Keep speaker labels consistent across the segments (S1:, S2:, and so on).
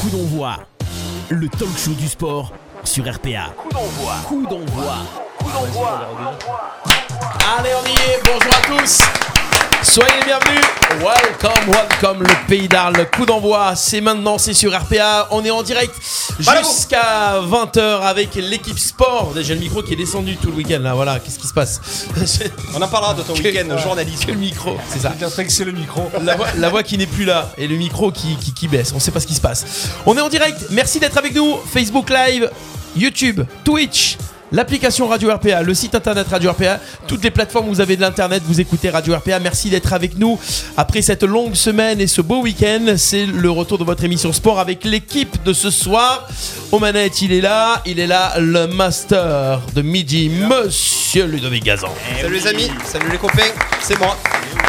S1: Coup d'envoi, le talk show du sport sur RPA. Coup d'envoi. Coup d'envoi.
S2: Allez, on y est. Bonjour à tous. Soyez les bienvenus. Welcome, welcome, le pays d'Arles. Le coup d'envoi, c'est maintenant, c'est sur RPA. On est en direct
S3: Bravo.
S2: jusqu'à 20h avec l'équipe sport. Déjà, le micro qui est descendu tout le week-end, là. Voilà, qu'est-ce qui se passe
S3: On en parlera de ton
S2: Quel-
S3: week-end journaliste.
S2: Quel micro, c'est ça.
S4: c'est le micro.
S2: La voix, la voix qui n'est plus là et le micro qui, qui, qui baisse. On sait pas ce qui se passe. On est en direct. Merci d'être avec nous. Facebook Live, YouTube, Twitch. L'application Radio RPA, le site internet Radio RPA, toutes les plateformes où vous avez de l'internet, vous écoutez Radio RPA. Merci d'être avec nous. Après cette longue semaine et ce beau week-end, c'est le retour de votre émission sport avec l'équipe de ce soir. Aux manettes, il est là, il est là, le master de midi, monsieur Ludovic Gazan.
S3: Salut les amis, salut les copains, c'est moi,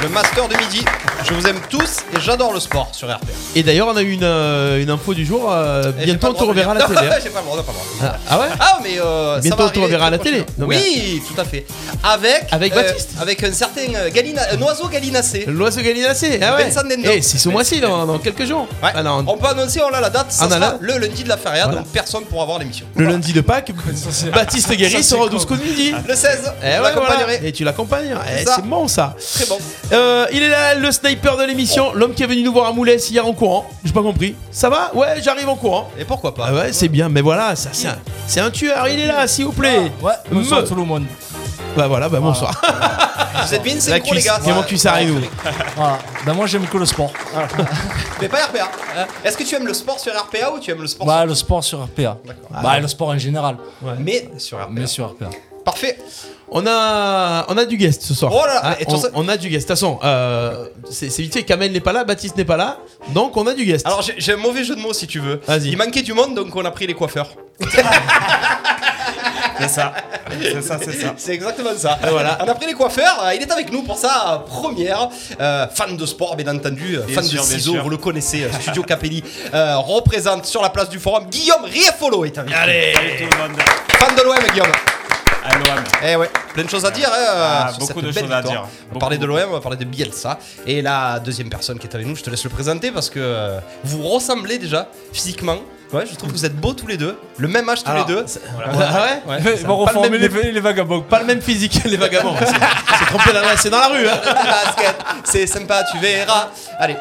S3: le master de midi. Je vous aime tous et j'adore le sport sur RPA.
S2: Et d'ailleurs, on a eu une, euh, une info du jour. euh,
S3: Et j'ai
S2: bientôt,
S3: pas
S2: on
S3: le
S2: te
S3: droit de
S2: reverra à la
S3: dire-
S2: télé. hein.
S3: Non, j'ai pas le droit, j'ai pas le droit.
S2: Ah, ah ouais
S3: Ah mais euh, ça
S2: Bientôt,
S3: va
S2: on te reverra
S3: arriver
S2: à la
S3: très
S2: télé.
S3: prochainement.
S2: Non, mais-
S3: oui, tout à fait. Avec
S2: Avec
S3: euh,
S2: Baptiste.
S3: avec un certain euh, Galina- un oiseau galinacé.
S2: L'oiseau galinacé. Ah ouais.
S3: Vincent Dendo.
S2: Eh, c'est ce mois-ci, dans, dans quelques jours.
S3: Ouais.
S2: Ah non,
S3: On peut annoncer, on a la date, ça
S2: On a
S3: sera
S2: la-
S3: le lundi de la feria,
S2: Voilà.
S3: donc personne pourra voir l'émission.
S2: le lundi de Pâques, Baptiste Guéry
S4: c'est
S2: sera au
S4: con.
S2: 12 coups de midi.
S3: Le 16,
S2: Eh ouais,
S3: je
S2: voilà.
S3: l'accompagnerai.
S2: Et tu l'accompagnes. Eh,
S3: Ah. C'est ça.
S2: c'est bon ça.
S3: Très bon.
S2: Euh, il est là, le sniper de l'émission, l'homme qui est venu nous voir à Moulès hier en courant. J'ai pas compris. Ça va Ouais, j'arrive en courant.
S3: Et pourquoi pas
S2: Ah ouais, c'est bien, mais voilà, ça, c'est un, c'est un tueur, il est là, s'il vous plaît.
S4: Ah,
S3: Ah,
S4: Ouais, bonsoir
S2: Eh, Me-
S4: tout le monde.
S2: Bah voilà, bah bonsoir.
S3: Vous êtes bien, Ah. c'est
S2: La
S3: le gros, les
S2: cuisse,
S3: gars.
S2: Clément
S3: Ouais.
S2: Cuissard arrive où
S4: Voilà. Ben moi j'aime que le sport.
S3: Mais pas RPA. hein. Est-ce que tu aimes le sport sur RPA ou tu aimes le sport
S4: Bah le sport sur RPA.
S3: D'accord.
S4: Bah le sport en général.
S3: sur... Mais sur RPA.
S4: Mais sur RPA.
S3: Parfait.
S2: On a, on a du guest ce soir.
S3: Oh là là,
S2: Ah,
S3: mais
S2: on,
S3: attends, ça-
S2: on a du guest. De toute façon, euh, c'est c'est vite fait. Kamel n'est pas là, Baptiste n'est pas là. Donc on a du guest.
S3: Alors j'ai j'ai un mauvais jeu de mots si tu veux.
S2: Vas-y.
S3: Il manquait du monde donc on a pris les coiffeurs.
S5: C'est ça, c'est ça, c'est ça.
S3: C'est exactement ça.
S2: Et voilà.
S3: On a pris les coiffeurs. euh, Il est avec nous pour sa première. euh, fan de sport bien entendu. euh,
S5: Bien
S3: fan
S5: sûr,
S3: de
S5: bien
S3: ciseaux,
S5: sûr.
S3: vous le connaissez. euh, Studio Capelli euh, représente sur la place du forum Guillaume Riefolo est avec nous.
S2: Allez
S5: Salut tout le monde.
S3: Fan de l'OM Guillaume.
S5: À l'OM.
S3: Eh ouais, plein de choses à dire. hein,
S5: Ah,
S3: sur
S5: beaucoup
S3: cette
S5: de
S3: belle
S5: choses à
S3: victoire.
S5: dire.
S3: On va parler de
S5: Beaucoup,
S3: l'OM, on va parler de Bielsa. Et la deuxième personne qui est avec nous, je te laisse le présenter parce que euh, vous ressemblez déjà physiquement. Ouais, je trouve que vous êtes beaux tous les deux, le même âge tous
S2: Alors,
S3: les deux.
S2: c'est-
S3: Voilà.
S2: Ah ouais
S3: Ouais,
S4: Ils vont
S2: pas le
S4: reformer les,
S2: même
S4: les vagabonds.
S2: Pas le même physique, les vagabonds. C'est- C'est trompé là, c'est dans la rue. hein.
S3: Basket, c'est sympa, tu verras. Allez.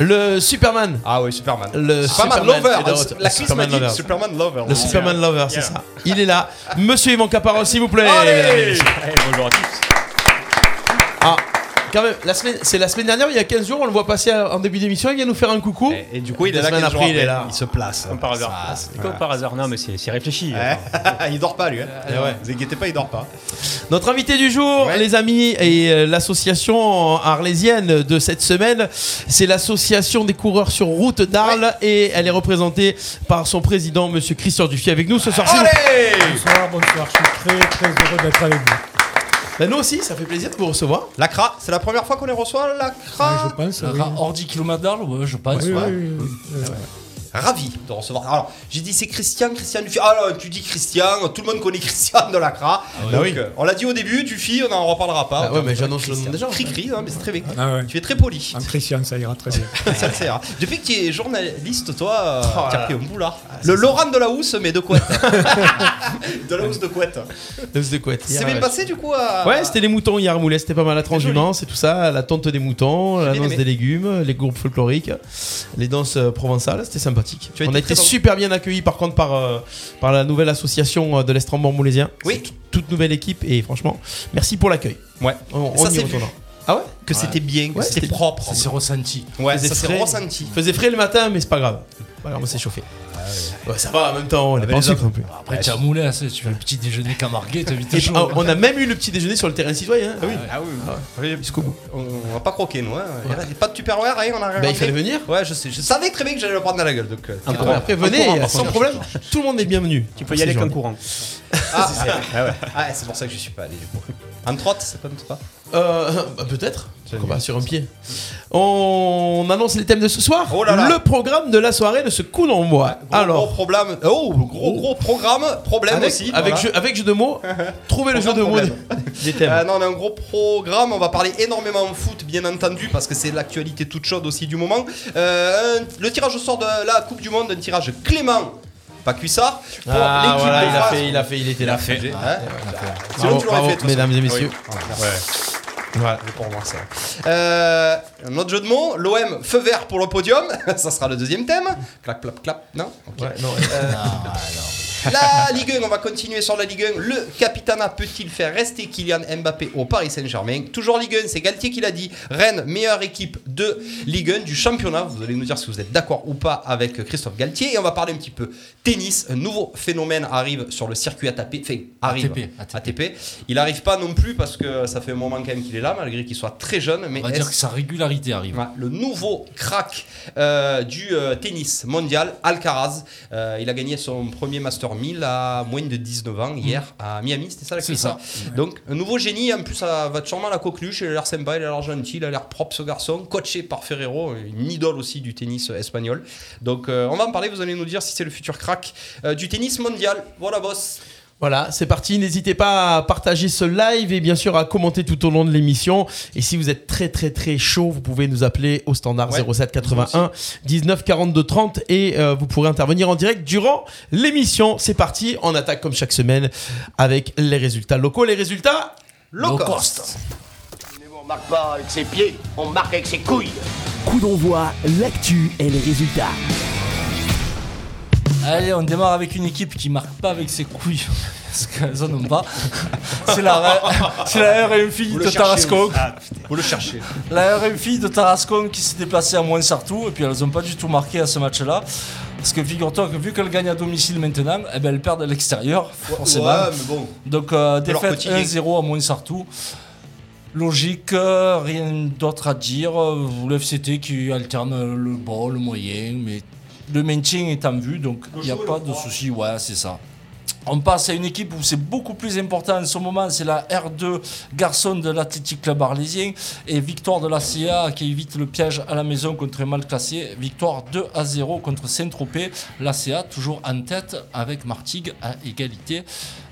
S2: Le Superman.
S3: Ah oui, Superman.
S2: Le
S3: Superman,
S2: Superman
S3: Lover.
S2: est de
S3: hein,
S2: retour.
S3: La cuisse m'a
S2: Superman
S3: dit
S2: Lover.
S3: Superman Lover.
S2: Le Superman Lover, c'est
S5: Yeah.
S2: ça. Il est là. Monsieur Yvan Caparo, s'il vous plaît. mesdames et
S5: Allez,
S2: messieurs.
S5: Bonjour à tous.
S2: Ah, quand même, la semaine- c'est la semaine dernière, il y a 15 jours, on le voit passer en début d'émission, il vient nous faire un coucou.
S3: Et, et du coup, il
S2: Deux
S3: est là
S2: semaines
S3: quinze jours
S2: après, il est là.
S3: après. Il se place.
S5: Comme par hasard.
S3: Ça,
S5: Comme par hasard, non mais c'est c'est réfléchi.
S3: ouais. il dort pas lui. Hein.
S2: Eh ouais.
S3: Vous inquiétez pas, il dort pas.
S2: Notre invité du jour,
S3: Ouais.
S2: les amis, et euh, l'association arlésienne de cette semaine, c'est l'association des coureurs sur route d'Arles et elle est représentée par son président, monsieur Christian Dufy, avec nous ce soir. C'est nous.
S3: Allez
S6: Bonsoir, bonsoir. Je suis très très heureux d'être avec vous.
S2: Ben, nous aussi, ça fait plaisir de vous recevoir.
S3: La cra, c'est la première fois qu'on les reçoit, la
S6: Ah,
S3: cra.
S6: je pense.
S4: Ça
S6: oui.
S4: ira Hors 10 km d'Arles, ouais, je pense.
S6: Oui,
S4: ouais.
S6: oui, oui, oui.
S3: Ravi de recevoir. Alors, j'ai dit c'est Christian, Christian Dufy. Ah là, tu dis Christian, tout le monde connaît Christian de la cra.
S2: bah
S3: Donc,
S2: oui.
S3: euh, on l'a dit au début, Dufy, on en reparlera pas.
S2: Ah ouais, mais j'annonce le nom des gens.
S3: Cri cri, hein, mais c'est très vite.
S6: Ah ouais.
S3: Tu es très poli.
S6: En Christian, ça ira très bien.
S3: Ça te sert. hein. Depuis que tu es journaliste, toi, euh,
S2: Oh
S3: t'as
S2: là
S3: pris un boulard. le Laurent de la housse, mais de couette. de la housse de couette.
S2: De Ah, quoi
S3: C'est bien passé du coup à...
S2: Ouais, c'était les moutons hier, Moulet, c'était pas mal. La
S3: Ah, bah. joli.
S2: transhumance et tout ça, la tente des moutons,
S3: bien
S2: l'annonce
S3: aimé.
S2: des légumes, les groupes folkloriques, les danses euh, provençales, c'était sympathique.
S3: Tu as
S2: On
S3: été
S2: a été
S3: très-
S2: super bien accueillis par contre par, euh, par la nouvelle association euh, de l'Estrambon moulésien.
S3: Oui.
S2: C'est tout- Toute nouvelle équipe et franchement, merci pour l'accueil.
S3: Ouais.
S2: On,
S3: Ça,
S2: on y
S3: c'est
S2: retournera.
S3: vu.
S2: Ah ouais
S3: Que c'était bien, que
S2: Ouais,
S3: c'était
S2: c'était-
S3: propre.
S4: Ça s'est ressenti.
S3: Ouais,
S2: faisait
S3: ça s'est
S2: frais.
S3: ressenti.
S2: Faisait frais le matin, mais c'est pas grave. Pas grave, on s'est chauffé. Ouais, ça va en même temps, on est
S3: Ah mais
S2: pas en
S3: les
S2: sucre non plus.
S4: Bah, Après tu as moulé, hein, tu fais le petit déjeuner camarguais, t'as vite
S2: Et
S4: chaud.
S2: ah, on a même eu le petit déjeuner sur le terrain citoyen. hein. Ah oui.
S3: Ah oui,
S2: Jusqu'au bout.
S3: on, on va pas croquer nous. Hein. Il y a- Pas de tupperware, hein, on a rien.
S2: Bah, il
S3: ramené.
S2: fallait venir.
S3: Ouais, je sais. Je savais très bien que j'allais le prendre dans la gueule. Donc, euh,
S2: Après, Ah après, venez,
S4: courant, par
S2: sans
S4: contre.
S2: problème. Tout le monde est bienvenu.
S5: Tu peux y aller
S2: Ces
S5: comme
S2: journées.
S5: courant.
S3: ah, ah, ouais. Ah, c'est pour ça que je suis pas allé du coup. En trotte, c'est pas une trotte
S2: Euh, bah, peut-être. Pourquoi pas, sur un pied. On annonce les thèmes de ce soir.
S3: Oh là là.
S2: Le programme de la soirée de ce coup d'envoi. Alors.
S3: gros problème. Oh, gros gros programme, problème
S2: Avec,
S3: aussi.
S2: avec,
S3: voilà.
S2: jeu, avec jeu de mots, trouvez le jeu de mots
S3: Programme
S2: des thèmes.
S3: Euh, non, on a un gros programme. On va parler énormément de foot, bien entendu, parce que c'est l'actualité toute chaude aussi du moment. Euh, un- le tirage au sort de la Coupe du Monde, un tirage Clément, pas Cuissard, pour
S2: ah,
S3: l'équipe
S2: voilà,
S3: de
S2: il a
S3: France.
S2: fait, il a fait, Ah, il était
S3: Il
S2: là.
S3: a fait. hein. Sinon,
S2: Bravo,
S3: tu l'aurais
S2: bravo,
S3: fait, de toute façon.
S2: mesdames et messieurs. Voilà.
S3: pour moi ça. Euh, un autre jeu de mots, l'OM feu vert pour le podium, ça sera le deuxième thème. Clac clap clap, non Ok. Euh, La Ligue 1, on va continuer sur la Ligue 1. Le Capitana peut-il faire rester Kylian Mbappé au Paris Saint-Germain Toujours Ligue 1, c'est Galtier qui l'a dit. Rennes, meilleure équipe de Ligue 1 du championnat. Vous allez nous dire si vous êtes d'accord ou pas avec Christophe Galtier. Et on va parler un petit peu tennis. Un nouveau phénomène arrive sur le circuit ATP. Enfin, arrive.
S4: ATP.
S3: ATP. Il n'arrive pas non plus parce que ça fait un moment quand même qu'il est là, malgré qu'il soit très jeune. Mais
S4: On va
S3: est-ce-
S4: dire que sa régularité arrive.
S3: Ouais, le nouveau crack euh, du euh, tennis mondial, Alcaraz. Euh, il a gagné son premier Master 1000 à moins de 19 ans hier à Miami, c'était ça la
S4: Mm. C'est
S3: question Donc, un nouveau génie, en plus, ça va sûrement à la coqueluche. Il a l'air sympa, il a l'air gentil, il a l'air propre ce garçon, coaché par Ferrero, une idole aussi du tennis espagnol. Donc, euh, on va en parler, vous allez nous dire si c'est le futur crack euh, du tennis mondial. Voilà, boss.
S2: Voilà, c'est parti. N'hésitez pas à partager ce live et bien sûr à commenter tout au long de l'émission. Et si vous êtes très très très chaud, vous pouvez nous appeler au standard
S3: Ouais,
S2: 07 81 19 42 30 et euh, vous pourrez intervenir en direct durant l'émission. C'est parti, on attaque comme chaque semaine avec les résultats locaux. Les résultats
S3: Low
S4: Low
S3: cost.
S4: cost.
S7: On marque pas avec ses pieds, on marque avec ses couilles.
S1: Coup d'envoi, l'actu et les résultats.
S4: Allez, on démarre avec une équipe qui marque pas avec ses couilles. Parce qu'elles en ont pas. C'est la, c'est la RMFI
S3: Vous
S4: de
S3: le cherchez,
S4: Tarascon.
S3: Vous le cherchez.
S4: La RMFI de Tarascon qui s'est déplacée à Moinsartou. Et puis elles ont pas du tout marqué à ce match-là. Parce que figure-toi que vu qu'elles gagnent à domicile maintenant, eh ben elles perdent à l'extérieur. Forcément.
S3: Ouais, mais bon.
S4: Donc euh,
S3: De leur
S4: défaite
S3: quotidien.
S4: 1-0 à Moinsartou. Logique, euh, rien d'autre à dire. Euh, Le FCT qui alterne le bas, le moyen, mais le maintien est en vue, donc il n'y a pas de souci. Ouais, c'est ça. On passe à une équipe où c'est beaucoup plus important en ce moment, c'est la R2 garçon de l'Athletic Club Arlésien et victoire de la CA qui évite le piège à la maison contre un mal classé, victoire 2 à 0 contre Saint-Tropez, la CA toujours en tête avec Martigues à égalité.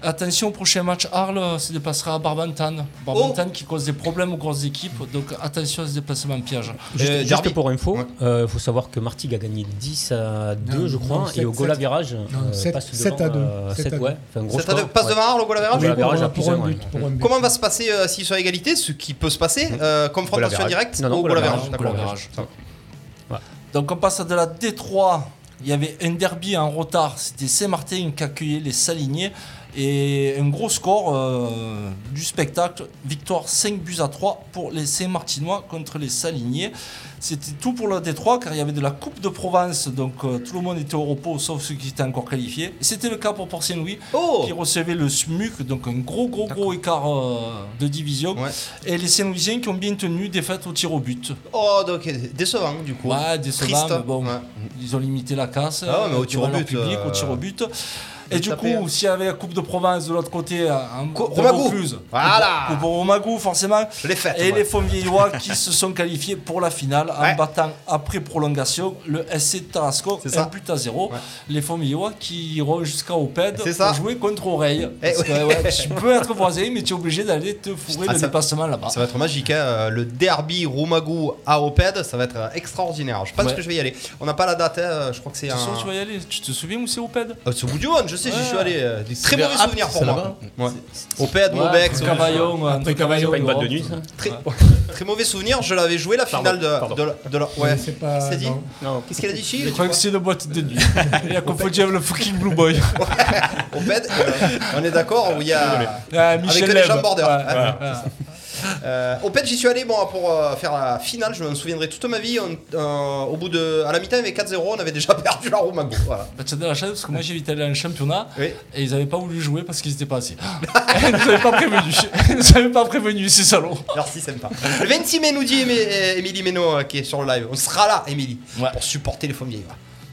S4: Attention au prochain match, Arles se déplacera à Barbantane, Barbantane qui cause des problèmes aux grosses équipes, donc attention à ce déplacement piège.
S5: Juste,
S3: Euh,
S5: juste
S3: Derby.
S5: pour info, il
S3: Ouais.
S5: faut savoir que Martigues a gagné 10 à 2,
S6: Non,
S5: je crois,
S6: non,
S5: et
S6: sept,
S5: au goal à
S6: sept.
S5: virage, euh,
S6: sept,
S5: passe
S6: sept à
S5: devant,
S6: deux.
S5: euh,
S6: Sept
S5: sept,
S6: à deux.
S5: ouais, fait un gros
S3: Ça t'a-
S5: score,
S3: passe
S5: ouais.
S3: devant Arles au goal à verrage
S5: Oui, Voilà,
S6: Ah, pour,
S5: virage à
S6: un- pour
S5: plus
S6: un
S5: un,
S6: but,
S5: ouais.
S6: pour un but.
S3: Comment va se passer euh, s'ils sont à égalité Ce qui peut se passer, euh, confrontation
S5: Goal à virage.
S3: directe
S5: Non, non,
S3: au
S5: goal à
S3: goal à
S5: virage,
S3: verrage,
S5: goal à
S3: d'accord.
S5: virage.
S4: Donc on passe à de la D3. Il y avait un derby en retard. C'était Saint-Martin qui accueillait les Saliniers. Et un gros score euh, du spectacle. Victoire 5 buts à 3 pour les Saint-Martinois contre les Saliniers. C'était tout pour la D3 car il y avait de la Coupe de Provence. Donc euh, tout le monde était au repos sauf ceux qui étaient encore qualifiés. Et c'était le cas pour Port-Saint-Louis
S3: Oh
S4: qui recevait le SMUC. Donc un gros, gros, gros écart euh, de division.
S3: Ouais.
S4: Et les Saint-Louisiens qui ont bien tenu défaite au tir au but.
S3: Oh, donc euh, décevant du coup.
S4: Ouais, décevant,
S3: Triste. hein.
S4: mais bon,
S3: Ouais.
S4: ils ont limité la casse.
S3: Ah ouais, mais au
S4: euh,
S3: tir au
S4: devant leur
S3: but,
S4: public,
S3: euh,
S4: au tir au but.
S3: les
S4: Et du
S3: taper, hein.
S4: coup, s'il y avait la Coupe de Provence de l'autre côté, euh, un
S3: Co- Romagou. Voilà.
S4: Pour Romagou, forcément.
S3: Les fêtes.
S4: Et
S3: ouais.
S4: les Fontvieillois qui se sont qualifiés pour la finale en
S3: Ouais.
S4: battant après prolongation le SC Tarasco
S3: C'est
S4: 1
S3: ça.
S4: but à 0.
S3: Ouais.
S4: Les Fontvieillois qui iront jusqu'à Oped
S3: C'est ça.
S4: pour jouer contre Oreille.
S3: Eh
S4: Parce que, ouais, tu peux être voisin, mais tu es obligé d'aller te fourrer
S3: Ah,
S4: le
S3: ça-
S4: déplacement là-bas.
S3: Ça va être magique, hein, euh, le derby Roumagou à Oped, ça va être euh, extraordinaire. Je pense
S4: Ouais.
S3: que je vais y aller. On n'a pas la date, hein, je crois que c'est
S4: Tu
S3: un.
S4: es sûr que tu vas y aller Tu te souviens où c'est Oped
S3: Euh, c'est au bout du monde, je sais, j'y suis allé. euh, des très
S2: vers
S3: mauvais
S2: Apt,
S3: souvenirs pour
S2: c'est
S3: moi. Ouais. Oped, Maubec,
S4: Entre Cavaillon, ouais, entre
S6: Après Cavaillon,
S5: C'est pas une boîte de
S4: et
S5: nuit, ça
S3: Très, très mauvais souvenirs, je l'avais joué la finale de,
S5: pardon.
S3: de la, de la- Ouais,
S6: C'est pas-
S3: Qu'est-ce qu'il a dit
S6: non.
S5: Non,
S3: Qu'est-ce qu'il a dit Chi
S4: Je crois que c'est une boîte de nuit. Il a confondu avec le fucking Blue Boy.
S3: Oped, euh, on est d'accord, où il y a.
S4: Ah,
S3: Avec
S4: Michel
S3: que les
S4: Leb.
S3: gens border.
S4: Ouais,
S3: Hein.
S4: ouais.
S3: Euh, au PET, j'y suis allé bon, pour euh, faire la finale, je me souviendrai toute ma vie. on- euh, au bout de. À la mi-temps, il y avait 4-0, on avait déjà perdu la Roumagou. Voilà.
S4: Bah, T'as de la chance parce que moi j'ai vite allé en championnat
S3: Oui.
S4: et ils avaient pas voulu jouer parce qu'ils étaient pas assez. ils nous avaient pas prévenu. Ils nous avaient pas prévenu, c'est salaud.
S3: Merci, sympa. Le 26 mai nous dit Émi- euh, Émilie Méno euh, qui est sur le live. On sera là, Émilie,
S4: Ouais.
S3: pour supporter les Fonds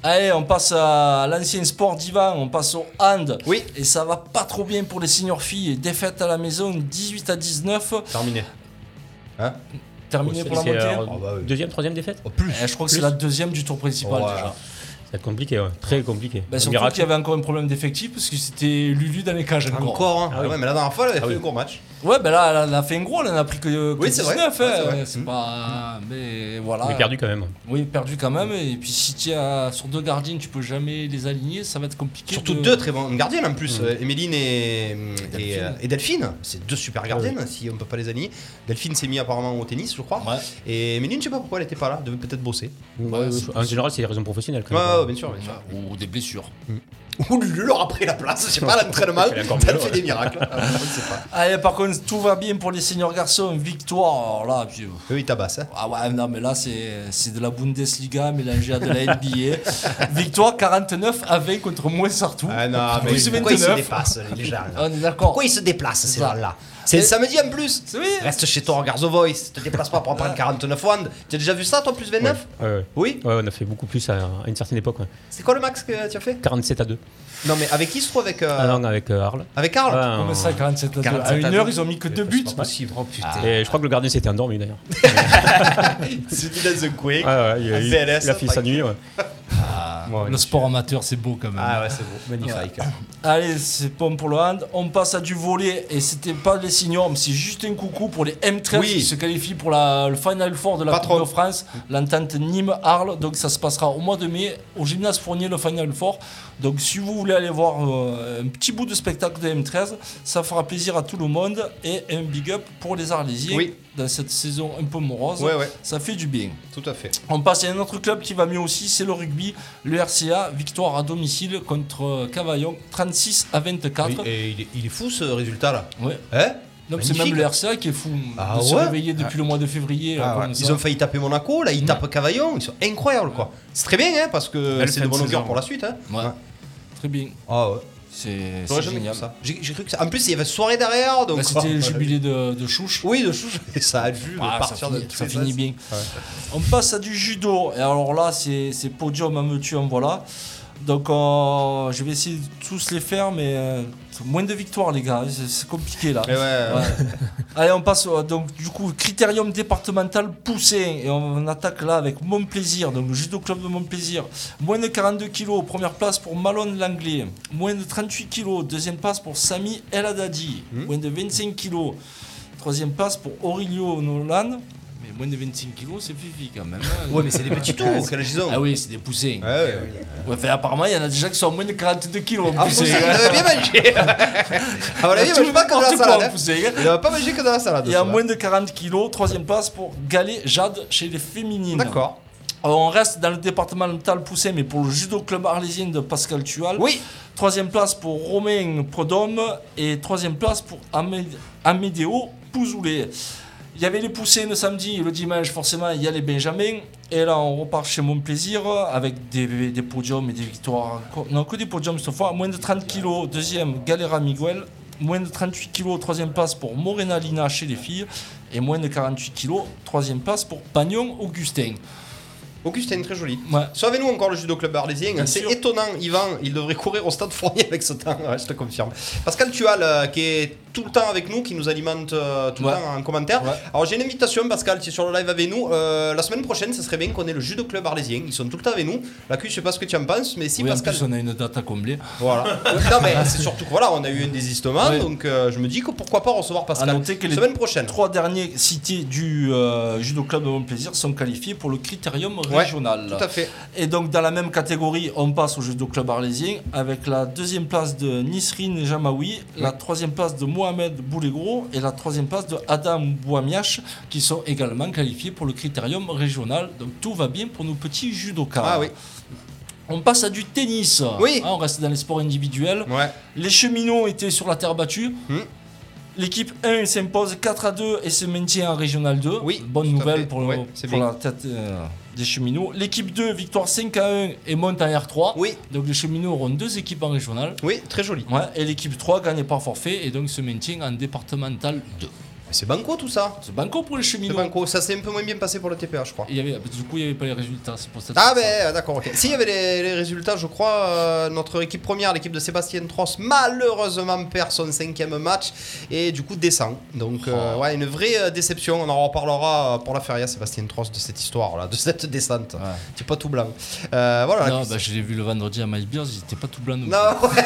S4: Allez, on passe à l'ancien sport divan, on passe au hand.
S3: Oui.
S4: Et ça va pas trop bien pour les seniors filles. Défaite à la maison 18 à 19.
S3: Terminé. Hein
S4: Terminé
S5: c'est-
S4: pour la
S5: c'est,
S4: moitié.
S5: euh,
S3: Ah bah oui.
S5: Deuxième, troisième défaite
S3: Au plus.
S4: Eh, je crois que c'est la deuxième du tour
S3: Ouais.
S4: principal déjà.
S5: Ça va être compliqué, ouais. Très compliqué.
S4: Bah,
S5: Un
S4: surtout
S5: miracle.
S4: qu'il y avait encore un problème d'effectif parce que c'était Lulu dans les cages encore.
S3: Encore, hein.
S5: Ah oui.
S3: ouais, mais la dernière fois, elle avait
S5: Ah
S3: fait
S5: oui.
S3: un court match.
S4: Ouais, ben là, elle a- elle a fait un gros, elle en a pris que, que
S3: Oui, c'est vrai.
S4: 19.
S3: Ouais,
S4: hein.
S3: c'est vrai.
S4: C'est
S3: Mm.
S4: pas. Mais voilà.
S5: Mais perdu quand même. hein.
S4: Oui, perdu quand même. Et puis si tu as sur deux gardiennes, tu peux jamais les aligner, ça va être compliqué.
S3: Surtout
S4: de- Ah
S3: deux très bonnes gardiennes en plus, euh, Emeline et,
S4: Delphine.
S3: et, euh, et Delphine. C'est deux super gardiennes si on peut pas les aligner. Delphine s'est mise apparemment au tennis, je crois.
S4: Ouais.
S3: Et Emeline, je sais pas pourquoi elle était pas là, devait peut-être bosser.
S5: Ouais, ouais, en général, c'est des raisons professionnelles quand
S3: Ouais,
S5: même.
S3: ouais, bien sûr, bien sûr.
S4: Ou des blessures.
S3: Ou Lulu leur a pris la place, je sais pas, à l'entraînement.
S5: Elle a encore
S3: Elle
S5: mieux,
S3: fait
S5: ouais.
S3: des miracles. Ah, je sais pas.
S4: Allez, par contre, tout va bien pour les seniors garçons. Victoire, alors là, puis-
S3: Eux, ils tabassent. hein.
S4: Ah ouais, non, mais là, c'est c'est de la Bundesliga mélangée à de la NBA. Victoire 49 à 20 contre moins Sartou.
S3: Ah non, mais
S4: Plus
S3: pourquoi ils se
S4: 29.
S3: dépassent, les gens là
S4: On est d'accord.
S3: Pourquoi ils se déplacent, ces
S4: C'est ça.
S3: gens-là C'est le
S4: Et-
S3: samedi en plus
S4: C'est vrai.
S3: Reste chez toi, regarde The Voice, te déplace pas pour en prendre 49 wands. T'as déjà vu ça, toi, plus 29
S5: Ouais, ouais.
S3: Oui
S5: Ouais, on a fait beaucoup plus à, à une certaine époque. ouais.
S3: C'est quoi le max que tu as fait
S5: 47 à 2.
S3: Non, mais avec qui se trouve Avec euh,
S5: Ah non, avec euh, Arles.
S3: avec Karl
S5: Ouais,
S4: Comment
S5: on-
S4: ça, 47 à 2
S3: 47
S4: À une
S3: à
S4: heure,
S3: deux.
S4: ils ont mis que deux buts.
S3: possible. Oh putain.
S5: Et je crois que le gardien s'était endormi d'ailleurs.
S3: C'était dans The Quake.
S5: Ouais, ouais, il,
S3: Un
S5: a- il-
S3: VLS,
S5: il a fait
S3: ça,
S5: sa nuit. Ouais. Ah.
S4: Le sport amateur, c'est beau quand même.
S3: Ah ouais, c'est beau. Magnifique.
S4: Allez, c'est bon pour le hand. On passe à du volet. Et c'était pas les signors, mais c'est juste un coucou pour les M13
S3: Oui.
S4: qui se qualifient pour la, le Final Four de la
S3: Pas
S4: Coupe
S3: trop.
S4: de France. L'entente Nîmes-Arles. Donc ça se passera au mois de mai au gymnase Fournier, le Final Four. Donc si vous voulez aller voir euh, un petit bout de spectacle de M13, ça fera plaisir à tout le monde. Et un big up pour les Arlésiens
S3: Oui.
S4: dans cette saison un peu morose.
S3: Ouais, ouais.
S4: Ça fait du bien.
S3: Tout à fait.
S4: On passe à un autre club qui va mieux aussi, c'est le rugby, le RCA, victoire à domicile contre euh, Cavaillon, 36 à 24.
S3: et il est, il est fou ce résultat là.
S4: Ouais.
S3: Hein
S4: Non, mais c'est
S3: Magnifique.
S4: même le RCA qui est fou
S3: Ah
S4: de se
S3: ouais
S4: réveiller depuis le mois de février.
S3: Ah
S4: euh,
S3: ouais.
S4: comme ça.
S3: Ils ont failli taper Monaco,
S4: Mm.
S3: là ils tapent Cavaillon, ils sont incroyables quoi. C'est très bien hein, parce que
S4: Belle
S3: c'est
S4: fin
S3: de
S4: de
S3: bon augure
S4: saison.
S3: pour la suite. Hein.
S4: Ouais. Très bien.
S3: Ah ouais.
S4: C'est
S3: J'aurais
S4: c'est
S3: jamais
S4: génial.
S3: cru ça. J'ai j'ai cru que ça. En plus il y avait soirée derrière donc.
S4: Bah,
S3: oh,
S4: C'était le jubilé de, de Chouche.
S3: Oui, de chouche. Et ça a dû
S4: Ah, ça
S3: partir
S4: finit,
S3: de
S4: ça
S3: les
S4: finit
S3: sens.
S4: bien. On passe à du judo. Et alors là, c'est c'est podium à me tuer, en hein, voilà. Donc euh, je vais essayer de tous les faire, mais euh, moins de victoires, les gars. C'est c'est compliqué là.
S3: Mais ouais, ouais.
S4: Ouais. Allez, on passe euh, donc du coup critérium départemental poussé et on attaque là avec Montplaisir, donc le judo club de Montplaisir. Moins de 42 kilos, première place pour Malone Langlais. Moins de 38 kilos, deuxième place pour Sami El Haddadi. Moins de 25 kilos, troisième place pour Aurelio Nolan. Mais moins de 25 kilos, c'est fifi quand même. hein.
S3: Ouais, mais c'est des petits tours, quel âge ils ont
S4: Ah oui, Ah c'est des poussés.
S3: Ouais, ouais.
S4: Ouais, enfin, apparemment, il y en a déjà qui sont à moins de 42 kilos.
S3: Ah,
S4: poussés.
S3: poussé, il avait bien mangé. Ah, voilà, il
S4: Tout
S3: mange pas comme dans la
S4: n'importe quoi,
S3: salade. hein. Ah,
S4: poussés.
S3: Il n'avait pas mangé que dans la salade.
S4: Et à
S3: celui-là.
S4: moins de 40 kilos, troisième place pour Galet Jade chez les féminines.
S3: D'accord.
S4: Euh, On reste dans le départemental poussé, mais pour le judo club arlésien de Pascal Tual.
S3: Oui.
S4: Troisième place pour Romain Prodhomme et troisième place pour Amé- Amédéo Pouzoulé. Il y avait les poussées le samedi, le dimanche forcément il y a les Benjamins. Et là on repart chez Mon Plaisir avec des, des podiums et des victoires. Co- Non que des podiums cette fois. Moins de 30 kilos, deuxième Galera Miguel. Moins de 38 kilos, troisième place pour Morena Lina chez les filles. Et moins de 48 kilos, troisième place pour Pagnon Augustin.
S3: Augustin, très joli.
S4: Ouais.
S3: Sauvez-nous encore le judo club arlésien.
S4: Bien
S3: C'est
S4: sûr.
S3: étonnant, Yvan. Il devrait courir au stade Fournier avec ce temps. Ouais, je te confirme. Pascal Tual, euh, qui est tout le temps avec nous, qui nous alimente euh, tout
S4: Ouais.
S3: le temps en commentaire.
S4: Ouais.
S3: Alors, j'ai une invitation, Pascal, tu es sur le live avec nous. Euh, la semaine prochaine, ça serait bien qu'on ait le judo club arlésien. Ils sont tout le temps avec nous. La cuisse, je sais pas ce que tu en penses, mais si
S4: Oui, en
S3: Pascal.
S4: plus on a une date à combler.
S3: Voilà. non, mais c'est surtout que voilà, on a eu un désistement.
S4: Ouais.
S3: Donc, euh, je me dis que pourquoi pas recevoir Pascal
S4: À noter que les-
S3: semaine prochaine.
S4: Les trois derniers cités du euh, judo club de Montplaisir sont qualifiés pour le critérium
S3: Ouais,
S4: régional.
S3: Tout à fait.
S4: Et donc dans la même catégorie, on passe au judo club arlésien avec la deuxième place de Nisrine Jamaoui, la troisième place de Mohamed Boulegro et la troisième place de Adam Bouamiache qui sont également qualifiés pour le critérium régional. Donc tout va bien pour nos petits judokas.
S3: Ah oui.
S4: On passe à du tennis.
S3: Oui.
S4: Hein, on reste dans les sports individuels.
S3: Ouais.
S4: Les cheminots étaient sur la terre battue.
S3: Hmm.
S4: L'équipe 1 s'impose 4 à 2 et se maintient en Régional 2.
S3: Oui,
S4: Bonne
S3: tout à
S4: nouvelle
S3: fait.
S4: pour, le-
S3: Ouais, c'est
S4: pour
S3: bien.
S4: la tête euh, des cheminots. L'équipe 2, victoire 5 à 1 et monte en R3.
S3: Oui.
S4: Donc les cheminots auront deux équipes en Régional.
S3: Oui, très joli.
S4: Ouais, et l'équipe 3 gagne par forfait et donc se maintient en départemental 2.
S3: Mais c'est banco tout ça.
S4: C'est banco pour les
S3: C'est
S4: cheminots.
S3: banco. Ça s'est un peu moins bien passé pour le TPA, je crois.
S4: Il y avait, du coup, il n'y avait pas les résultats. C'est pour ça.
S3: Ah
S4: c'est
S3: ben d'accord, ok. S'il y avait les, les résultats, je crois, euh, notre équipe première, l'équipe de Sébastien Tross, malheureusement perd son cinquième match et du coup descend. Donc euh,
S4: Oh.
S3: ouais, une vraie euh, déception. On en reparlera euh, pour la feria, Sébastien Tross, de cette histoire-là, de cette descente.
S4: Ouais.
S3: C'est pas tout blanc. Euh, voilà. la
S4: Non,
S3: cuisse-
S4: bah, je l'ai vu le vendredi à My Beers, ils n'étaient pas tout blancs. non plus.
S3: non, ouais,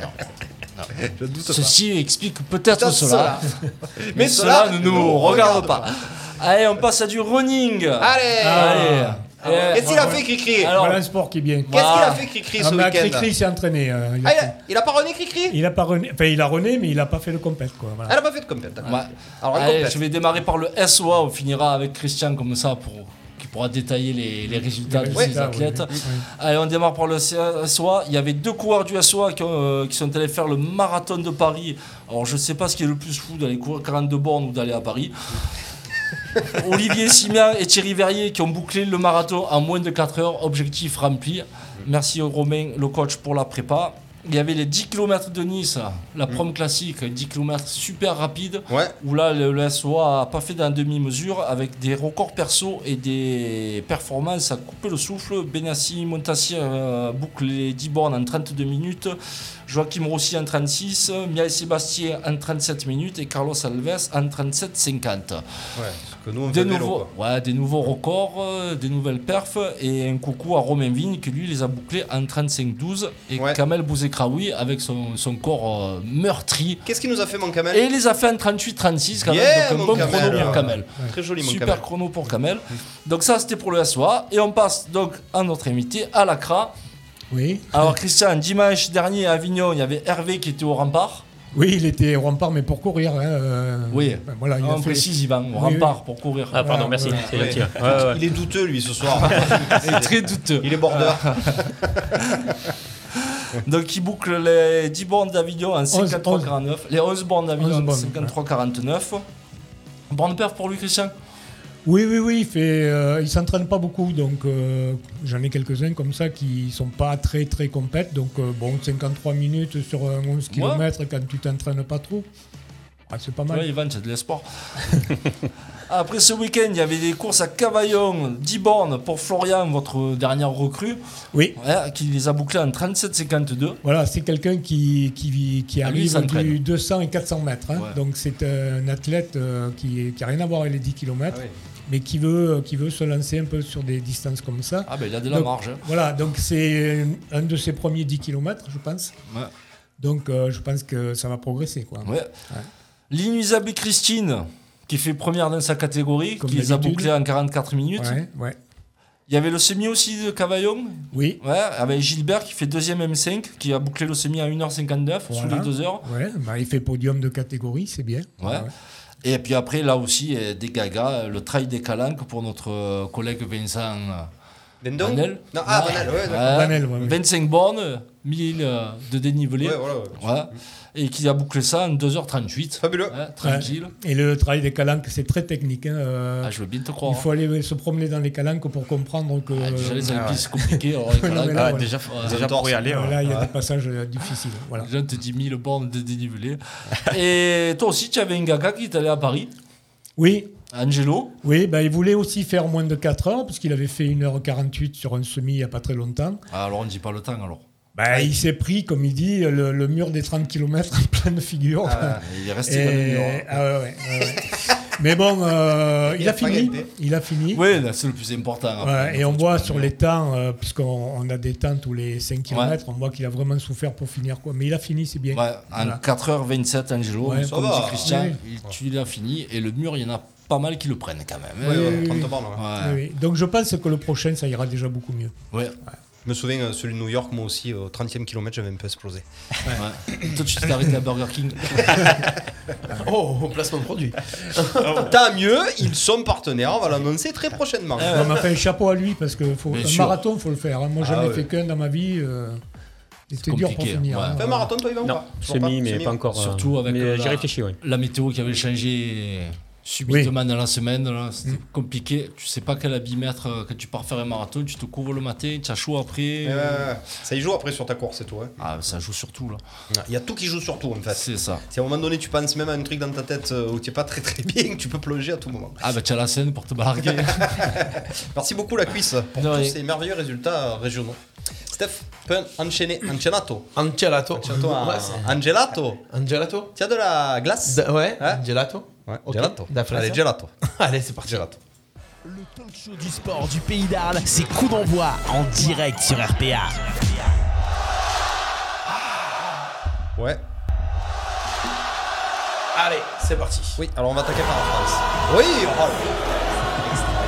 S4: non.
S3: je doute pas.
S4: Ceci explique peut-être
S3: Peut-être
S4: cela.
S3: Mais,
S4: Mais
S3: cela,
S4: cela ne nous regarde pas. Allez, on passe à du running.
S3: Allez.
S4: Allez. Eh,
S3: Qu'est-ce qu'il a fait, Cricri
S4: Alors,
S6: Voilà un sport qui est bien.
S3: Qu'est-ce qu'il a
S4: Ah.
S3: fait, Cricri,
S6: Ah,
S3: ce
S6: mais
S3: week-end
S6: Cricri s'est entraîné. euh, il,
S3: Ah,
S6: a
S3: il a-
S6: fait-
S3: il a pas rené, Cricri
S6: il a pas rené, enfin, il a rené, mais il a pas fait le compète quoi. voilà.
S3: Elle a pas fait de compète. d'accord.
S4: Ouais.
S3: Alors, une
S4: Allez,
S3: compète.
S4: je vais démarrer par le SOA. On finira avec Christian comme ça pour qui pourra détailler les, les résultats
S6: Les
S4: de ces
S6: résultats,
S4: athlètes.
S6: oui, oui, oui.
S4: Allez, on démarre par le SOA. Il y avait deux coureurs du SOA qui, ont, euh, qui sont allés faire le marathon de Paris. Alors, je ne sais pas ce qui est le plus fou d'aller courir 42 bornes ou d'aller à Paris. Olivier Simien et Thierry Verrier qui ont bouclé le marathon en moins de 4 heures, objectif rempli. Merci au Romain, le coach, pour la prépa. Il y avait les 10 km de Nice, la prom classique, 10 km super rapide,
S3: Ouais.
S4: où là le, le SOA a pas fait d'un demi-mesure avec des records perso et des performances à couper le souffle. Benassi Montassi euh, boucle les 10 bornes en 32 minutes, Joachim Rossi en 36, Miael Sébastien en 37 minutes et Carlos Alves en 37,50
S3: Ouais, parce que nous on fait
S4: des
S3: le vélo,
S4: nouveaux,
S3: quoi.
S4: ouais, des nouveaux records, euh, des nouvelles perfs et un coucou à Romain Vigne qui lui les a bouclés en 35-12 et
S3: Ouais.
S4: Kamel Bouzekraoui avec son, son corps euh, meurtri
S3: Qu'est-ce qui nous a fait, mon Kamel
S4: et il les a fait en 38-36 quand
S3: Yeah,
S4: même, donc
S3: mon Kamel.
S4: un bon chrono pour Kamel.
S3: Très joli, mon
S4: Super
S3: Kamel.
S4: chrono pour Kamel. Donc ça c'était pour le SOA et on passe donc à notre invité à la CRA.
S6: Oui.
S4: Alors Christian, dimanche dernier à Avignon, il y avait Hervé qui était au rempart.
S6: Oui, il était au rempart, mais pour courir. hein, euh,
S4: Oui.
S6: ben voilà, il a
S4: On
S6: fait-
S4: précise Ivan, au
S6: Oui,
S4: rempart pour courir.
S5: Ah, pardon,
S6: Ouais,
S5: merci.
S6: ouais.
S5: C'est
S3: Ouais.
S5: gentil. ouais. Ouais, ouais.
S3: Il est douteux, lui, ce soir.
S4: C'est très douteux.
S3: Il est border.
S4: Donc il boucle les 10 bornes d'Avignon en 53,49. Les 11 bornes d'Avignon
S6: 11
S4: en
S6: bornes,
S4: 53,49. Bonne perf pour lui, Christian
S6: Oui, oui, oui, il fait, euh, il s'entraîne pas beaucoup, donc euh, j'en ai quelques-uns comme ça qui sont pas très très compètes. Donc euh, bon, 53 minutes sur un 11 km quand tu t'entraînes pas trop, ah, c'est pas mal.
S4: Ouais, Ivan, c'est de l'espoir. Après ce week-end, il y avait des courses à Cavaillon, 10 bornes pour Florian, votre dernière recrue,
S6: Oui,
S4: ouais, qui les a bouclées en 37,52.
S6: voilà, c'est quelqu'un qui, qui, qui
S4: Ah, lui, il
S6: arrive
S4: s'entraîne.
S6: du 200 et 400 mètres. hein.
S4: Ouais.
S6: Donc c'est un athlète euh, qui, qui a rien à voir avec les 10 km,
S4: Ah
S6: mais qui veut, euh, qui veut se lancer un peu sur des distances comme ça.
S4: Ah ben il a de la
S6: Donc,
S4: marge. hein.
S6: Voilà, donc c'est un de ses premiers 10 km, je pense.
S4: Ouais.
S6: Donc euh, je pense que ça va progresser. Quoi.
S4: Ouais. L'inusable Christine, qui fait première dans sa catégorie,
S6: Comme
S4: qui les a
S6: d'habitude.
S4: bouclées en 44 minutes.
S6: Ouais, ouais.
S4: Il y avait le semi aussi de Cavaillon,
S6: Oui,
S4: Ouais, avec Gilbert qui fait deuxième M5, qui a bouclé le semi à 1h59, sous
S6: Voilà.
S4: les 2 heures.
S6: ouais, bah, il fait podium de catégorie, c'est bien.
S4: Ouais. Et puis après, là aussi, euh, des gagas, euh, le trail des calanques pour notre euh, collègue Vincent euh,
S3: Vendon
S4: Vanel.
S3: Non, ah, Vanel, ouais, d'accord.
S4: Ouais.
S6: Vanel, ouais, ouais.
S4: 25 bornes, 1000 euh, de dénivelé.
S3: Ouais, voilà, ouais.
S4: Ouais. Et qui a bouclé ça en 2h38.
S3: Fabuleux.
S4: Ouais, tranquille.
S6: Et le travail des calanques, c'est très technique. hein, euh,
S4: Ah, je veux bien te croire.
S6: il faut aller se promener dans les calanques pour comprendre que.
S4: Ah, déjà, les
S6: euh,
S4: Alpes, c'est complié. alors les
S2: Ah,
S3: Ah,
S4: calanques,
S6: Non, mais là,
S4: ouais,
S6: voilà.
S4: déjà, déjà,
S3: J'adore ça.
S6: voilà, il y a des passages euh, difficiles. Voilà.
S4: déjà, on te dit 1000 bornes de dénivelé. Et toi aussi, tu avais un gaga qui est allé à Paris,
S6: Oui,
S4: Angelo.
S6: oui bah, il voulait aussi faire moins de 4 heures, parce qu'il avait fait 1h48 sur un semi il n'y a pas très longtemps.
S4: Ah, alors, on ne dit pas le temps, alors.
S6: Bah, il s'est pris, comme il dit, le, le mur des 30 km en pleine figure.
S4: Il est resté dans le
S6: Et-
S4: mur.
S6: ah ouais, ouais, ouais, ouais. Mais bon, euh, il,
S3: Il
S6: a
S3: a pas
S6: fini.
S3: gagné.
S6: Il a fini.
S4: Oui, là, c'est le plus important.
S6: Ouais,
S4: après.
S6: et on
S4: Tu
S6: voit
S4: peux
S6: sur
S4: dire.
S6: les temps, euh, puisqu'on on a des temps tous les 5 km, on voit qu'il a vraiment souffert pour finir. quoi. Mais il a fini, c'est bien.
S4: Ouais, en
S6: Voilà.
S4: 4h27, Angelo,
S6: Ouais,
S4: comme
S3: ça
S4: dit
S3: va.
S4: Christian,
S6: Ouais.
S4: il- tu l'as fini. Et le mur, il y en a pas mal qui le prennent quand même.
S3: Ouais, ouais,
S6: oui, oui.
S3: 30 bornes, ouais.
S4: Ouais.
S6: Oui, oui. Donc je pense que le prochain, ça ira déjà beaucoup mieux.
S4: Ouais.
S3: Je me souviens, euh, celui de New York, moi aussi, au 30 e kilomètre, j'avais un peu explosé.
S4: Ouais. Toi, tu t'es arrêté à Burger King.
S2: Oh, placement de produit.
S3: Tant mieux, ils sont partenaires, on va l'annoncer très prochainement.
S6: On m'a fait un chapeau à lui, parce que faut,
S4: Bien
S6: un
S4: sûr.
S6: marathon, faut le faire. hein. Moi, j'en
S3: Ah
S6: ai
S3: ouais.
S6: fait qu'un dans ma vie. euh, C'était dur pour
S4: compliqué,
S6: finir.
S4: ouais.
S6: hein.
S3: Fais un marathon, toi, Yvan ou
S5: Non,
S3: pas Toujours
S5: semi, mais
S3: Semi
S5: pas encore. euh,
S4: Surtout avec
S5: Mais
S4: la-
S5: j'ai réfléchi, oui.
S4: La météo qui avait changé subitement dans la semaine. là, C'est
S3: Mm.
S4: compliqué. Tu sais pas quel habit mettre euh, quand tu pars faire un marathon. Tu te couvres le matin, tu as chaud après.
S3: Euh, ça y joue après sur ta course et tout. hein.
S4: Ah, ça joue surtout là.
S3: Il y a tout qui joue sur tout en fait.
S4: C'est ça.
S3: Si à un moment donné tu penses même à un truc dans ta tête euh, où tu n'es pas très très bien, tu peux plonger à tout moment.
S4: Ah, bah, tu as la scène pour te balarguer.
S3: Euh, Merci beaucoup la cuisse pour
S4: De
S3: tous
S4: rien.
S3: ces merveilleux résultats euh, régionaux. Steph, peut enchaîner. Encenato.
S2: Un gelato.
S3: Encenato,
S2: Ouais,
S3: un-
S2: c'est-
S3: un gelato.
S2: Un gelato
S3: Tu as de la glace
S2: Da- Ouais,
S3: Hein
S2: gelato.
S3: Ouais,
S2: Ok,
S3: gelato.
S2: da fresa.
S3: Allez, gelato.
S2: Allez, c'est parti.
S3: Gelato.
S1: Le talk show du sport du pays d'Arles, c'est coup d'envoi en direct sur RPA.
S3: Ouais.
S2: Allez, c'est parti.
S3: Oui, alors on va attaquer par la France. Oui, oh.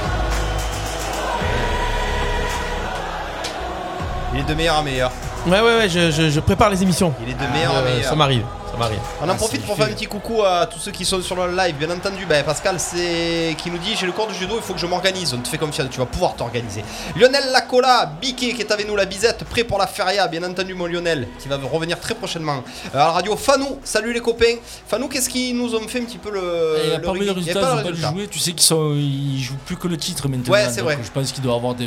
S3: Il est de meilleur à meilleur.
S2: Ouais, ouais, ouais, je, je- je prépare les émissions.
S3: Il est de meilleur à
S8: Ah,
S2: Euh,
S3: meilleur.
S2: ça m'arrive, ça m'arrive.
S3: On en profite pour faire un petit coucou à tous ceux qui sont sur le live, bien entendu. Ben, Pascal, c'est qui nous dit j'ai le cours de judo, il faut que je m'organise. On te fait confiance, tu vas pouvoir t'organiser. Lionel Lacola, Biquet qui est avec nous, la bisette, prêt pour la feria, bien entendu, mon Lionel, qui va revenir très prochainement. Euh, à la radio, Fanou, salut les copains. Fanou, qu'est-ce qu'ils nous ont fait un petit peu le.
S4: Et
S3: le
S4: parmi les
S3: rugby Eh, Il y a
S4: résultats,
S3: pas
S4: ils
S3: le
S4: ont pas
S3: résultat.
S4: joué. Tu sais qu'ils sont, ils jouent plus que le titre maintenant.
S3: Ouais, c'est
S4: donc
S3: vrai.
S4: Je pense qu'il doit avoir des.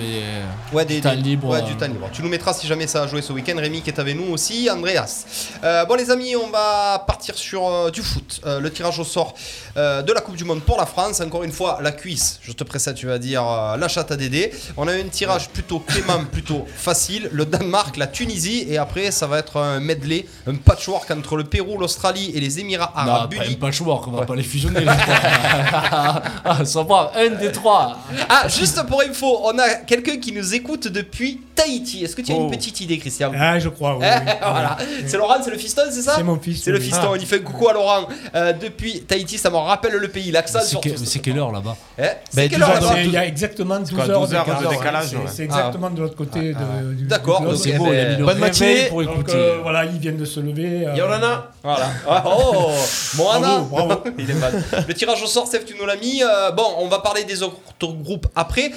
S3: Ouais, des,
S4: du temps
S3: des-
S4: libre.
S3: ouais,
S4: euh,
S3: du temps libre. Tu nous mettras si jamais ça a joué ce week-end. Rémi qui est avec nous aussi, Andreas. Euh, bon, les amis, on va partir sur euh, du foot. Euh, le tirage au sort euh, de la Coupe du Monde pour la France. Encore une fois, la cuisse, je te précède, tu vas dire euh, la chatte à Dédé. On a eu un tirage plutôt clément, plutôt facile. Le Danemark, la Tunisie. Et après, ça va être un medley, un patchwork entre le Pérou, l'Australie et les Émirats
S4: Non,
S3: Arabes
S4: pas,
S3: Unis.
S4: pas le choix, on va pas les fusionner. les trois. ah, ça va, un des trois.
S3: Ah, juste pour info, on a quelqu'un qui nous écoute depuis Tahiti. Est-ce que tu as
S4: Oh.
S3: une petite idée, Christian
S6: Ah, je crois, oui. oui.
S3: Eh,
S6: Ah
S3: voilà. C'est Laurent, c'est le fiston, c'est ça
S6: C'est mon fils.
S3: C'est le
S6: oui. Ah.
S3: fiston, on y fait un coucou à Laurent. Euh, depuis Tahiti, ça me rappelle le pays, l'accent
S4: C'est
S3: surtout.
S4: que- c'est quelle heure là-bas
S3: Eh, c'est quelle
S6: Ah,
S3: heure
S6: c'est-
S3: là-bas
S6: il y a exactement 12
S9: quoi,
S6: heures,
S9: 12 heures de
S6: d'écart.
S9: décalage,
S6: C'est-
S9: ouais.
S6: C'est exactement de l'autre côté de- du.
S3: D'accord,
S6: du globe.
S3: donc c'est bon,
S4: il a mis le
S2: bonne matinée.
S4: réveil pour
S6: Donc,
S4: écouter.
S6: euh, voilà, ils viennent de se lever. euh,
S2: Yorana
S3: Voilà. Ah, Oh, Moana
S6: Bravo, bravo.
S3: Il est mal. Le tirage au sort, Steph, tu nous l'as mis. Euh, bon, on va parler des autres groupes après.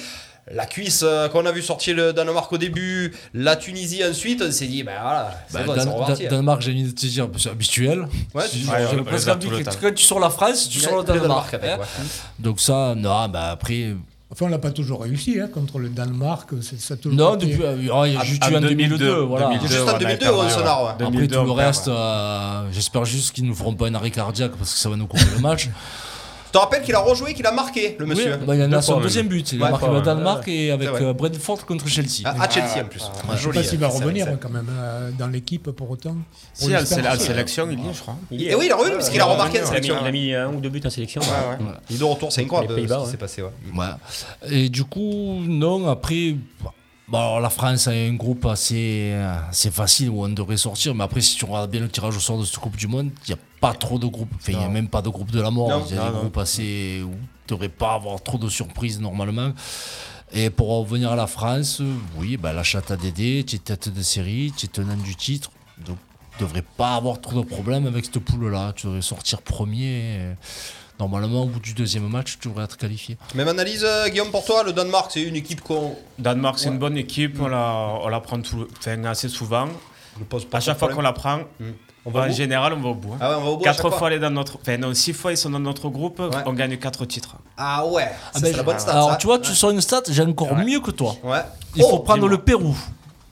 S3: La cuisse euh, qu'on a vu sortir le Danemark au début, la Tunisie ensuite, on s'est dit, ben voilà, c'est
S4: Bah,
S3: bon,
S4: Dan-
S3: c'est reparti.
S4: Dan- Danemark, j'ai envie de te dire, bah, c'est habituel.
S3: Ouais, tu-
S4: J'ai
S9: ouais,
S4: j'ai
S9: ouais,
S4: presque
S9: les a
S4: envie
S9: tout le
S4: que-
S9: temps.
S4: quand tu sors la France, tu
S3: Il y a
S4: sors le Danemark.
S3: avec,
S4: hein.
S3: ouais.
S4: Donc ça, non, bah après.
S6: Enfin, on l'a pas toujours réussi hein, contre le Danemark. c'est- Ça a toujours
S4: Non,
S6: été-
S4: depuis. euh, oh, il y a
S9: Ah,
S4: juste
S9: ah,
S4: eu en
S9: 2002,
S4: 2002, voilà.
S9: 2002.
S3: Juste en
S9: on a
S3: 2002,
S9: perdu,
S3: on se narre, ouais.
S9: ouais.
S4: Après
S9: 2002,
S4: tout le
S9: on perd,
S4: reste,
S9: ouais.
S4: euh, j'espère juste qu'ils nous feront pas un arrêt cardiaque parce que ça va nous couper le match.
S3: Je te rappelle qu'il a rejoué, qu'il a marqué, le monsieur.
S4: Oui, bah, il y en
S5: Deux
S4: a son
S5: fois,
S4: deuxième but. Il
S3: Ouais,
S4: a marqué
S5: fois,
S4: le
S5: ouais.
S4: Danemark et avec
S3: vrai. Ah,
S4: euh, Brentford contre Chelsea.
S3: À, à Chelsea en plus.
S6: Je sais
S3: Joli,
S6: pas s'il va
S3: euh, ça,
S6: revenir
S3: ça.
S6: hein, quand même euh, dans l'équipe pour autant. On hein.
S9: Si, à la
S6: l'espère.
S9: c'est la sélection, il y est, je crois.
S5: Il y est.
S3: Et oui, il a revenu parce qu'il a
S5: Ouais,
S3: remarqué la
S5: Il a mis-
S3: sélection.
S5: il a mis un ou deux buts en sélection.
S3: Les deux retours, c'est incroyable
S5: Les
S3: ce
S5: Pays-Bas,
S3: qui
S5: ouais.
S3: s'est passé. Ouais.
S4: Voilà. Et du coup, non, après. bah, alors, la France a un groupe assez, assez facile où on devrait sortir, mais après, si tu regardes bien le tirage au sort de cette Coupe du Monde, il n'y a pas trop de groupes. Enfin, il n'y a même pas de groupe de la mort.
S3: Non.
S4: Il y a des groupes assez. où tu devrais pas avoir trop de surprises normalement. Et pour revenir à la France, euh, oui, bah, la chatte à Dédé, tu es tête de série, tu es tenant du titre. Donc, tu devrais pas avoir trop de problèmes avec cette poule-là. Tu devrais sortir premier. et Normalement, au bout du deuxième match, tu devrais être qualifié.
S3: Même analyse, euh, Guillaume, pour toi, le Danemark, c'est une équipe qu'on
S9: Danemark, c'est une bonne équipe,
S5: Mm.
S9: on la, on la prend tout, enfin, assez souvent.
S3: ne pose pas.
S9: À chaque fois qu'on la prend,
S5: Mm.
S3: on
S9: en général, on va au bout. hein.
S3: Ah ouais, on va au bout à
S9: Quatre
S3: chaque
S9: fois, elle est dans notre. Enfin, non, six fois, ils sont dans notre groupe, on gagne quatre titres.
S3: Ah ouais, ça,
S4: Ah
S3: c'est
S4: ben,
S3: la bonne stat.
S4: Alors,
S3: ça.
S4: tu vois, tu sors une stat, j'ai encore mieux que toi.
S3: Ouais.
S4: Il
S3: Oh
S4: faut prendre le Pérou.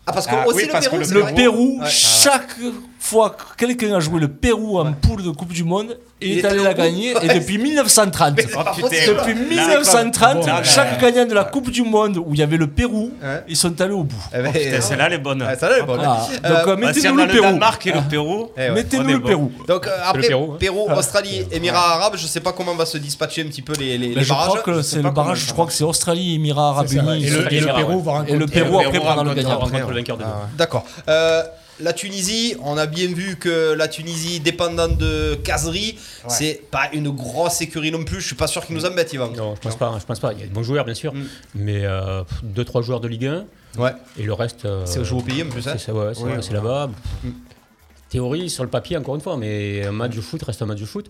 S3: Ah, parce que
S9: Ah,
S3: aussi
S9: oui,
S3: le
S9: parce que
S3: Pérou,
S9: le
S3: c'est
S4: Le
S3: vrai.
S4: Pérou,
S3: Ouais.
S4: chaque fois que quelqu'un a joué le Pérou en poule de Coupe du Monde,
S3: Il
S4: il est
S3: était
S4: allé
S3: au
S4: la
S3: bout.
S4: gagner,
S3: Ouais.
S4: et depuis 1930.
S3: Mais c'est pas
S9: putain.
S3: possible.
S4: Depuis
S9: Là,
S4: 1930,
S9: là, là,
S4: chaque gagnant de la Coupe du Monde où il y avait le Pérou,
S3: Ouais.
S4: ils sont allés au bout.
S3: Eh ben,
S9: Putain, celle-là, elle est bonne.
S3: ouais, celle-là, elle est bonne.
S4: Voilà.
S3: Euh,
S4: Donc euh,
S9: Bah, si
S4: mettez-nous
S9: on a
S4: le Pérou.
S9: Danemark et le
S3: Eh
S9: Pérou.
S3: ouais.
S9: on est
S4: Mettez-nous le
S9: bon.
S4: Pérou.
S3: Donc, euh, après,
S5: Pérou,
S3: Pérou,
S5: ouais.
S3: Australie, Émirats Arabes, je sais pas comment va se dispatcher un petit peu les, les,
S4: Mais
S3: les
S4: je crois
S3: barrages.
S4: que c'est le barrage, je crois que c'est Australie, Émirats Arabes
S6: C'est ça,
S4: Unis.
S6: Et le, et le
S5: Émirats,
S6: Pérou
S5: ouais.
S6: va rencontrer.
S4: Et le Pérou après prendra le
S5: On Ah,
S4: gagnant.
S5: rencontre le vainqueur de deux.
S3: D'accord. Euh, la Tunisie, on a bien vu que la Tunisie, dépendante de Kazri, c'est pas une grosse écurie non plus. Je suis pas sûr qu'ils nous embêtent, Yvan.
S5: Non, je pense pas. Je pense pas. Il y a de bons joueurs, bien sûr,
S9: Mm.
S5: mais euh, pff, deux, trois joueurs de Ligue 1
S3: Ouais.
S5: et le reste. euh,
S3: C'est au jeu au pays en plus. hein. Mm.
S5: C'est ça, ouais, c'est ouais, c'est là-bas. Théorie sur le papier, encore une fois, mais un match de foot reste un match de foot.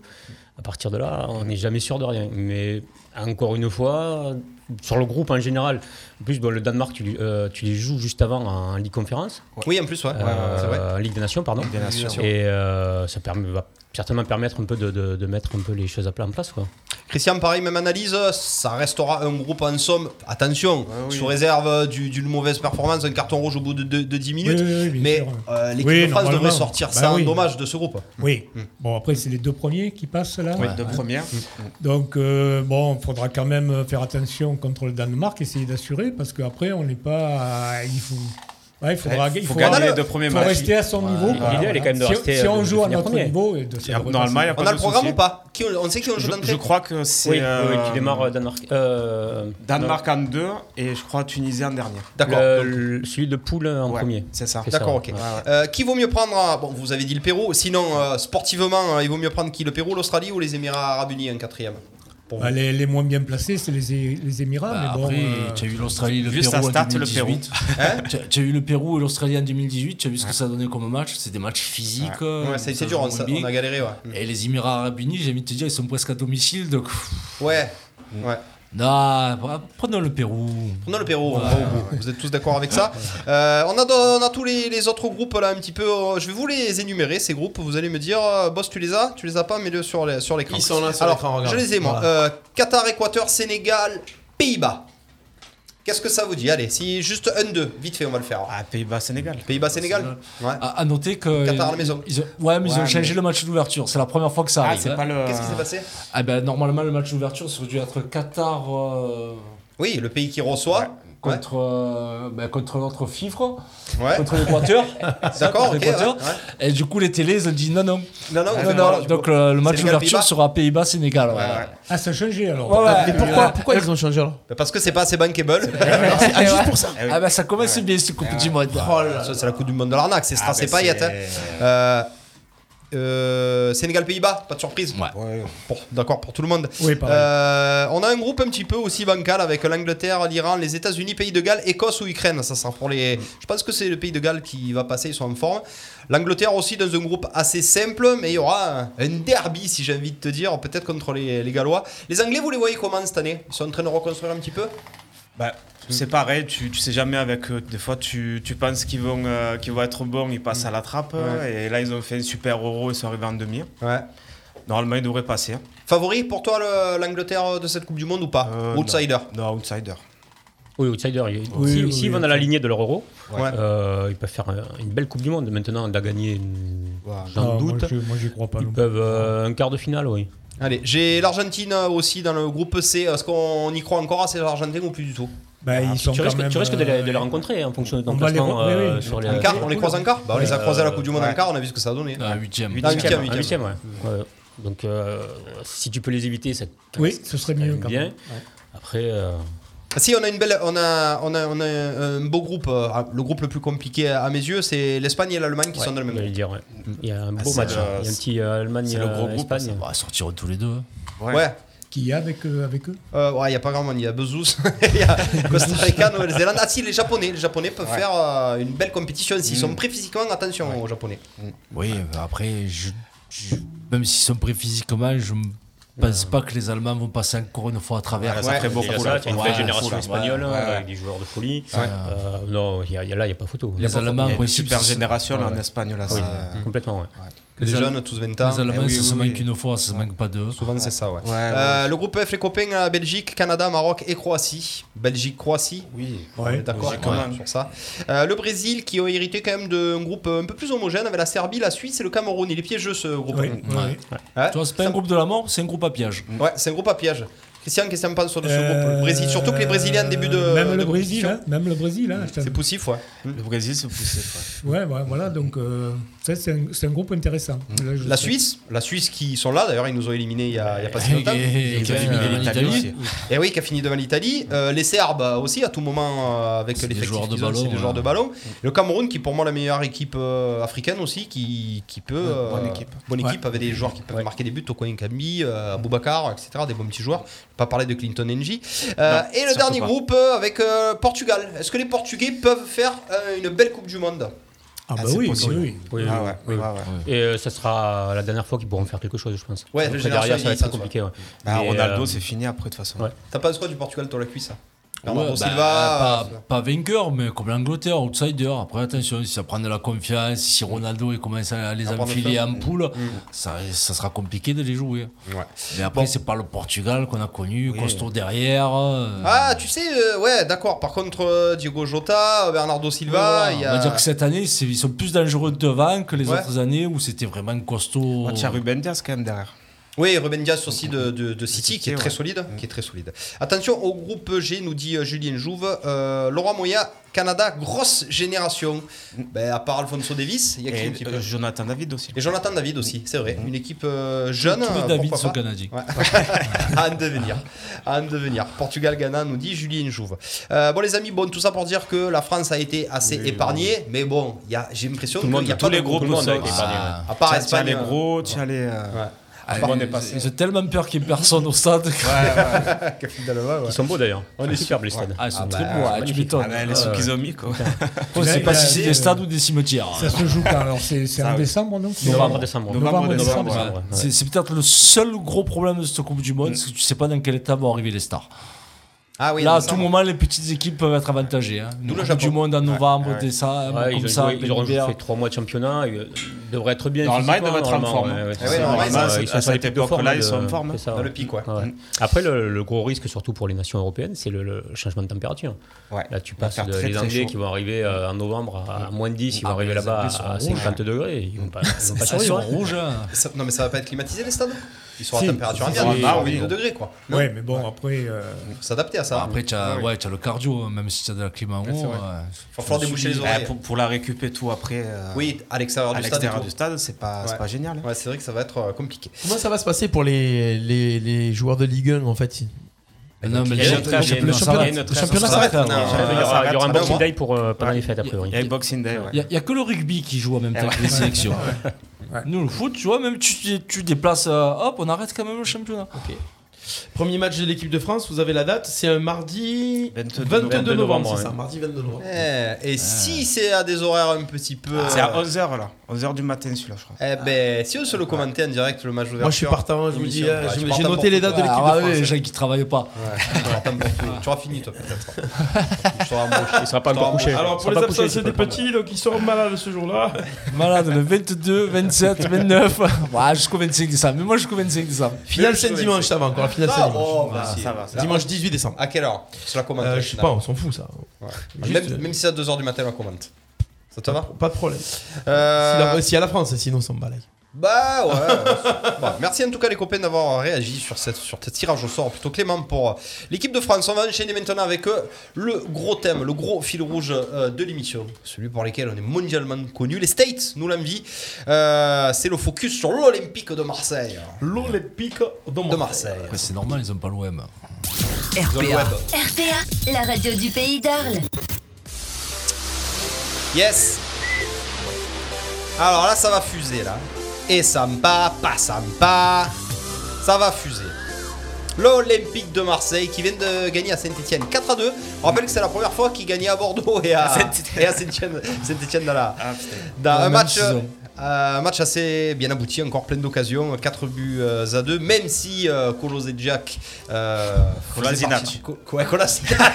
S5: À partir de là, on n'est jamais sûr de rien. Mais encore une fois, sur le groupe en général, en plus, bon, le Danemark, tu, les- euh, tu les joues juste avant en Ligue Conférence,
S3: Oui, en plus, ouais. Ouais, ouais,
S5: euh,
S3: c'est vrai.
S5: en Ligue des Nations, pardon.
S3: Nations.
S5: Et euh, ça permet, va certainement permettre un peu de, de- de mettre un peu les choses à plat en place. Quoi.
S3: Christian, pareil, même analyse, ça restera un groupe en somme, attention, sous réserve euh, du- d'une mauvaise performance, un carton rouge au bout de, de- de 10 minutes.
S6: Oui, oui, oui, bien
S3: mais
S6: sûr.
S3: euh, l'équipe
S6: Oui,
S3: de France devrait
S6: normalement.
S3: sortir
S6: Bah
S3: ça en
S6: oui.
S3: dommage de ce groupe.
S6: Oui. Bon, après, c'est les deux premiers qui passent là.
S9: Mm. Oui, deux premières.
S6: Donc, euh, bon, il faudra quand même faire attention contre le Danemark, essayer d'assurer, parce qu'après, on n'est pas. à- Il faut. Ouais, il faudra,
S9: Ouais,
S6: il
S9: faut
S6: faudra-
S9: gagner les deux premiers
S6: faut
S9: matchs.
S6: rester à son niveau. quoi.
S5: l'idée, elle est quand même de
S6: si,
S5: rester,
S6: si
S5: euh,
S6: on
S5: de
S6: joue à
S5: finir
S6: notre
S5: premier.
S6: niveau, et de
S9: Et
S6: ça devrait
S9: Normalement, il
S6: passer.
S9: n'y a pas
S3: On a
S9: de
S3: le programme
S9: souci.
S3: ou pas Qui on, on sait qui on joue
S9: je,
S3: d'entrée
S9: je crois que c'est.
S5: Oui,
S9: euh,
S5: oui, oui, tu démarres euh, Danemark. Euh,
S9: Danemark en deux et je crois Tunisie en dernier.
S3: D'accord.
S5: le-
S3: donc-
S5: le- celui de poule en
S9: Ouais,
S5: premier.
S9: C'est ça.
S5: C'est ça,
S3: D'accord, ok.
S5: ouais.
S3: Euh, qui vaut mieux prendre euh, Bon, vous avez dit le Pérou. Sinon, euh, sportivement, euh, il vaut mieux prendre qui Le Pérou, l'Australie ou les Émirats Arabes Unis en quatrième Pour vous.
S6: Bah, les, les moins bien placés, c'est les, É- les Émirats.
S4: Bah,
S6: mais bon,
S4: après,
S6: euh,
S4: tu as eu l'Australie, le
S9: Juste
S4: Pérou
S9: à
S4: en
S9: start, le
S4: 2018.
S3: Hein
S4: Tu as- tu as eu le Pérou et l'Australie en 2018. Tu as vu ce que ça donnait comme match. C'est des matchs physiques. euh,
S3: Ouais, ça a été
S4: ça
S3: dur,
S4: joue
S3: on,
S4: au
S3: ça-
S4: rugby.
S3: on a galéré, ouais.
S4: Et les Émirats Arabes Unis, j'ai envie de te dire, ils sont presque à domicile. Donc,
S3: Ouais, ouais.
S4: non, pre- prenons le Pérou.
S3: Prenons le Pérou, on va au bout. vous êtes tous d'accord avec ça Euh, on, a, dans- on a tous les, les autres groupes là un petit peu. euh, je vais vous les énumérer, ces groupes. Vous allez me dire, euh, boss, tu les as Tu les as pas Mets-le sur les- sur l'écran.
S2: Ils sont là sur
S3: Alors,
S2: l'écran, regarde.
S3: Je les ai, moi.
S2: Voilà.
S3: Euh, Qatar, Équateur, Sénégal, Pays-Bas. Qu'est-ce que ça vous dit Allez, si juste un, deux, vite fait, on va le faire.
S9: Ah, Pays-Bas, Sénégal.
S3: Pays-Bas, Sénégal Ouais.
S4: À, à noter que.
S3: Qatar à la maison.
S4: Ils ont- ouais, mais ils ont
S9: Ouais,
S4: changé
S9: mais-
S4: le match d'ouverture. C'est la première fois que ça
S9: Ah,
S4: arrive.
S9: c'est
S4: hein.
S9: pas le.
S3: Qu'est-ce qui s'est passé
S4: Ah ben, normalement, le match d'ouverture serait dû être Qatar euh,
S3: Oui, le pays qui reçoit. Ouais,
S4: contre, euh, ben, contre notre FIFRE,
S3: ouais.
S4: contre l'Équateur.
S3: D'accord,
S4: Contre
S3: ok.
S4: l'Équateur.
S3: ouais, ouais.
S4: Et du coup, les télés, ils ont dit non, non.
S3: Ah, Non, non,
S4: Non,
S3: on
S4: non,
S3: fait pas, là,
S4: donc
S3: tu
S4: le, le
S3: Sénégal,
S4: match
S3: Pays-Bas
S4: d'ouverture sera Pays-Bas-Sénégal. ouais.
S3: Ouais, ouais.
S6: Ah, ça a changé alors. Euh,
S4: Ouais, ouais.
S2: Mais
S8: Euh,
S2: pourquoi, pourquoi ils ont changé alors
S3: vois. Parce que c'est pas assez bankable.
S2: Ah, juste pour ça.
S9: Ah oui.
S4: Ah bah ça commence bien ce Coupe du Monde.
S3: Ça, c'est la coupe du monde de l'arnaque, c'est
S9: Ah,
S3: Strass
S9: ben,
S3: et Payet. hein. Euh, euh, Sénégal-Pays-Bas, pas de surprise.
S4: Ouais.
S3: Pour- D'accord pour tout le monde.
S6: Oui, pareil.
S3: Euh, on a un groupe un petit peu aussi bancal avec l'Angleterre, l'Iran, les États-Unis, Pays de Galles, Écosse ou Ukraine. Ça sera pour
S6: Mm.
S3: les. Je pense que c'est le Pays de Galles qui va passer. Ils sont en forme. L'Angleterre aussi dans un groupe assez simple, mais il y aura un, un derby si j'ai envie de te dire, peut-être contre les, les Gallois. Les Anglais, vous les voyez comment cette année Ils sont en train de reconstruire un petit peu.
S9: Bah, c'est pareil, tu, tu sais jamais avec eux. Des fois, tu, tu penses qu'ils vont, euh, qu'ils vont être bons, ils passent à la trappe. Et là, ils ont fait un super euro, ils sont arrivés en demi.
S3: Ouais.
S9: Normalement, ils devraient passer. hein.
S3: Favori pour toi le- l'Angleterre de cette Coupe du Monde ou pas
S9: Euh,
S3: Outsider.
S9: Non, outsider.
S5: Oui, outsider. il-
S6: Oui,
S5: si-
S6: oui,
S5: S'ils vont
S6: oui,
S5: dans la lignée de leur euro,
S3: Ouais.
S5: euh, ils peuvent faire euh, une belle Coupe du Monde. Maintenant, on a gagné, une- j'en
S6: Ah, moi,
S5: doute.
S6: je- Moi, j'y crois pas.
S5: Ils
S6: non.
S5: peuvent euh, un quart de finale, oui.
S3: Allez, j'ai l'Argentine aussi dans le groupe C. Est-ce qu'on y croit encore à ces Argentins ou plus du tout
S6: Bah, ils sont
S5: Ah, tu,
S6: quand
S5: risques,
S6: même,
S5: tu risques de les, de les
S6: euh,
S5: rencontrer hein, en fonction de ton
S6: On va les
S5: placement
S6: re- oui,
S5: euh,
S6: oui.
S5: sur les.
S3: En quart On les croise en quart bah, On les a
S5: Euh,
S3: croisés à la Coupe du Monde en
S9: ouais.
S3: quart, on a vu ce que ça a donné.
S4: Ah, huitième.
S3: Ah, huitième,
S5: Un
S3: huitième.
S5: huitième, ouais. Ouais. Donc, euh, si tu peux les éviter, ça
S6: Mmh. Oui, ce serait mieux. quand
S5: bien.
S6: même.
S5: Après, euh,
S3: Ah, Si, on a, une belle, on a, on a, on a un beau groupe. euh, Le groupe le plus compliqué à mes yeux, c'est l'Espagne et l'Allemagne qui sont dans le même
S5: j'allais
S3: groupe.
S5: dire, ouais. il y a un
S6: Ah,
S5: beau
S9: c'est
S5: match.
S9: le-
S5: hein. Il y a un petit euh,
S9: c'est le gros groupe,
S5: Allemagne-Espagne.
S4: Bah, sortiront tous les deux.
S9: Ouais.
S3: Ouais,
S6: Qui y a avec, euh, avec eux
S3: Euh, ouais, il n'y a pas grand monde. Il y a Bezos, il y a Costa Rica, Nouvelle-Zélande. Ah si, les Japonais. Les Japonais peuvent faire euh, une belle compétition s'ils sont prêts physiquement. Attention aux Japonais.
S4: Oui, bah, après, je, je- même s'ils sont prêts physiquement, je ne pense pas que les Allemands vont passer encore une fois à travers.
S9: Voilà, ça
S3: Ouais.
S9: ferait beaucoup.
S5: Déjà
S9: là.
S5: ça, tu as une
S4: Ouais,
S5: belle génération
S4: ouais,
S5: espagnole
S9: ouais,
S5: hein,
S9: ouais.
S5: avec des joueurs de folie. Euh, non, il y a- il y a- là, il n'y a pas photo.
S4: Les Allemands,
S9: Il y
S4: en
S9: a une
S4: principe,
S9: super
S4: se-
S9: génération là, en
S4: Ouais.
S9: Espagne. Là, ça-
S5: Ah euh, Complètement, ouais.
S3: Les,
S4: Al-
S3: jeunes, tous 20 ans.
S4: Les Allemands,
S9: Eh oui,
S4: ça
S9: oui,
S4: se
S9: oui.
S4: manque une fois, ça se manque pas deux.
S3: Souvent, c'est ça, ouais.
S9: Ouais,
S3: Euh, Le groupe F, les copains, euh, Belgique, Canada, Maroc et Croatie. Belgique, Croatie.
S9: Oui.
S3: On est d'accord
S9: logique,
S3: quand
S9: ouais.
S3: même sur ça. Euh, le Brésil qui a hérité quand même d'un groupe un peu plus homogène avec la Serbie, la Suisse et le Cameroun. Il est piégeux ce groupe.
S6: Oui,
S3: Ouais.
S6: oui, oui.
S4: Tu vois, c'est pas un groupe de la mort, c'est un groupe à piège.
S3: Ouais, c'est un groupe à piège. Christian, qu'est-ce que tu penses sur de ce groupe Le Brésil, surtout que les Brésiliens, début de.
S6: Euh, Même
S3: de
S6: le Brésil,
S3: compétition.
S6: hein, même le Brésil. hein, c'est un-
S3: C'est poussif, ouais.
S9: Le Brésil, c'est poussé.
S6: Ouais, ouais, voilà, donc euh, ça, c'est un, c'est un groupe intéressant. Là, je
S3: Mmh. La
S6: sais.
S3: Suisse, la Suisse qui sont là, d'ailleurs, ils nous ont éliminés il y a, il y a pas si
S4: Et-
S3: longtemps.
S4: et- et- qui a fini
S9: Et
S4: devant
S9: l'Italie
S4: l'Italie.
S9: aussi.
S3: Et Eh oui, qui a fini devant l'Italie. Euh, les Serbes euh, aussi, à tout moment, euh, avec
S4: C'est des
S3: les
S4: joueurs de
S3: C'est
S4: ballon,
S3: des
S4: ouais.
S3: joueurs de ballon. Le Cameroun, qui est pour moi la meilleure équipe euh, africaine aussi, qui, qui peut. euh,
S9: bonne équipe.
S3: Bonne équipe, avec des joueurs qui peuvent marquer des buts, Toko Nkambi, euh, Boubacar, etc. Des bons petits joueurs. Pas parler de Clinton Nji. Euh,
S9: Non,
S3: et le
S9: surtout
S3: dernier
S9: pas.
S3: groupe euh, avec euh, Portugal. Est-ce que les Portugais peuvent faire euh, une belle Coupe du Monde
S6: Ah, bah
S9: c'est
S6: oui,
S9: possible.
S6: oui, oui.
S5: Oui,
S9: Ah
S5: oui,
S9: ouais,
S5: oui.
S9: ouais, ouais.
S5: Et euh, ça sera la dernière fois qu'ils pourront faire quelque chose, je pense.
S3: Ouais, la
S5: Après,
S3: génération
S5: derrière, ça va être
S3: vieillissante,
S5: compliqué. ouais.
S9: Bah,
S5: Mais,
S9: Ronaldo,
S5: euh,
S9: c'est fini après, de toute façon.
S5: ouais.
S3: T'as pas le droit du Portugal, toi la cuisse ça Bernardo
S4: Ouais,
S3: Silva. euh,
S4: bah, pas, pas vainqueur, mais comme l'Angleterre, outsider. Après, attention, si ça prend de la confiance, si Ronaldo il commence à les
S3: prendre
S4: enfiler
S3: feu.
S4: en poule, ça, ça sera compliqué de les jouer.
S3: Mm. Ouais.
S4: Mais après, c'est pas le Portugal qu'on a connu, costaud derrière. euh,
S3: Ah, tu sais, euh, ouais, d'accord. Par contre, euh, Diego Jota, euh, Bernardo Silva,
S4: voilà.
S3: il y
S4: On
S3: a.
S4: va dire que cette année, c'est- ils sont plus dangereux devant que les
S3: Ouais. Ah,
S4: autres années où c'était vraiment costaud.
S9: Tiens, Ruben Diaz quand même derrière.
S3: Oui, Ruben Dias aussi de, de- de City, qui est
S9: ouais.
S3: très solide, qui est très solide. Attention au groupe G, nous dit euh, Julien Jouve. Euh, Laurent Moya, Canada, grosse génération. Ben, à part Alfonso Davis, il y a qui
S9: Et
S3: l'équipe
S9: euh, Jonathan David aussi.
S3: Et Jonathan David aussi, c'est vrai. Une équipe euh, jeune.
S4: Tous
S3: euh,
S4: les David
S3: pourquoi
S4: sont
S3: pas.
S4: canadiens.
S3: Ouais. à en devenir. À en devenir. Portugal-Ghana nous dit Julien Jouve. Euh, bon, les amis, bon, tout ça pour dire que la France a été assez épargnée, mais bon, il y a- j'ai l'impression
S5: Tout le
S3: qu'il
S5: monde,
S3: n'y a
S5: tous
S3: pas
S5: les
S3: de
S5: groupes
S3: groupe.
S5: tout le monde a été
S4: Ah.
S5: épargné, ouais.
S3: À part
S9: Tiens, tiens,
S3: Espagne.
S9: les gros, tiens les. euh,
S3: Ouais.
S4: Ah,
S9: on
S4: mais
S9: est passé.
S4: J'ai tellement peur qu'il n'y ait personne au stade. que-
S5: Ils sont beaux d'ailleurs. On est superbe les stades.
S4: Ah, ils sont
S3: Ah,
S4: très
S3: bah,
S4: beaux, ah, tu
S5: magnifique.
S4: m'étonnes.
S9: Ah ben, les sous
S4: Ouais.
S9: qu'ils ont mis quoi.
S4: Je sais
S6: Là,
S4: pas
S6: il y a
S4: si c'est
S3: euh,
S6: des-
S4: des stades ou des cimetières. hein.
S6: Ça se joue quand Alors, c'est c'est en
S9: oui.
S6: décembre, non
S5: Novembre, décembre.
S6: Novembre,
S9: Novembre,
S6: décembre.
S9: décembre,
S4: Ouais.
S5: ouais.
S4: C'est c'est peut-être le seul gros problème de cette Coupe du Monde, c'est que tu sais pas dans quel état vont arriver les stars.
S3: Ah oui,
S4: Là, à
S3: ça,
S4: tout
S3: on-
S4: moment, les petites équipes peuvent être avantagées. Hein. Une
S3: le
S4: Coupe
S3: Japon.
S4: du Monde en novembre,
S9: Ouais, ouais.
S4: décembre,
S5: Ouais,
S4: comme
S5: Ah, ils,
S4: ça,
S5: ont, ils auront
S4: l'hiver.
S5: fait trois mois de championnat. Ils euh, devraient être bien.
S9: Normalement, ils
S5: physiquement,
S9: devraient être en
S5: normalement,
S9: forme.
S5: ouais, ouais,
S3: Eh
S5: c'est
S3: oui,
S5: ça.
S3: normalement,
S5: Ouais,
S9: c'est-
S5: ils sont
S9: à
S5: sur les
S9: cette
S5: pics de
S9: époque-là,
S5: forme,
S9: ils sont en
S5: de-
S9: forme.
S5: euh, c'est ça,
S3: Dans le
S5: ouais.
S3: pic, ouais.
S5: Ouais. Après, le, le gros risque, surtout pour les nations européennes, c'est le, le changement de température.
S9: Ouais.
S5: Là, tu
S9: Il va
S5: passes
S9: faire
S5: de-
S9: très,
S5: les
S9: très
S5: Anglais
S9: chaud.
S5: qui vont arriver euh, en novembre à à moins de 10, ils vont
S4: Ah,
S5: arriver
S4: mais les
S5: là-bas
S4: Anglais sont
S5: à
S4: rouges,
S5: 50 degrés. Ils vont pas, ils vont pas
S4: Ah, ils sont
S5: survivre.
S4: rouges. hein.
S3: ça- Non, mais ça va pas être climatisé les stades Ils sont à
S6: Si.
S3: température
S6: Si,
S3: ambiante,
S9: si,
S3: ils sont à
S9: oui.
S3: 22 degrés quoi. Non
S6: Ouais, mais bon, après. euh,
S3: Faut s'adapter à ça.
S4: Après, tu as, ouais, t'as le cardio, hein, même si tu as de la climat en haut. hein. ouais.
S3: Faut falloir déboucher les
S9: Eh,
S3: oreilles.
S9: pour, pour la récupérer tout après. euh,
S3: Oui, à l'extérieur
S9: à
S3: du stade. et
S9: l'extérieur
S3: tout.
S9: du stade, c'est pas, c'est
S3: Ouais.
S9: pas génial. hein.
S3: Ouais, c'est vrai que ça va être euh, compliqué.
S2: Comment ça va se passer pour les, les, les joueurs de Ligue 1 en fait
S4: Non, mais
S5: Il y
S4: les
S5: a
S4: gens-
S5: une trêve, il y a
S2: le
S5: une
S2: championnat-
S5: trêve.
S2: le championnat s'arrête.
S3: Non,
S4: hein.
S5: Il y
S3: non,
S9: ça
S5: aura- il y aura un
S9: s'arrête.
S5: Boxing Day pour euh, pendant les fêtes, a priori.
S9: Il y a le Boxing Day, ouais.
S4: Il n'y a, que le rugby qui joue en même temps que les sélections. Nous, le foot, tu vois, même tu, tu déplaces, euh, hop, on arrête quand même le championnat.
S2: Premier match de l'équipe de France, vous avez la date, c'est un mardi Ah.
S9: 22
S2: novembre,
S5: novembre,
S2: c'est ça,
S5: ouais.
S2: mardi 22 novembre.
S3: Eh, Et si c'est à des horaires un petit peu.
S2: Ah,
S9: C'est à
S3: euh,
S9: 11h là, 11h du matin celui-là, je crois.
S3: Eh ben, si on se le commentait en direct le match ouvert.
S2: Moi je suis partant, je me dis,
S3: Émission.
S2: euh,
S3: Ouais,
S2: je
S3: tu
S2: me-
S3: pars
S2: j'ai
S3: t'en
S2: noté les
S3: pour-
S2: dates de l'équipe
S4: Ah, ouais, les
S2: de France.
S4: gens qui travaillent pas.
S3: Tu auras fini toi peut-être. Tu seras
S5: Il
S3: embauché.
S5: sera pas encore couché.
S8: Alors pour les
S5: Il sera pas couché,
S8: absences
S5: il
S8: des
S5: sera pas-
S8: petits donc, qui sont malades ce jour-là,
S2: Ah,
S4: Malade, le 22, 27, 29, ouais, jusqu'au 25 décembre. Mais moi, jusqu'au 25 décembre.
S2: Finale c'est dimanche, ça va encore, la finale c'est
S3: Ah,
S2: dimanche.
S3: bon, bah,
S9: ça va, ça va.
S2: Dimanche 18 décembre.
S3: À quelle heure C'est la commente
S2: Euh,
S3: la
S2: je sais
S3: finale.
S2: pas, on s'en fout ça.
S3: Ouais.
S2: Juste,
S3: Même,
S2: euh,
S3: même si c'est à 2h du matin, on la commente. Ça te va
S2: Pas de problème.
S3: Euh,
S2: Si la- Si à la France, sinon on s'en balaye.
S3: Bah ouais. Bon, merci en tout cas les copains d'avoir réagi sur cette sur ce tirage au sort plutôt clément pour euh, l'équipe de France. On va enchaîner maintenant avec euh, le gros thème, le gros fil rouge euh, de l'émission, celui pour lequel on est mondialement connu. Les States nous l'envient. Euh, c'est le focus sur l'Olympique de Marseille.
S2: L'Olympique
S3: De Marseille.
S4: Après, c'est normal, ils n'ont pas l'OM.
S10: RPA.
S11: RPA, la radio du pays d'Arles.
S3: Yes. Alors là, ça va fuser là. Et sympa, pas sympa. Ça va fuser. L'Olympique de Marseille qui vient de gagner à Saint-Etienne 4 à 2. On rappelle que c'est la première fois qu'il gagnait à Bordeaux et à, et à Saint-Etienne Saint-Etienne dans, la, dans
S4: Dans la
S3: un
S4: même
S3: match,
S4: saison.
S3: euh, un match assez bien abouti, encore plein d'occasions, 4 buts euh, à 2, même si euh, Jack.
S9: Kolasinac. Ah.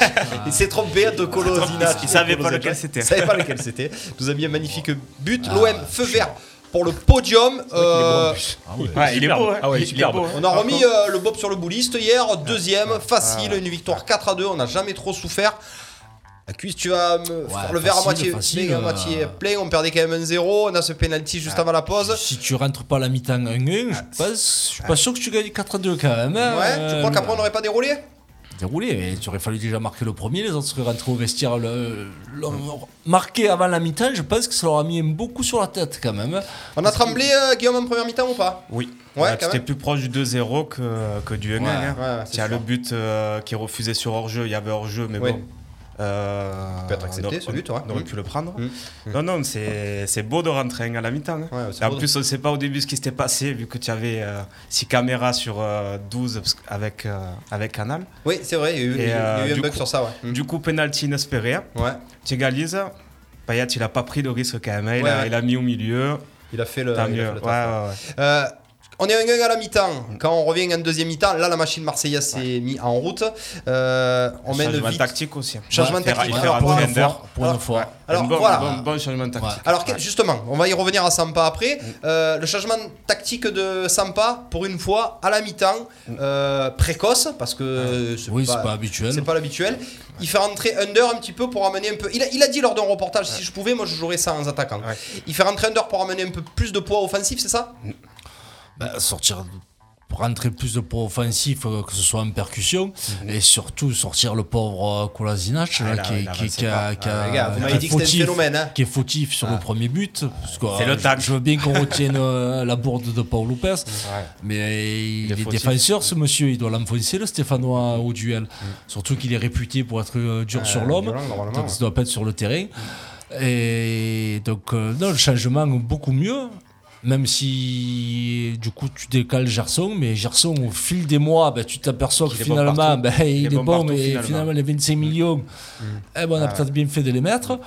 S3: Il s'est trompé hein, de Kolosinac.
S9: Il savait pas lequel c'était. Ah,
S3: Il savait pas lequel c'était. Nous a mis un magnifique but. L'OM, feu vert pour le podium. Euh,
S9: Ouais, il est beau, hein.
S5: Ah ouais,
S9: Il- il est
S5: superbe.
S9: beau, hein.
S3: on a remis euh, le Bob sur le bouliste
S9: Ah,
S3: hier, deuxième, facile, une victoire 4 à 2, on n'a jamais trop souffert. La cuisse, tu vas me faire le verre à
S4: facile,
S3: moitié
S4: facile,
S3: plein, à
S4: euh.
S3: moitié plein, on perdait quand même un 0, on a ce penalty
S9: Ah,
S3: juste avant la pause.
S4: Si tu rentres pas à la mi-temps 1-1, je pense- je suis pas sûr que tu gagnes 4 à 2 quand même. hein.
S3: Ah, Ouais, tu crois
S4: Euh,
S3: qu'après on n'aurait pas déroulé
S4: déroulé, mais tu aurais fallu déjà marquer le premier, les autres seraient rentrés au vestiaire. Le, le- marquer avant la mi-temps, je pense que ça leur a mis beaucoup sur la tête quand même.
S3: On a tremblé euh, Guillaume en première mi-temps ou pas
S9: Oui.
S3: Ouais,
S9: Ouais,
S3: quand
S9: C'était
S3: même.
S9: plus proche du 2-0 que, que du 1-1.
S4: Ouais,
S9: hein.
S3: ouais, c'est
S9: Tiens,
S3: sûr.
S9: le but euh, qui est refusé sur hors-jeu, il y avait hors-jeu, mais
S3: Oui.
S9: bon. Euh,
S3: peut être accepté,
S9: on-
S3: ce but, ouais.
S9: On aurait
S3: Mm.
S9: pu le prendre.
S3: Mm.
S9: Non, non, c'est c'est beau de rentrer hein, à la mi-temps. hein.
S3: Ouais, c'est
S9: Et en
S3: beau de-
S9: plus, on ne sait pas au début ce qui s'était passé, vu que tu avais 6 caméras sur euh, 12 parce que- avec, euh, avec Canal.
S3: Oui, c'est vrai, il y a eu,
S9: Et,
S3: il y a eu
S9: euh,
S3: un
S9: du
S3: bug
S9: coup-
S3: sur ça, ouais. Mm.
S9: Du coup, penalty inespéré. hein.
S3: Ouais,
S9: Tu égalises. Payet, il n'a pas pris de risque quand même. hein. Il,
S3: Ouais,
S9: a,
S3: ouais.
S9: il a mis au milieu.
S3: il a fait le.
S9: Tant
S3: il a
S9: mieux.
S3: fait le
S9: Ouais, Mm.
S3: taf, ouais.
S9: ouais, ouais.
S3: Euh, On est un gang à la mi-temps. Quand on revient en deuxième mi-temps, là, la machine marseillaise s'est mise en route. Euh, on mène
S9: Changement
S3: vite.
S9: tactique aussi. hein.
S3: Changement
S9: Ouais,
S3: tactique.
S9: Ferrari,
S3: Alors,
S9: Ferrari,
S3: pour une
S9: Fender.
S3: fois,
S9: Pour une
S3: alors,
S9: fois.
S3: ouais. Alors,
S9: Un bon-
S3: voilà.
S9: un bon- bon changement tactique.
S3: Alors que- justement, on va y revenir à Sampa après. Euh, le changement tactique de Sampa, pour une fois, à la mi-temps, euh, précoce, parce que c'est
S4: Oui, c'est pas habituel.
S3: C'est pas l'habituel. Il fait rentrer Under un petit peu pour amener un peu. Il a, il a dit lors d'un reportage, si je pouvais, moi je jouerais ça en attaquant. Il fait rentrer Under pour amener un peu plus de poids offensif, c'est ça
S4: Bah, sortir pour rentrer plus de poids offensif, euh, que ce soit en percussion, et surtout sortir le pauvre euh, Kolasinac,
S3: Mhm. Ah,
S4: là,
S3: là,
S4: qui, est-
S3: là,
S4: qui, est-
S3: c'est
S4: qui a-
S3: pas-
S4: qui
S3: Ah,
S4: a-
S3: les gars, vous
S4: qui
S3: m'avez
S4: est
S3: dit que c'était le
S4: fautif-
S3: phénomène, hein.
S4: qui est fautif sur le premier but. Parce que,
S3: C'est le
S4: euh, je-
S3: tac.
S4: Je veux bien qu'on retienne euh, la bourde de Paul Lopez, mais il, est,
S3: fautif. Mm.
S4: défenseur, ce monsieur. Il doit l'enfoncer, le Stéphanois, au duel. Surtout qu'il est réputé pour être euh, dur
S3: Euh,
S4: sur l'homme.
S3: violent, normalement,
S4: Donc,
S3: ouais.
S4: ça doit pas être sur le terrain. Et donc, euh, non, le changement beaucoup mieux. Même si du coup tu décales Gerson, mais Gerson au fil des mois, bah, tu t'aperçois que
S9: est bon
S4: finalement
S9: partout.
S4: bah, il, est bon,
S9: partout,
S4: mais
S9: finalement. Mm.
S4: finalement. les 25 millions, eh ben, on a
S9: Ah
S4: peut-être bien fait de les mettre.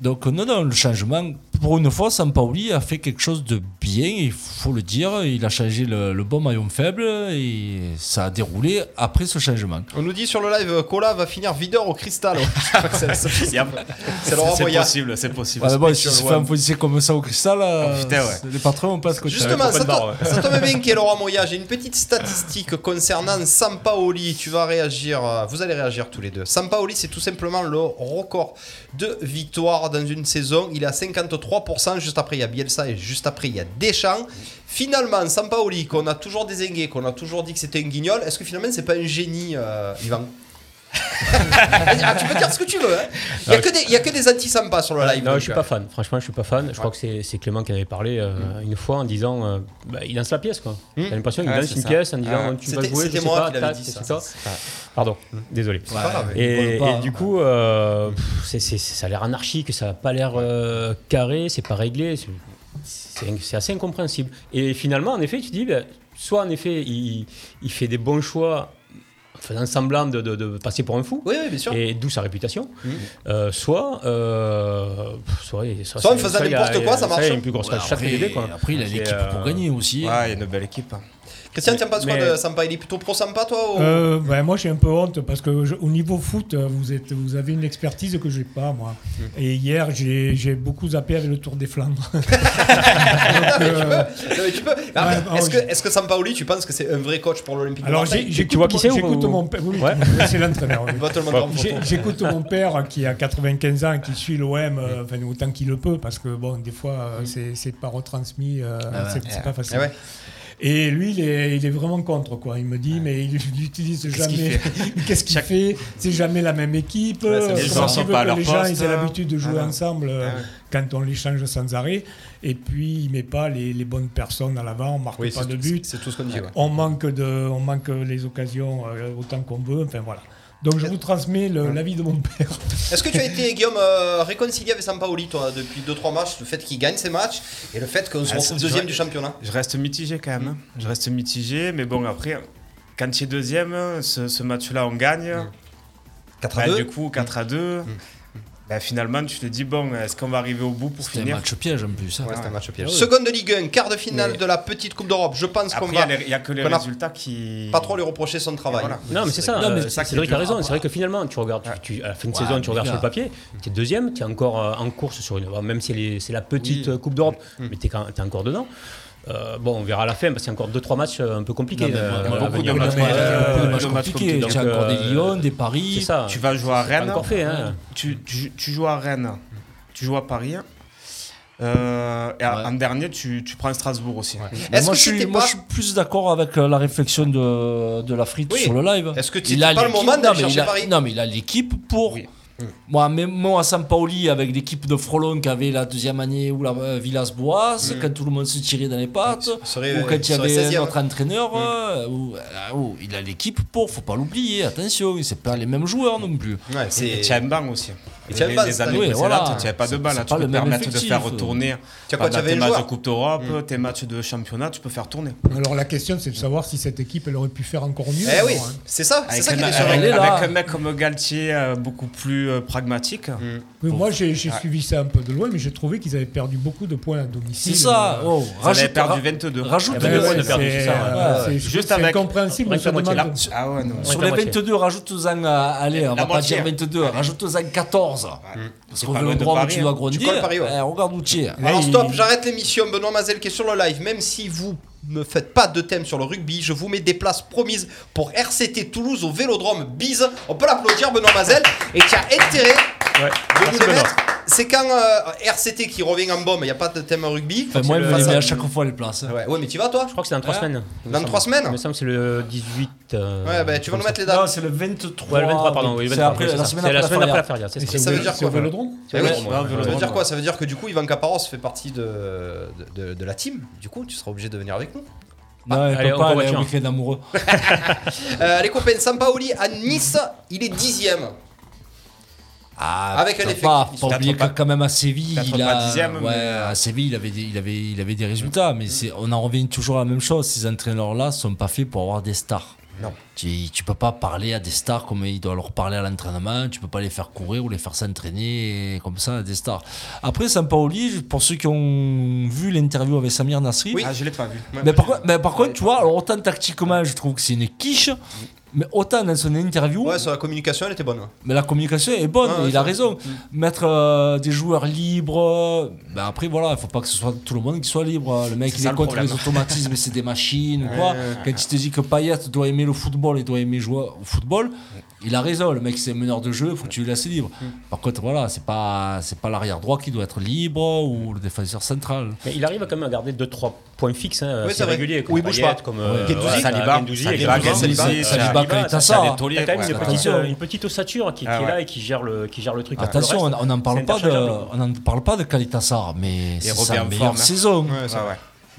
S4: Donc euh, non, non, le changement, pour une fois, Sampaoli a fait quelque chose de bien, il faut le dire, il a changé le, le bon maillon faible et ça a déroulé après ce changement.
S3: On nous dit sur le live, Cola va finir videur au cristal. Je crois que c'est- c'est- c'est Laurent
S9: C'est
S3: Boyard.
S9: possible, c'est possible.
S4: Ouais, mais Ah, bah, bon, si
S9: Spécial
S4: tu fais
S9: One.
S4: un policier comme ça au cristal, euh,
S9: putain, ouais.
S4: c'est- les patrons on passe côté.
S3: Justement, ça, to- ça tombe bien qu'il y ait Laurent Moya. J'ai une petite statistique concernant Sampaoli. Tu vas réagir, euh, vous allez réagir tous les deux. Sampaoli, c'est tout simplement le record de victoire dans une saison. Il est à 53%. Juste après, il y a Bielsa et juste après, il y a Deschamps. Finalement, Sampaoli, qu'on a toujours désingué, qu'on a toujours dit que c'était un guignol, est-ce que finalement, c'est pas un génie, euh, Yvan Ah, Tu peux dire ce que tu veux. hein. Il n'y a, que des- il y a que des anti-Sampa sur le live.
S5: Non,
S3: donc,
S5: je suis
S3: euh,
S5: pas fan. Franchement, je suis pas fan. Je crois que c'est- c'est Clément qui en avait parlé euh, une fois en disant euh, bah, il lance la pièce quoi.
S3: Mm.
S5: T'as l'impression qu'il
S3: Ouais,
S5: lance
S3: c'est
S5: une
S3: ça.
S5: pièce en
S3: Ah.
S5: disant tu vas
S3: C'était-
S5: jouer, je
S3: c'était
S5: sais
S3: moi
S5: pas,
S3: qui l'avais
S5: tac,
S3: dit, ça. Mm.
S5: etc. Pardon, désolé.
S3: C'est pas grave,
S5: Et,
S3: ils
S5: et
S3: volent pas,
S5: du
S3: hein.
S5: coup, euh, pff, c'est- c'est- ça a l'air anarchique, ça a pas l'air euh, carré, c'est pas réglé. c'est- C'est c'est assez incompréhensible. Et finalement, en effet, tu te dis bah, soit en effet il, il fait des bons choix en faisant semblant de, de- de passer pour un fou, et d'où sa réputation,
S3: Mmh.
S5: Euh, soit, euh, pff, soit,
S3: Soit il faisait
S5: il a-
S3: n'importe quoi, ça marche.
S5: euh, Il a une plus grosse
S3: Ouais,
S5: cache chaque
S3: après-
S5: DVD, quoi.
S4: après, il a
S5: C'est, euh,
S4: l'équipe pour gagner aussi.
S9: Ouais, il y a une belle équipe. hein.
S3: Christian, tiens pas quoi
S9: Mais-
S3: de Sampa Il est plutôt pro-Sampa, toi ou-
S6: Euh, ben, moi, j'ai un peu honte parce que je- au niveau foot, euh, vous, êtes, vous avez une expertise que j'ai pas, moi.
S3: Mmh.
S6: Et hier, j'ai j'ai beaucoup zappé avec le Tour des Flandres. Donc, euh,
S3: Non, mais tu peux. Mais après,
S9: bah,
S3: est-ce,
S9: oh,
S3: que, est-ce que Sampaoli, tu penses que c'est un vrai coach pour l'Olympique de
S6: alors,
S3: Marseille
S6: j'ai- j'écoute mon- J'écoute mon père. oui, c'est l'entraîneur. oui.
S3: Il va te le montrer en
S6: J'ai-
S3: photo.
S6: J'écoute mon père qui a 95 ans, qui suit l'OM euh, enfin, autant qu'il le peut, parce que bon, des fois, euh, c'est- c'est pas retransmis, euh,
S3: Ah ouais.
S6: c'est c'est
S3: Ah
S6: pas facile.
S3: ouais.
S6: Et lui, il est, il est vraiment contre, quoi. Il me dit, mais il n'utilise
S9: Qu'est-ce qu'il
S6: jamais.
S9: fait
S6: Qu'est-ce qu'il fait C'est jamais la même équipe.
S9: Ouais, c'est
S6: Euh,
S9: les
S6: comment
S9: gens
S6: tu
S9: sont
S6: veux
S9: pas à
S6: que
S9: leur
S6: les gens,
S9: poste,
S6: ils aient
S9: hein.
S6: l'habitude de jouer
S9: Ah ouais.
S6: ensemble euh, quand on les change sans arrêt. Et puis, il met pas les, les bonnes personnes à l'avant, on marque
S3: Oui,
S6: pas
S3: c'est
S6: de
S3: tout-
S6: but.
S3: c'est tout ce qu'on dit, ouais.
S6: On manque de, on manque les occasions euh, autant qu'on veut. Enfin voilà. Donc je
S3: Euh,
S6: vous transmets le- l'avis de mon père.
S3: Est-ce que tu as été, Guillaume, euh, réconcilié avec Sampaoli, toi, depuis 2-3 matchs Le fait qu'il gagne ses matchs et le fait qu'on se
S9: Ah,
S3: retrouve
S9: c'est- Bah,
S3: deuxième
S9: je-
S3: du championnat
S9: Je reste mitigé quand même. hein. Je reste mitigé, mais bon, après, quand tu es deuxième, ce, ce match-là, on gagne.
S3: 4
S9: à
S3: Mmh. deux. Mmh.
S9: Du coup, 4 à 2. Bah, finalement, tu te dis, bon, est-ce qu'on va arriver au bout pour
S4: C'est un
S9: finir
S4: match piège en plus. hein.
S9: Ouais, c'est un match piège.
S3: Seconde de Ligue 1, quart de finale
S9: Mais-
S3: de la petite Coupe d'Europe. Je pense qu'on
S9: Après,
S3: va.
S9: il n'y a que les
S3: qu'on a
S9: résultats qui.
S3: Pas trop lui reprocher son travail.
S5: Non, mais c'est ça.
S4: Non, mais
S5: euh,
S4: c'est ça qui est
S5: Cédric
S4: dur.
S5: a raison. C'est vrai que finalement, tu regardes, tu, tu- à la fin de
S4: Ouais,
S5: saison, tu
S4: mais
S5: regardes
S4: les
S5: sur le
S4: gars.
S5: papier, tu es deuxième, tu es encore euh, en course sur une. bon, Même si elle est- c'est la petite
S4: Oui.
S5: euh, Coupe d'Europe,
S3: Mmh.
S5: mais tu es encore dedans. Euh, bon, on verra à la fin parce qu'il y a encore 2-3 matchs euh, un peu compliqués.
S4: Non, mais
S5: euh,
S4: beaucoup
S5: à
S4: de
S5: venir.
S4: matchs,
S5: Ouais,
S4: ouais,
S5: euh,
S4: beaucoup de matchs
S5: donc,
S4: compliqués.
S5: donc,
S4: Tu as encore des
S5: euh,
S4: Lyon, des Paris.
S5: c'est ça.
S9: Tu vas jouer à
S5: C'est pas
S9: Rennes.
S5: Encore fait, hein.
S9: Tu, tu- tu joues à Rennes.
S3: Mmh.
S9: Tu joues à Paris. Euh, et en dernier, tu, tu prends Strasbourg aussi.
S4: Mais moi, je suis, moi, je suis plus d'accord avec euh, la réflexion de, de la frite
S9: Oui.
S4: sur le live.
S9: Est-ce que
S3: t'étais
S4: Il a
S3: pas le
S4: l'équipe-
S3: moment
S4: non,
S3: d'aller
S4: mais il
S3: chercher
S4: a-
S3: Paris
S4: Non, mais il a l'équipe pour. Mm. Moi, même moi à Sampaoli, avec l'équipe de Frolon qui avait la deuxième année ou la euh, Villas-Boas,
S3: Mm.
S4: quand tout le monde se tirait dans les pattes,
S3: serait-
S4: ou quand il y
S3: serait
S4: avait
S3: 16e.
S4: notre entraîneur, euh, ou- euh, ou- il a l'équipe pour, faut pas l'oublier, attention, c'est pas les mêmes joueurs non plus.
S3: Ouais, c'est-
S9: Et Tchemban aussi.
S3: Et tu avais
S9: les-
S3: pas
S9: les
S3: cette
S9: années
S3: année.
S9: précédentes,
S3: Voilà.
S9: tu n'avais pas de
S3: C'est-
S9: balle.
S3: c'est
S9: Là,
S3: pas
S9: tu peux
S3: le
S9: te
S3: même
S9: permettre de
S3: effectif.
S9: faire tourner
S3: Tu as quoi, tu
S9: pendant
S3: avais Mm.
S9: tes
S3: les
S9: matchs de
S3: joueurs
S9: Coupe d'Europe, tes matchs de championnat, tu peux faire tourner.
S6: Alors la question, c'est de savoir si cette équipe, elle aurait pu faire encore mieux.
S3: Eh oui,
S6: alors, hein.
S3: c'est ça,
S9: Avec,
S3: qui
S9: un,
S3: est surprenant.
S9: avec-
S3: Elle est là. Mm.
S9: avec un mec comme Galtier, euh, beaucoup plus euh, pragmatique.
S6: Oui,
S9: Pour-
S6: moi, j'ai j'ai
S9: Ouais.
S3: Ah.
S6: suivi ça un peu de loin, mais j'ai trouvé qu'ils avaient perdu beaucoup de points à domicile.
S9: C'est ça,
S6: Euh,
S9: oh, Ils rajoute- avaient perdu ra- 22. rajoute
S6: Eh ben
S9: deux
S6: ouais,
S9: points de perdu,
S6: c'est
S9: c'est ça, ouais.
S6: euh,
S9: Ouais,
S6: c'est-
S9: ouais.
S6: je
S9: Juste
S6: trouve que c'est
S9: avec-
S6: incompréhensible.
S9: avec
S6: ça
S9: la moitié,
S6: demande-
S9: là. Ah ouais, non.
S4: Sur
S9: Ouais,
S4: les
S9: la moitié.
S4: 22, rajoute-en, euh, allez, on va
S9: La
S4: pas
S9: moitié.
S4: dire 22, rajoute-en 14.
S3: Mm.
S4: Parce
S9: C'est
S4: qu'on
S9: pas
S4: veut
S9: loin
S4: le
S9: de
S4: droit, mais
S9: Paris,
S4: tu dois
S9: hein.
S4: grandir.
S3: Tu colles Paris, ouais.
S4: Eh, regarde où tu es.
S3: Alors stop, j'arrête l'émission. Benoît Mazel qui est sur le live. Même si vous ne faites pas de thème sur le rugby, je vous mets des places promises pour RCT Toulouse au Vélodrome Bise. On peut l'applaudir Benoît Mazel et qui a intérêt de nous
S4: Merci,
S3: les
S4: Benoît.
S3: mettre. C'est quand euh, RCT qui revient en bombe, il n'y a pas de thème rugby.
S4: Enfin, moi, elle me
S3: Face
S4: les met
S3: à-
S4: à chaque fois les places. hein.
S3: Ouais, ouais, mais tu vas toi
S5: Je crois que c'est dans 3
S3: Ouais.
S5: semaines. il me
S3: Dans
S5: semble.
S3: trois semaines
S5: Il me semble que c'est le 18. euh,
S3: Ouais, bah, tu vas
S5: comme
S3: nous
S5: ça.
S3: mettre les dates.
S4: Non, c'est le 23.
S5: Ouais, le 23, pardon, oui, le
S4: C'est
S5: 23,
S4: après-
S5: oui, c'est
S4: la
S5: ça.
S4: semaine
S5: C'est la
S4: après
S5: semaine
S4: la
S5: après la
S4: feria.
S5: feria. c'est
S3: Et
S5: ça.
S3: ça veut dire quoi Eh oui,
S5: Ouais, ouais,
S3: Ça veut dire
S5: ouais.
S3: quoi Ça veut dire que du coup, Ivan Caparos fait partie de, de, de- de la team. Du coup, tu seras obligé de venir avec nous.
S4: Non, elle
S5: Allez,
S4: peut
S5: on
S4: pas,
S5: va
S4: elle est
S5: voiture.
S4: un week-end amoureux.
S3: Euh, les copains, Sampaoli à Nice, il est dixième.
S4: Ah,
S3: Avec un
S4: putain,
S3: effectif,
S4: pas,
S3: ils sont
S4: pas oublier que
S3: peut-être
S4: quand même à Séville,
S9: peut-être
S4: il
S9: pas
S4: a,
S9: dixième,
S4: ouais,
S9: mais-
S3: euh,
S4: à Séville, il avait des, il avait, il avait des résultats, mais c'est, on en revient toujours à la même chose. Ces entraîneurs-là sont pas faits pour avoir des stars.
S3: Non.
S4: Tu, tu peux pas parler à des stars comme ils doivent leur parler à l'entraînement. Tu peux pas les faire courir ou les faire s'entraîner et comme ça à des stars. Après, Sampaoli, pour ceux qui ont vu l'interview avec Samir Nasri,
S9: Ah, je l'ai pas vu.
S4: mais par, contre- mais par contre, tu vois, alors autant tactiquement, je trouve que c'est une quiche, mais autant dans son interview,
S3: Ouais, sur la communication, elle était bonne.
S4: mais la communication est
S9: Ah,
S4: bonne,
S3: Ouais, ouais,
S4: et il a
S3: ça-
S4: raison.
S9: Mm.
S4: Mettre euh, des joueurs libres, euh, ben après voilà, il faut pas que ce soit tout le monde qui soit libre. Le mec
S9: C'est
S4: il
S9: ça,
S4: est
S9: le
S4: contre
S9: problème.
S4: les automatismes, et c'est des machines ou
S9: Ouais,
S4: quoi.
S9: ouais, ouais.
S4: Quand il te dit que Payet doit aimer le football et doit aimer jouer au football, il a raison. Le mec c'est un meneur de jeu, faut que tu le laisses libre.
S9: Mm.
S4: Par contre voilà, c'est pas c'est pas l'arrière droit qui doit être libre ou le défenseur central.
S5: Mais il arrive quand même à garder 2-3 points fixes, hein,
S3: Oui,
S5: assez
S3: c'est vrai.
S5: réguliers, comme
S3: Oui, il bouge
S5: Payet,
S3: pas.
S5: comme
S3: Ouais. Guendouzi,
S5: voilà,
S9: Saliba,
S5: Guendouzi,
S9: Saliba,
S5: exactement.
S9: Saliba,
S5: Saliba,
S9: Saliba,
S5: ça,
S4: Keita,
S5: ça,
S4: ça.
S5: Il y a quand même une
S4: Ouais,
S5: petite,
S4: ouais.
S5: euh, une petite ossature qui, qui
S9: Ah
S5: est là
S9: ouais.
S5: et qui gère le, qui gère le truc.
S9: Ah,
S5: Après, le
S4: Attention, on
S5: reste,
S4: on n'en parle
S5: c'est
S4: pas de
S5: interchangeable.
S4: on n'en parle pas de Kalitassar, mais c'est
S9: revient
S4: sa
S9: en
S4: meilleure
S9: forme, hein.
S4: saison.
S9: Ouais, ça, ouais.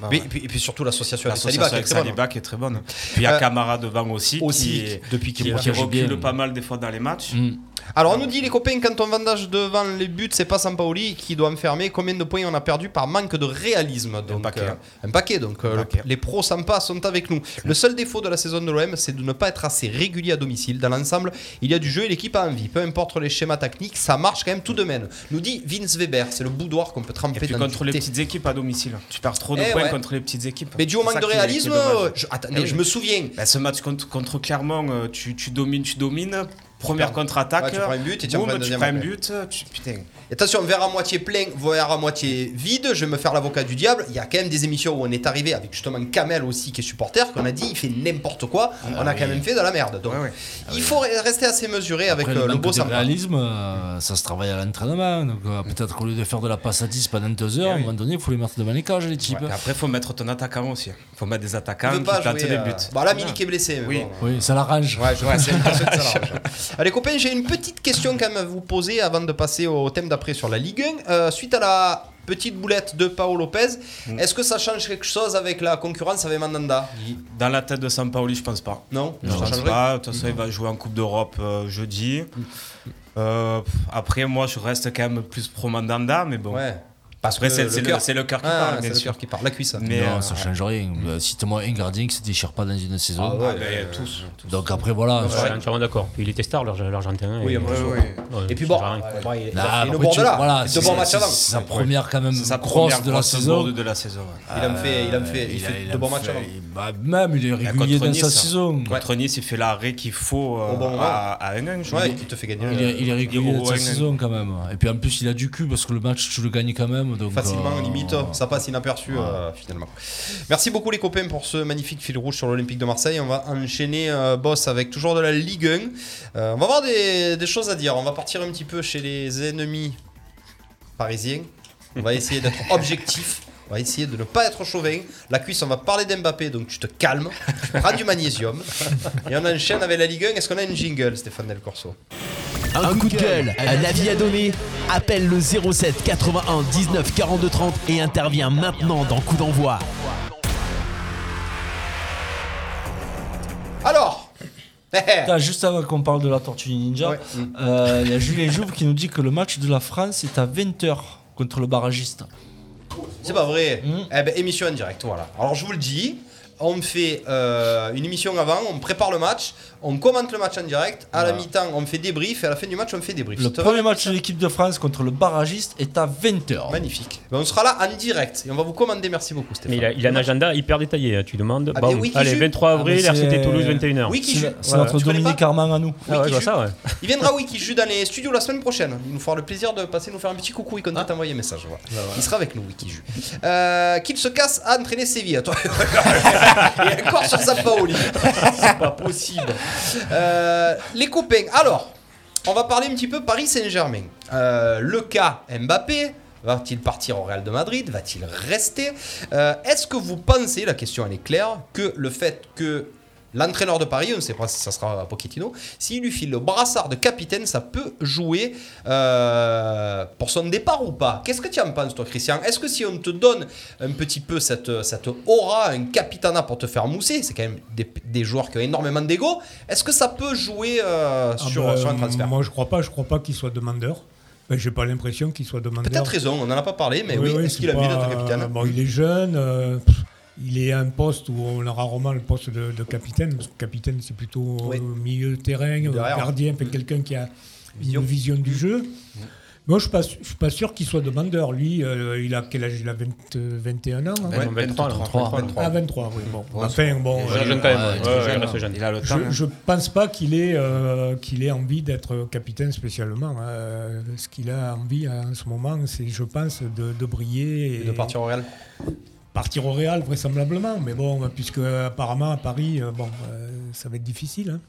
S9: Bah,
S3: Mais-
S9: ouais.
S3: et, puis, et puis surtout l'association avec
S9: L'association
S3: Saliba, qui est
S9: avec
S3: très bonne.
S9: Saliba qui est très bonne. Puis il y a
S3: Euh,
S9: Camara devant aussi,
S3: aussi,
S9: qui,
S4: depuis qu'il
S9: qui
S4: marche
S9: recule
S4: bien.
S9: pas mal des fois dans les matchs.
S4: Mm.
S3: Alors on nous dit les copains quand on vandage devant les buts c'est pas Sampaoli qui doit enfermer combien de points on a perdu par manque de réalisme donc
S9: paquet,
S3: euh,
S9: hein.
S3: un paquet donc euh,
S9: Un
S3: le-
S9: paquet.
S3: les pros Sampa sont avec nous le seul défaut de la saison de l'OM c'est de ne pas être assez régulier à domicile dans l'ensemble il y a du jeu et l'équipe a envie peu importe les schémas techniques ça marche quand même tout de même nous dit Vince Weber c'est le boudoir qu'on peut
S9: Et
S3: tremper
S9: puis
S3: dans
S9: contre
S3: du
S9: les
S3: thé.
S9: petites équipes à domicile. Tu perds trop de
S3: Eh
S9: points
S3: ouais.
S9: contre les petites équipes.
S3: mais dû au
S9: C'est
S3: manque
S9: ça
S3: de
S9: qui est- qui est
S3: réalisme
S9: dommage.
S3: euh, je, attendez,
S9: Eh oui.
S3: je me souviens
S9: Bah, ce match contre, contre Clermont, euh, tu, tu domines, tu domines. Première
S3: Ouais,
S9: contre-attaque.
S3: tu prends un but et tu en
S9: boum,
S3: prends un
S9: tu
S3: deuxième
S9: prends un
S3: après.
S9: but. tu- putain.
S3: Et Attention, verre à moitié plein, verre à moitié vide, je vais me faire l'avocat du diable. Il y a quand même des émissions où on est arrivé avec justement Kamel aussi qui est supporter, qu'on a dit il fait n'importe quoi, on a quand même fait de la merde. Donc
S9: Ouais, ouais.
S3: il faut re- rester assez mesuré avec
S4: Après,
S3: euh,
S4: le,
S3: le
S4: manque
S3: beau
S4: de
S3: Samba.
S4: réalisme, euh, ça se travaille à l'entraînement. Donc euh, peut-être qu'au lieu de faire de la passe à 10 pendant 2
S3: Eh
S4: heures, à un moment donné, il faut les mettre devant les cages, les types.
S9: Ouais, et Après, faut mettre ton attaquant aussi. faut mettre des
S3: Il
S9: attaquants
S3: veut
S9: qui
S3: pas
S9: plantent
S3: jouer.
S9: des
S3: euh,
S9: buts.
S3: Bah là, Milik est blessé. mais
S9: Oui.
S3: bon.
S4: Oui, ça l'arrange.
S3: Ouais, je vois, c'est l'impression que ça l'arrange. Allez, copains, j'ai une petite question quand même à vous poser avant de passer au thème d'après sur la Ligue 1. Euh, suite à la petite boulette de Paolo Lopez, est-ce que ça change quelque chose avec la concurrence avec Mandanda
S9: Dans la tête de Sampaoli, je pense pas.
S3: Non,
S9: Je
S3: ça
S9: pense
S3: changerait Mhm.
S9: pas. De toute façon, il va jouer en Coupe d'Europe euh, jeudi. Euh, pff, après, moi, je reste quand même plus pro Mandanda, mais bon.
S3: Ouais. Parce
S9: Après,
S3: que
S9: c'est- c'est le-
S3: cœur.
S9: c'est le cœur qui
S3: Ah,
S9: parle,
S3: C'est
S9: bien
S3: le
S9: sûr.
S3: cœur qui parle, la cuisse.
S9: Mais
S4: non,
S9: euh,
S4: ça change rien. Euh, Cite-moi un gardien qui se déchire pas dans une saison.
S3: Ah
S9: ah,
S3: ouais,
S9: mais
S3: euh,
S9: tous.
S4: Donc après, voilà.
S5: Je suis entièrement d'accord. Puis il était star, l'Arg- l'Argentin.
S3: Oui,
S5: et-
S3: ouais,
S5: Ouais,
S3: ouais. Et puis
S5: ça
S3: bon,
S5: sert à rien.
S3: ouais, bon, il, il
S4: Là,
S3: a fait
S4: après,
S3: une bourde
S4: tu-
S3: là,
S4: voilà,
S3: deux
S4: c'est-
S3: bons matchs
S4: c'est-
S3: avant.
S4: C'est sa première quand même
S9: C'est sa
S4: grosse
S9: première
S4: de la
S9: grosse
S4: saison.
S9: bourde de la saison. ouais.
S3: Il en fait, il en fait, il,
S4: Euh,
S3: fait
S4: il
S3: deux
S4: en
S3: bons matchs
S4: fait-
S3: avant.
S4: bah, même, il est
S9: Et
S4: régulier dans sa
S9: hein.
S4: saison.
S9: Contre Nice, il fait l'arrêt qu'il faut euh,
S3: Au bon moment.
S9: à, à un an, je
S3: Ouais,
S9: dis.
S3: qui te fait gagner.
S4: Il
S3: euh,
S4: est, il est régulier
S9: Hero
S4: dans sa
S9: Wayne.
S4: saison quand même. Et puis en plus, il a du cul parce que le match, tu le gagnes quand même. Donc,
S3: Facilement,
S4: euh,
S3: limite, ça passe inaperçu euh, finalement. Merci beaucoup les copains pour ce magnifique fil rouge sur l'Olympique de Marseille. On va enchaîner euh, Boss avec toujours de la Ligue 1. Euh, on va avoir des, des choses à dire. On va partir un petit peu chez les ennemis parisiens. On va essayer d'être objectif. On va essayer de ne pas être chauvin. La cuisse, on va parler d'Mbappé, donc tu te calmes. Tu prends du magnésium. Et on enchaîne avec la Ligue 1. Est-ce qu'on a une jingle, Stéphane Del Corso
S1: Un coup de gueule, un avis à donner Appelle le 07 81 19 42 30 et intervient maintenant dans Coup d'envoi.
S3: Alors, eh,
S4: Putain, juste avant qu'on parle de la Tortue Ninja, euh, il y a Julien Jouve qui nous dit que le match de la France est à 20h contre le barragiste.
S3: C'est pas vrai. Eh ben, émission en direct, voilà. Alors je vous le dis, on fait euh, une émission avant, on prépare le match, on commente le match en direct, à la
S4: Voilà.
S3: mi-temps on fait débrief et à la fin du match on fait débrief.
S4: Le
S3: Ça te
S4: premier match de l'équipe de France contre le barragiste est à 20h.
S3: Magnifique. Ben, on sera là en direct et on va vous commander. Merci beaucoup Stéphane.
S5: Mais il a, il a un agenda hyper détaillé, hein, tu demandes.
S3: Ah,
S5: Bam.
S3: mais oui, qui
S5: Allez,
S3: joue
S5: 23 avril,
S4: Ah, mais c'est-
S5: RCT Toulouse, 21h.
S3: Oui, qui
S4: C'est-
S3: joue.
S4: C'est notre Dominique Armand à nous.
S5: Ah ouais, je vois ça, ouais.
S3: Il viendra, oui, qui joue dans les studios la semaine prochaine. Il nous fera le plaisir de passer nous faire un petit coucou et qu'on t'envoyer t'envoyer un message. voilà. Il sera avec nous, oui, qui joue. Euh, qu'il se casse à entraîner Séville. Toi, et encore sur Sampaoli. C'est pas possible. Euh, les copains. Alors, on va parler un petit peu Paris Saint-Germain. Euh, le cas Mbappé. Va-t-il partir au Real de Madrid Va-t-il rester Euh, Est-ce que vous pensez, la question elle est claire, que le fait que l'entraîneur de Paris, on ne sait pas si ça sera Pochettino, s'il lui file le brassard de capitaine, ça peut jouer euh, pour son départ ou pas Qu'est-ce que tu en penses toi Christian Est-ce que si on te donne un petit peu cette, cette aura, un capitana pour te faire mousser, c'est quand même des, des joueurs qui ont énormément d'ego, est-ce que ça peut jouer euh,
S6: Ah
S3: sur,
S6: bah,
S3: sur un transfert
S6: Moi, je crois pas. Je crois pas qu'il soit demandeur. Ben, J'ai pas l'impression qu'il soit demandeur.
S3: Peut-être raison, on n'en a pas parlé, mais oui, est-ce
S6: c'est
S3: qu'il a vu
S6: pas-
S3: notre capitaine hein
S6: Bon, il est jeune. euh, pff, il est à un poste où on a rarement le poste de, de capitaine. Parce que capitaine, c'est plutôt euh, milieu de terrain, euh,
S3: Derrière. hein. Mm.
S6: gardien, puis quelqu'un qui a une vision du jeu. Moi, je ne suis, pas su- je suis pas sûr qu'il soit demandeur. Lui, euh, il a quel âge Il a 20, 21 ans hein
S9: Ouais, 23, 23.
S6: Ah, 23, oui. Bon,
S9: Ouais,
S6: enfin, bon.
S9: il est jeune
S6: euh,
S9: quand même, ouais, il est jeune, hein. Il a le temps, hein.
S6: Je, je pense pas qu'il ait, euh, qu'il ait envie d'être capitaine spécialement. Euh, ce qu'il a envie euh, en ce moment, c'est, je pense, de, de briller. Et
S3: de partir au Real
S6: Partir au Real, vraisemblablement. Mais bon, puisque euh, apparemment à Paris, euh, bon, euh, ça va être difficile. hein.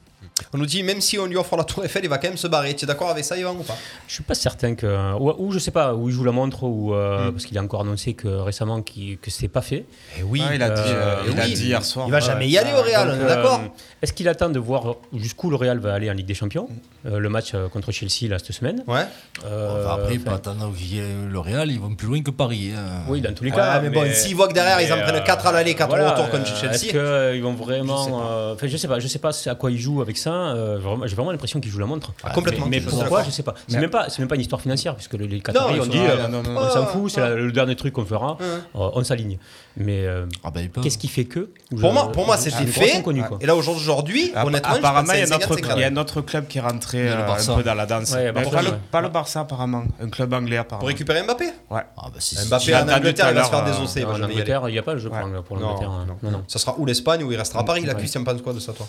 S3: On nous dit, même si on lui offre la Tour Eiffel, il va quand même se barrer. Tu es d'accord avec ça, Yvan, ou pas
S5: Je suis pas certain que. Ou, ou je sais pas, où il joue la montre, ou, euh, parce qu'il a encore annoncé que récemment qu'il- que c'est pas fait.
S3: Et oui, Ah, il a dit, euh, il a dit hier soir. Il va jamais y aller au Real, on est d'accord
S5: euh, Est-ce qu'il attend de voir jusqu'où le Real va aller en Ligue des Champions Euh, Le match euh, contre Chelsea, là, cette semaine. Euh,
S3: Ouais. Euh,
S4: Enfin, après, pas attendre qu'il y ait le Real, ils vont plus loin que Paris. hein.
S5: Oui, dans tous les cas.
S3: mais bon, s'ils voient que derrière, ils en
S5: mais,
S3: prennent
S5: euh,
S3: quatre à l'aller, quatre au
S5: voilà,
S3: retour contre
S5: euh,
S3: Chelsea.
S5: Est-ce qu'ils vont vraiment. euh, Enfin, je sais pas, je sais pas à quoi ils jouent avec ça. euh, vraiment- J'ai vraiment l'impression qu'ils jouent la montre.
S3: Ah, complètement,
S5: Mais,
S3: je
S5: mais
S3: suis
S5: pourquoi,
S3: d'accord.
S5: je sais pas. C'est
S3: Mais-
S5: même pas, c'est même pas une histoire financière, puisque les, les Qataris
S3: ils
S5: ont
S3: sont-
S5: dit
S3: ah,
S5: euh,
S3: non, non, non.
S5: on s'en
S3: Ah,
S5: fout, c'est la- le dernier truc qu'on fera, euh, on s'aligne. Mais euh, qu'est-ce qui fait que Ah,
S3: Pour moi, pour moi
S5: Je-
S3: c'était
S5: les trois
S3: fait.
S5: sont connus, quoi.
S3: Et là, aujourd'hui,
S9: App-
S3: honnêtement,
S9: Ah, apparemment,
S3: je
S9: il y, a
S3: pense
S9: un autre-
S3: que c'est
S9: il y a un autre club qui est rentré
S3: Et le
S9: euh,
S3: Barça.
S9: un peu dans la danse.
S5: Ouais,
S9: Mais
S5: Barça,
S9: pas, le,
S5: ouais.
S9: pas le Barça, apparemment. Un club anglais, apparemment.
S3: Pour récupérer Mbappé
S9: Ouais.
S3: Mbappé en Angleterre, il va se faire désosser.
S5: en
S3: moi, je vais y
S5: Angleterre,
S3: aller.
S5: il y a pas, je prends, là, pour l'Angleterre, hein.
S3: Non,
S5: Non, non.
S3: Ça sera ou l'Espagne ou il restera à Paris. La
S4: Ouais.
S3: Christian pense quoi de ça, toi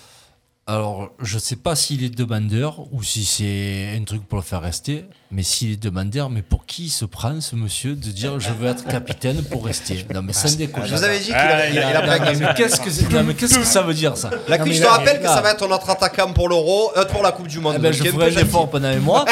S4: Alors, je sais pas s'il est demandeur ou si c'est un truc pour le faire rester, mais s'il est demandeur, mais pour qui se prend ce monsieur de dire je veux être capitaine pour rester Non, mais sans déconner.
S3: Ah, Je vous avais dit qu'il
S4: Ah,
S3: a- il a- il a pas
S4: Non, mais
S3: gagné.
S4: qu'est-ce que c'est- non, mais qu'est-ce que ça veut dire ça
S3: La
S4: Non, mais
S3: je te
S4: là,
S3: rappelle que
S4: là,
S3: ça va être notre attaquant pour l'Euro, euh, pour la Coupe du Monde.
S4: eh ben, je
S3: donc,
S4: ferai
S3: un peu
S4: un effort pendant un mois.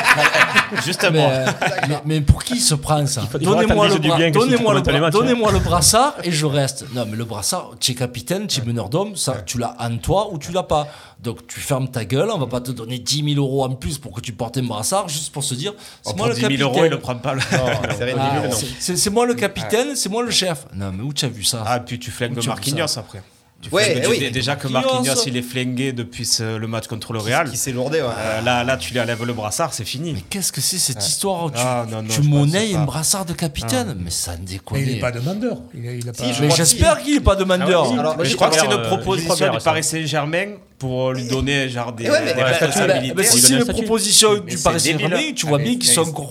S9: Justement.
S4: Mais, euh, mais, mais pour qui il se prend ça
S5: faut- il faut
S4: Donnez-moi
S5: attendre
S4: le,
S5: du
S4: bra-
S5: bien que si tu
S4: donnez-moi le,
S5: commentes les
S4: bra-
S5: matchs,
S4: donnez-moi
S5: hein.
S4: le brassard et je reste. Non, mais le brassard, tu es capitaine, tu es meneur d'homme, ça, tu l'as en toi ou tu l'as pas. Donc tu fermes ta gueule, on va pas te donner 10 000 euros en plus pour que tu portes un brassard juste pour se dire c'est
S9: Oh,
S4: moi
S9: pour
S4: le
S9: 10 000
S4: capitaine.
S9: euros, il le prend pas, le- Non, non, c'est rien,
S4: Ah,
S9: 10 000, non.
S4: c'est- c'est- c'est moi le capitaine, c'est moi le chef. Non, mais où tu as vu ça
S9: Ah, puis tu flingues
S4: Où tu as vu
S9: Marquinhos
S4: ça
S9: après. Tu
S4: Ouais,
S9: flingues-
S4: eh
S9: tu-
S4: oui.
S9: dé- Déjà que
S4: Marquinhos.
S9: Marquinhos, il est flingué depuis ce- le match contre le
S3: Qui-
S9: Real.
S3: qui s'est lourdé, ouais.
S9: Euh, là, là, tu lui enlèves le brassard, c'est fini. Mais
S4: qu'est-ce que c'est cette histoire où tu- tu
S9: Ah, je pense
S4: monnaies
S9: pas.
S4: un brassard de capitaine
S9: Ah.
S4: Mais ça ne déconne
S6: Mais il n'est pas demandeur. Il a- il a
S9: Si,
S6: pas-
S9: je
S6: Mais
S9: crois
S6: j'espère
S9: si.
S4: qu'il n'est pas demandeur.
S9: Ah oui,
S4: Alors,
S9: mais
S4: j'ai
S9: je crois que
S4: crois
S9: c'est
S4: que, euh,
S9: une proposition
S4: j'ai crois
S9: du
S4: que ça.
S9: Paris Saint-Germain pour lui donner genre des
S4: Eh ouais, mais-
S9: des
S4: Ouais,
S9: responsabilités.
S4: mais si c'est une proposition du
S3: hein.
S4: Paris
S3: Ah
S4: Saint-Germain, tu vois bien qu'ils sont gros.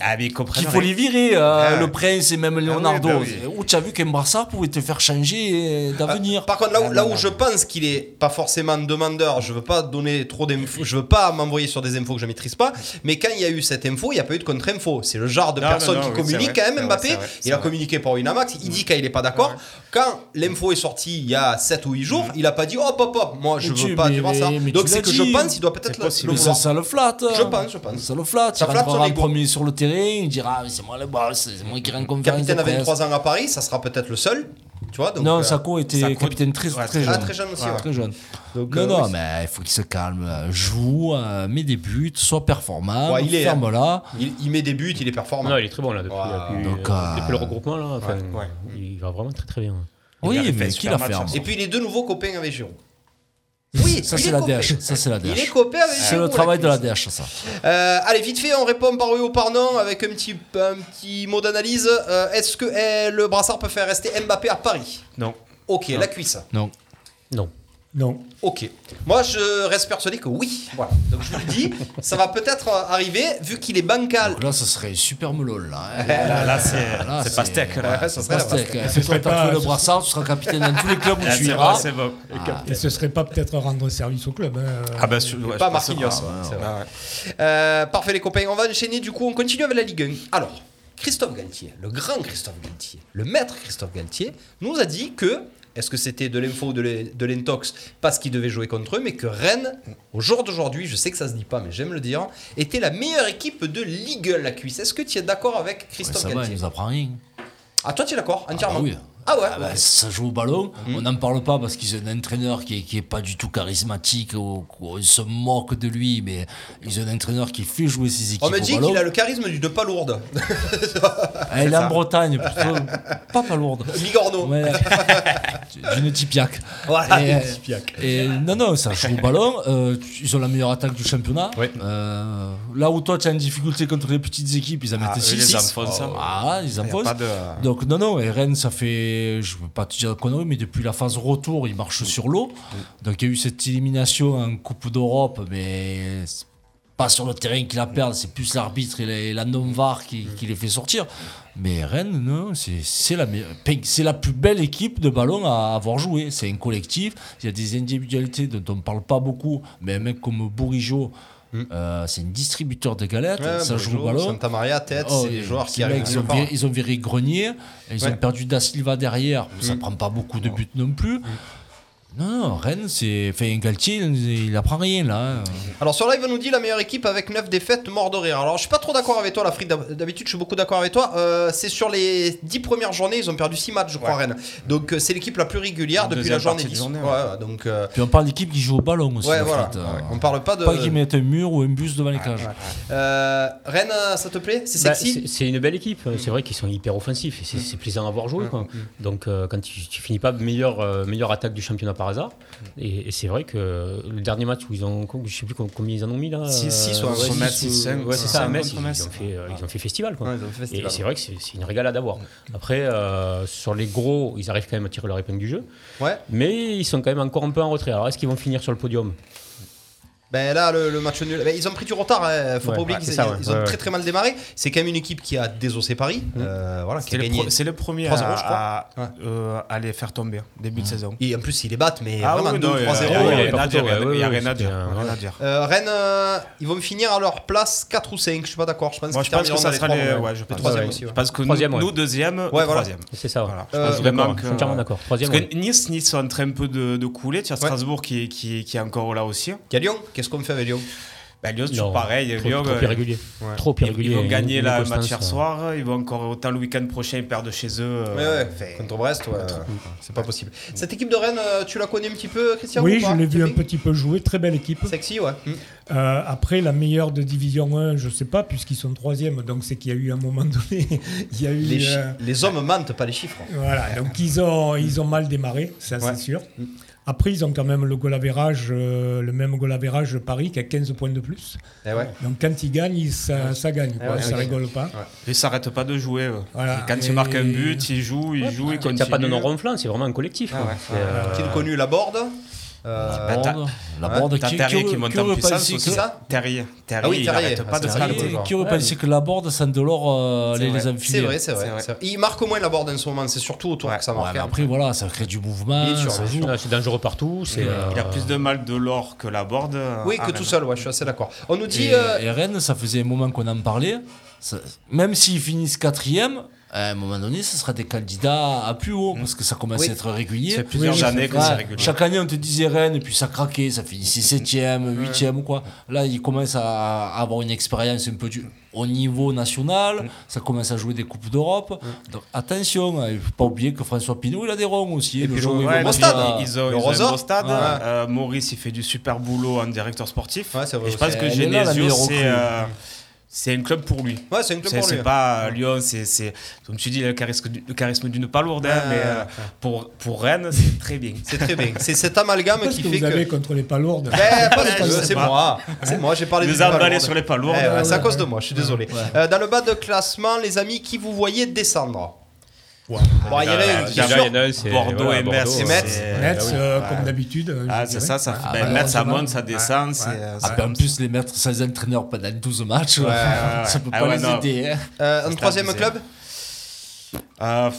S4: Qu'il faut les virer, euh, le prince et même Leonardo.
S3: bah Ah oui. Ah,
S4: Où tu as vu qu'un brassard pouvait te faire changer euh, d'avenir
S3: Par contre, là où, là
S9: Ah,
S3: où je pense qu'il est pas forcément demandeur, je veux pas donner trop d'infos, je veux pas m'envoyer sur des infos que je maîtrise pas, mais quand il y a eu cette info, il y a pas eu de contre-info. C'est le genre de
S9: Non,
S3: personne
S9: non, non,
S3: qui
S9: oui,
S3: communique
S9: c'est vrai,
S3: quand
S9: c'est
S3: même,
S9: vrai,
S3: Mbappé.
S9: c'est vrai, c'est
S3: il a
S9: vrai. Mm.
S3: communiqué pour une Winamax, il dit qu'il est pas d'accord. Quand l'info est sortie il y a 7 ou 8 jours,
S9: Mm.
S3: il a pas dit hop hop hop, moi je
S4: Mais
S3: veux
S4: tu-
S3: pas
S4: mais-
S3: du ça.
S4: mais- mais
S3: Donc
S4: tu
S3: c'est
S4: l'as
S3: que je
S4: dit.
S3: pense il doit peut-être le, le
S4: Mais ça,
S3: vouloir.
S4: ça le flatte.
S3: Je pense, je pense.
S4: Ça le flatte.
S3: Ça
S4: Ça
S3: flatte son
S4: rentrera en
S3: ego.
S4: premier sur le terrain. Il dira Ah, c'est moi le boss, c'est moi qui rends conférence.
S3: Capitaine
S4: de
S3: à
S4: presse.
S3: 23 ans à Paris, ça sera peut-être le seul. Tu vois, donc,
S4: non,
S3: euh,
S4: Sako était
S3: Sacco-
S4: capitaine très,
S3: Ouais,
S4: très
S3: ah,
S4: jeune.
S3: très jeune aussi,
S4: Ouais,
S3: ouais.
S4: très jeune.
S3: Donc,
S4: non,
S3: euh,
S4: non,
S3: oui,
S4: mais il faut qu'il se calme. euh, Joue, euh, met des buts, soit performant,
S3: Ouais, il est,
S4: ferme là.
S3: hein. Il, il met des buts, il est performant.
S5: Non, il est très bon là depuis, depuis-
S4: Donc,
S5: euh,
S4: euh,
S5: depuis le regroupement là. enfin,
S3: Ouais, ouais.
S5: Il va vraiment très très bien.
S4: Oui,
S5: Il a
S4: mais
S5: fait un
S4: qui
S5: super
S4: l'a
S5: match,
S4: fait,
S5: hein.
S4: hein.
S3: Et puis il est de nouveau copain avec Giroud. Oui,
S4: ça
S3: il
S4: c'est
S3: est
S4: la
S3: copé.
S4: DH. Ça c'est la
S3: Il
S4: DH.
S3: est copé avec
S4: C'est
S3: Giroud,
S4: le
S3: là,
S4: travail
S3: qui
S4: de la
S3: dit ça.
S4: DH, ça.
S3: Euh, allez, vite fait, on répond par oui ou par non avec un petit, un petit mot d'analyse. Euh, Est-ce que eh, le brassard peut faire rester Mbappé à Paris
S9: Non.
S3: Ok,
S9: Non.
S3: la cuisse.
S4: Non. Non.
S6: Non.
S3: Ok. Moi, je reste persuadé que oui. Voilà. Donc, je vous le dis, ça va peut-être arriver vu qu'il est bancal.
S4: Là, ce serait super melon, là. hein.
S3: Là, là, c'est-
S4: Là,
S3: c'est pastèque, là.
S4: Ouais,
S3: Euh, Ça
S4: c'est
S3: serait la
S4: pastèque.
S3: pastèque.
S4: hein.
S3: Ce
S4: Toi,
S3: serait
S4: t'as
S3: pas-
S4: trouvé le brassard, tu seras capitaine dans tous les clubs où
S9: Ah,
S4: tu
S9: c'est
S4: iras.
S9: bon, c'est bon.
S4: Ah.
S6: Et ce serait pas peut-être rendre service au club. hein.
S9: Ah bah, sur- ouais,
S3: pas
S9: je pense que-
S3: Marquinhos.
S9: ah, ouais,
S3: C'est
S9: ouais.
S3: vrai, ouais. Euh, parfait les copains, on va enchaîner du coup, on continue avec la Ligue 1. Alors, Christophe Galtier, le grand Christophe Galtier, le maître Christophe Galtier, nous a dit que, est-ce que c'était de l'info ou de l'in- de l'intox parce qu'il devait jouer contre eux, mais que Rennes, au jour d'aujourd'hui, je sais que ça se dit pas, mais j'aime le dire, était la meilleure équipe de Ligue 1 la cuisse. Est-ce que tu es d'accord avec
S4: Ouais,
S3: Christophe
S4: Ça va, il
S3: Galtier
S4: nous apprend rien.
S3: Ah toi tu es d'accord, entièrement
S4: Ah oui.
S3: Ah hmm. ouais,
S4: Ah bah, ça joue au ballon. On n'en parle pas parce qu'ils ont un entraîneur qui est, qui est pas du tout charismatique. ou- ou On se moque de lui, mais ils ont un entraîneur qui fait jouer ses équipes
S3: On me
S4: au
S3: dit
S4: ballon.
S3: qu'il a le charisme du de palourde.
S4: Ah, Elle est
S3: ça.
S4: en Bretagne, plutôt pas pas lourde.
S3: Bigorneau.
S4: D'une Tipiac.
S3: Voilà,
S4: Et, euh,
S3: une Tipiac.
S4: et non, non, ça joue au ballon. euh, tu- ils ont la meilleure attaque du championnat. Euh, là où toi, tu as une difficulté contre les petites équipes, ils en
S9: Ah,
S4: mettent
S9: eux,
S4: 6.
S9: ils en font ça.
S4: Ah, ils en
S9: Y a
S4: posent.
S9: pas
S3: Euh,
S9: de-
S4: Donc, non, non, et Rennes, ça fait, je ne veux pas te dire de conneries, mais depuis la phase retour, ils marchent sur l'eau.
S3: Mm.
S4: Donc, il y a eu cette élimination en Coupe d'Europe, mais c'est pas sur le terrain qui la perdent, c'est plus l'arbitre et la- et la non-VAR qui,
S3: Mm.
S4: qui les fait sortir. Mais Rennes, non, c'est c'est la, meilleure- pe- c'est la plus belle équipe de ballon à avoir joué. C'est un collectif, il y a des individualités dont on ne parle pas beaucoup, mais un mec comme Bourigeau, euh, c'est un distributeur de galettes,
S3: Mm. Ouais,
S4: ça joue au
S3: Bourigeau,
S4: ballon.
S3: Santa Maria, Tête,
S4: Oh,
S3: c'est des
S4: et
S3: joueurs qui
S4: ces
S3: arrivent
S4: mecs,
S3: nulle
S4: Ils ont,
S3: part.
S4: viré, ils ont viré Grenier, et ils
S3: Ouais.
S4: ont perdu Da Silva derrière, ça
S3: Mm.
S4: prend pas beaucoup de buts non plus. Non, non, Rennes, c'est. Enfin, Galtier, il il apprend rien là. hein.
S3: Alors sur live on nous dit la meilleure équipe avec 9 défaites mort de rire. Alors je suis pas trop d'accord avec toi la frite D'hab- d'habitude je suis beaucoup d'accord avec toi. Euh, c'est sur les 10 premières journées ils ont perdu 6 matchs je crois Rennes. Donc euh, c'est l'équipe la plus régulière depuis la
S9: deuxième
S3: journée
S9: partie de
S3: 10.
S9: journée,
S3: Ouais, ouais, donc euh,
S4: Puis on parle d'équipe qui joue au ballon aussi.
S3: Ouais,
S4: en
S3: voilà.
S4: fait.
S3: Ouais,
S4: Euh,
S3: ouais. On parle pas de-
S4: Pas qu'ils mettent un mur ou un bus devant les cages.
S3: euh, Rennes euh, ça te plaît C'est
S5: Bah,
S3: sexy
S5: c'est- c'est une belle équipe. C'est vrai qu'ils sont hyper offensifs. et C'est c'est plaisant à voir jouer. quoi. Donc, euh, quand tu, tu finis pas meilleure, euh, meilleure attaque du championnat par hasard, et, et c'est vrai que le dernier match où ils ont, je sais plus combien ils en ont mis là. euh,
S9: Six- six ou un
S5: ouais,
S9: contre
S5: six
S9: Metz, six, cinq,
S5: ouais, c'est
S9: six,
S5: ça, à
S9: cinq
S5: Metz,
S9: contre
S5: ils,
S9: Metz.
S5: ils ont fait, euh, ils ont fait festival. Quoi.
S3: Ouais, ils ont fait festival.
S5: Et, et c'est vrai que c'est c'est une régalade à voir. Après, euh, sur les gros, ils arrivent quand même à tirer leur épingle du jeu.
S3: Ouais.
S5: Mais ils sont quand même encore un peu en retrait. Alors, est-ce qu'ils vont finir sur le podium
S3: Ben là le, le match nul. Ben, ils ont pris du retard. hein. Faut
S5: Ouais,
S3: pas oublier
S5: ouais,
S3: qu'ils
S5: c'est ça, ouais.
S3: ils ont
S5: Ouais, ouais.
S3: très très mal démarré. C'est quand même une équipe qui a désossé Paris. Euh, voilà. qui
S9: C'est
S3: a
S9: le,
S3: gagné
S9: pro- c'est le premier
S3: 3-0,
S9: à,
S3: je crois.
S9: à, euh, à les faire tomber, début de saison.
S3: Et en plus ils les battent mais
S9: Ah
S3: vraiment
S9: oui, non,
S3: 2-3-0.
S9: il y a- il y a-
S5: ouais,
S9: il y a
S5: ouais,
S9: rien à dire,
S5: ouais,
S9: il y a
S5: ouais,
S9: rien à
S5: c'était
S9: dire,
S5: un-
S9: rien à dire.
S3: Euh, Rennes, euh, ils vont finir à leur place 4 ou 5, je suis pas d'accord. Je pense,
S9: Moi, je
S3: qu'ils
S9: pense que
S3: termineront
S9: ça
S3: dans
S9: sera
S3: trois,
S9: les.
S3: ouais.
S9: Ouais, je pense,
S3: troisième
S9: ouais.
S3: aussi. ouais.
S9: Je pense que
S5: Troisième,
S9: nous,
S5: ouais.
S9: nous, deuxième, ou
S3: voilà.
S9: troisième.
S5: C'est ça. ouais.
S9: Voilà, je
S3: Euh,
S9: pense vraiment
S5: d'accord,
S9: que.
S5: je suis entièrement d'accord. Troisième,
S9: Parce
S5: ouais.
S9: que Nice, Nice sont en train un peu de, de couler. Tu as Strasbourg qui, est- qui, est- qui est encore là aussi.
S3: Il y a Lyon, qu'est-ce qu'on fait avec Lyon
S9: Bah, Lyon, c'est
S5: Non,
S9: toujours pareil.
S5: trop-
S9: Lyon,
S5: trop
S9: euh,
S5: irrégulier.
S9: ouais.
S5: Trop
S9: Ils-
S5: irrégulier,
S9: Ils vont
S5: une-
S9: gagner
S5: une
S9: la
S5: constance,
S9: match hier
S5: ouais.
S9: soir. Ils vont encore, autant le week-end prochain, ils perdent chez eux.
S3: Ouais,
S9: euh,
S3: ouais, contre Brest, ouais. c'est pas possible. Cette équipe de Rennes, euh, tu la connais un petit peu, Christian
S6: Oui,
S3: ou pas
S6: je l'ai vu un
S3: Kevin
S6: petit peu jouer, très belle équipe.
S3: Sexy, ouais. Mm.
S6: Euh, après, la meilleure de Division 1, je sais pas, puisqu'ils sont troisième, donc c'est qu'il y a eu un moment donné, il y a eu...
S3: Les, chi-
S6: euh,
S3: les hommes mentent, pas les chiffres.
S6: Voilà, donc ils ont, ils ont mal démarré, ça
S3: Ouais.
S6: c'est sûr.
S9: Mm.
S6: Après, ils ont quand même le goal average, euh, le même goal average de Paris qui a 15 points de plus.
S3: Eh ouais.
S6: Donc quand ils gagnent, ils- ça, ça gagne,
S9: Ah
S6: quoi,
S3: ouais,
S6: ça
S3: ouais.
S6: rigole pas.
S9: Ils s'arrêtent pas de jouer. ouais.
S6: Voilà.
S9: Quand
S6: Et-
S9: ils marquent un but, ils jouent, ils jouent, ils
S5: T'as
S9: continuent.
S5: t'as pas de nom ronflant, c'est vraiment un
S9: Ah
S5: collectif. quoi. C'est, euh,
S3: Qui le connu, la board euh,
S9: Bah, t'as-
S5: Ah,
S4: La borde
S9: T'as
S4: qui,
S9: Terrier
S4: aurait-
S9: qui monte
S4: qui aurait
S9: en
S4: pas
S9: puissance
S4: dit
S9: aussi.
S4: que-
S3: ça
S9: Terrier. Terrier,
S3: Ah oui,
S9: il
S3: Terrier.
S9: arrête
S3: Ah,
S9: pas de
S3: c'est
S9: se
S3: vrai.
S9: planter.
S4: Qui-
S3: joueur.
S4: Qui aurait
S3: Ouais.
S4: pensé que la borde sans Delors euh, allait les enfiler
S3: C'est vrai, c'est vrai,
S9: C'est vrai.
S3: c'est vrai. Il marque au moins la board en ce moment, c'est surtout autour que ça
S4: Ouais,
S3: marque.
S4: mais
S3: hein.
S4: après, voilà, ça crée du mouvement.
S3: Bien sûr,
S4: ça
S3: bien
S4: joue.
S3: sûr.
S5: là, C'est dangereux partout. c'est, euh,
S9: Il a plus de mal de l'or que la board. euh,
S3: Oui,
S9: à
S3: que tout
S9: Rennes.
S3: seul, ouais, je suis assez d'accord. On nous dit.
S4: Et,
S3: euh,
S4: et Rennes, ça faisait un moment qu'on en parlait. Ça- même s'ils finissent quatrième, à un moment donné, ce sera des candidats à plus haut parce que ça commence
S3: Oui.
S4: à être régulier.
S9: Ça fait plusieurs
S4: Oui, ça-
S9: années que c'est
S4: ouais,
S9: régulier.
S4: Chaque année, on te disait Rennes, et puis ça craquait, ça finissait septième, huitième ou quoi. Là, ils commencent à avoir une expérience un peu du, au niveau national.
S9: Mm.
S4: Ça commence à jouer des Coupes d'Europe. Donc attention, hein, il ne faut pas oublier que François Pinault, il a des ronds aussi. hein,
S3: Et
S4: le
S3: puis,
S4: jour où
S9: Ouais,
S4: il
S3: ouais,
S4: va euh,
S9: ils
S3: bon
S9: ont-
S3: stade.
S4: monter à-
S9: Ils ont,
S3: Le
S9: ils ont un
S3: Rosa.
S9: beau stade.
S3: Ouais.
S9: Euh, Maurice, il fait du super boulot en directeur sportif.
S3: Ouais, c'est vrai
S9: Et je pense
S3: aussi.
S9: que
S4: Elle est là, la
S9: Genesio,
S4: meilleure
S9: c'est.
S4: recrue.
S9: euh, c'est un club pour lui.
S3: Ouais, c'est un club pour lui. hein.
S9: C'est pas euh, Lyon, c'est, c'est- comme tu dis, il a le charisme, du- le charisme d'une palourde, hein,
S3: Ouais,
S9: mais euh,
S3: ouais.
S9: pour, pour Rennes, c'est très bien.
S3: C'est très bien. C'est cet amalgame
S6: Qu'est-ce
S3: qui
S6: que
S3: fait
S6: vous
S3: que.
S6: avez contre les palourdes
S9: Ben,
S3: Eh, pas du tout,
S6: Je sais
S3: c'est
S6: pas.
S3: moi, c'est moi, j'ai parlé
S9: Nous
S3: des
S9: emballer
S3: palourdes.
S9: sur les palourdes. Euh,
S3: Eh ouais,
S9: Ouais,
S3: c'est à
S9: ouais,
S3: cause de
S9: ouais.
S3: moi, je suis désolé.
S9: Ouais.
S3: Euh, dans le bas de classement, les amis, qui vous voyez descendre Bon, il y en a
S9: Déjà,
S3: un,
S9: déjà,
S3: c'est sûr.
S9: il y en a un, c'est- Bordeaux voilà, et Bordeaux, Metz.
S3: C'est
S9: c'est-
S6: Metz,
S9: bah oui.
S6: euh,
S9: Ouais.
S6: comme d'habitude. euh,
S9: Ah,
S6: je
S9: c'est
S6: dirais.
S9: ça, ça fait- ben, Metz, ça monte, ça descend. c'est, euh,
S4: Ah,
S9: c'est
S4: ben, en plus, les mettre sans entraîneur pendant 12 matchs,
S9: Ouais, ouais, ouais.
S4: ça peut
S9: Ah
S4: pas
S9: ouais,
S4: les
S9: non.
S4: aider. hein.
S3: Euh,
S9: Ça,
S3: un
S9: c'est
S3: troisième
S9: abusé.
S3: club
S9: Euh, pff,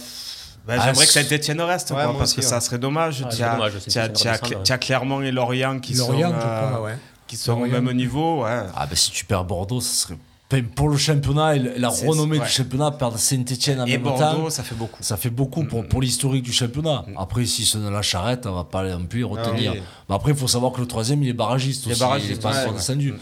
S9: ben,
S4: Ah,
S9: J'aimerais que
S4: c'est-
S9: Saint-Etienne reste,
S3: Ouais,
S9: quoi,
S3: moi
S9: parce
S3: aussi,
S9: que
S3: ouais.
S9: ça serait dommage.
S3: Ah,
S9: Tu
S3: c'est
S9: as-
S3: dommage,
S9: tu as-
S3: Saint-Étienne
S9: tu as
S3: redescend, ouais.
S9: tu as Clermont et Lorient qui sont
S6: Lorient, je
S9: euh,
S6: crois, ouais.
S9: qui sont au
S6: Lorient.
S9: même niveau. ouais.
S4: Ah, ben, si tu perds Bordeaux, ça serait. Enfin, Pour le championnat et le- la
S9: C'est-
S4: renommée
S9: ouais.
S4: du championnat, perdre Saint-Etienne en
S9: Et
S4: même
S9: Bordeaux,
S4: temps,
S9: ça fait beaucoup.
S4: ça fait beaucoup
S3: Mm.
S4: pour, pour l'historique du championnat. Après, si ce n'est la charrette, on va pas non plus y retenir.
S9: Ah oui.
S4: Mais après, il faut savoir que le troisième, il est barragiste
S9: Il est
S4: aussi.
S9: barragiste,
S4: il est pas
S9: ouais,
S4: encore
S3: Mm,
S9: ouais.
S4: descendu.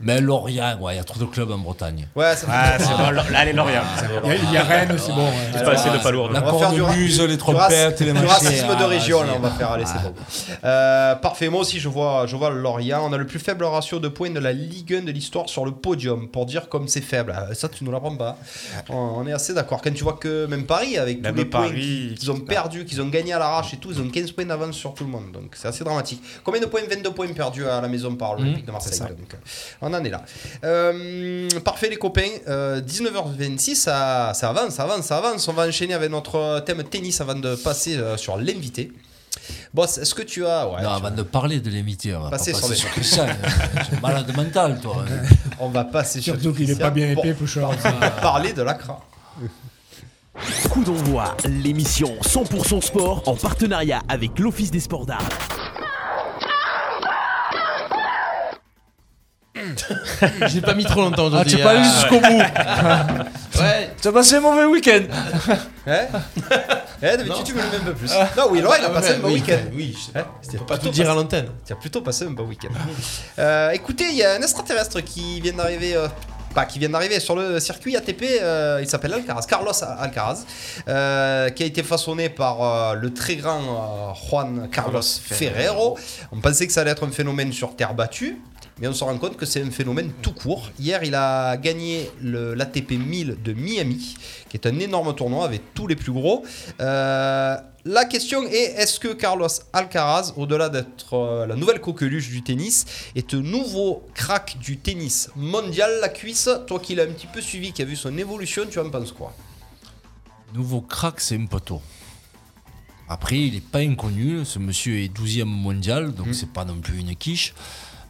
S4: Mais Lorient, ouais, il y a trop de clubs en Bretagne.
S3: Ouais, ça fait-
S9: Ah, c'est bon, Lo- allez, Lorient.
S6: Il y a- il y a Rennes, c'est bon. ouais.
S5: C'est pas assez de palourdes.
S4: La
S3: On va faire du, ra-
S4: cornemuse, les
S3: du
S4: trompettes,
S3: rac-
S4: les
S3: du
S4: machins.
S3: racisme de
S4: Ah,
S3: région,
S4: vas-y.
S3: là, on va faire. Allez,
S9: Ah.
S3: c'est bon. Euh, parfait, moi aussi, je vois, je vois Lorient. On a le plus faible ratio de points de la Ligue 1 de l'histoire sur le podium, pour dire comme c'est faible. Ah, Ça, tu nous l'apprends pas. On, on est assez d'accord. Quand tu vois que même Paris, avec
S9: Même
S3: tous les points
S9: Paris,
S3: qu'ils qu'ils ont perdu, qu'ils ont gagné à l'arrache et tout, ils ont 15 points d'avance sur tout le monde. Donc, c'est assez dramatique. Combien de points 22 points perdus à la maison par
S9: Mmh,
S3: l'Olympique de Marseille. Donc, euh, on en est là. Euh, parfait, les copains. Euh, 19h26, ça, ça avance, ça avance, ça avance. On va enchaîner avec notre thème tennis avant de passer euh, sur l'invité. Boss, est-ce que tu as. Ouais,
S4: Non,
S3: tu-
S4: avant de parler de l'émité, on va
S3: Passer
S4: pas
S3: sur
S4: passer
S3: les-
S4: sur Christian. Tu es malade mental, toi.
S3: On va passer sur.
S6: Surtout qu'il est pas bien épais, Pouchard.
S3: Pour parler de l'ACRA.
S1: Coup d'envoi, l'émission 100% sport en partenariat avec l'Office des sports d'art.
S2: J'ai pas mis trop longtemps
S4: Ah,
S2: aujourd'hui.
S4: tu n'as
S2: Ah,
S4: pas eu jusqu'au bout.
S2: Ouais.
S4: Tu as passé un mauvais week-end.
S3: Hein Eh, d'habitude, tu me le mets un peu plus. Non, oui, il a passé un bon
S2: oui,
S3: week-end.
S2: Oui, je sais
S3: Hein C'était
S2: pas tout
S3: plutôt
S2: dire à
S3: passé-
S2: l'antenne.
S3: Tu as plutôt passé un bon week-end. Euh, écoutez, il y a un extraterrestre qui vient d'arriver. euh, pas qui vient d'arriver sur le circuit ATP, euh, il s'appelle Alcaraz, Carlos Alcaraz, euh, qui a été façonné par euh, le très grand euh, Juan Carlos Ferrero. On pensait que ça allait être un phénomène sur terre battue, mais on se rend compte que c'est un phénomène tout court. Hier, il a gagné le- l'ATP 1000 de Miami, qui est un énorme tournoi avec tous les plus gros. Euh, la question est est-ce que Carlos Alcaraz, au-delà d'être euh, la nouvelle coqueluche du tennis, est un nouveau crack du tennis mondial La cuisse, toi qui l'as un petit peu suivi, qui as vu son évolution, tu en penses quoi
S4: Nouveau crack, c'est un poteau. Après, il n'est pas inconnu. Ce monsieur est 12e mondial, donc c'est pas non plus une quiche.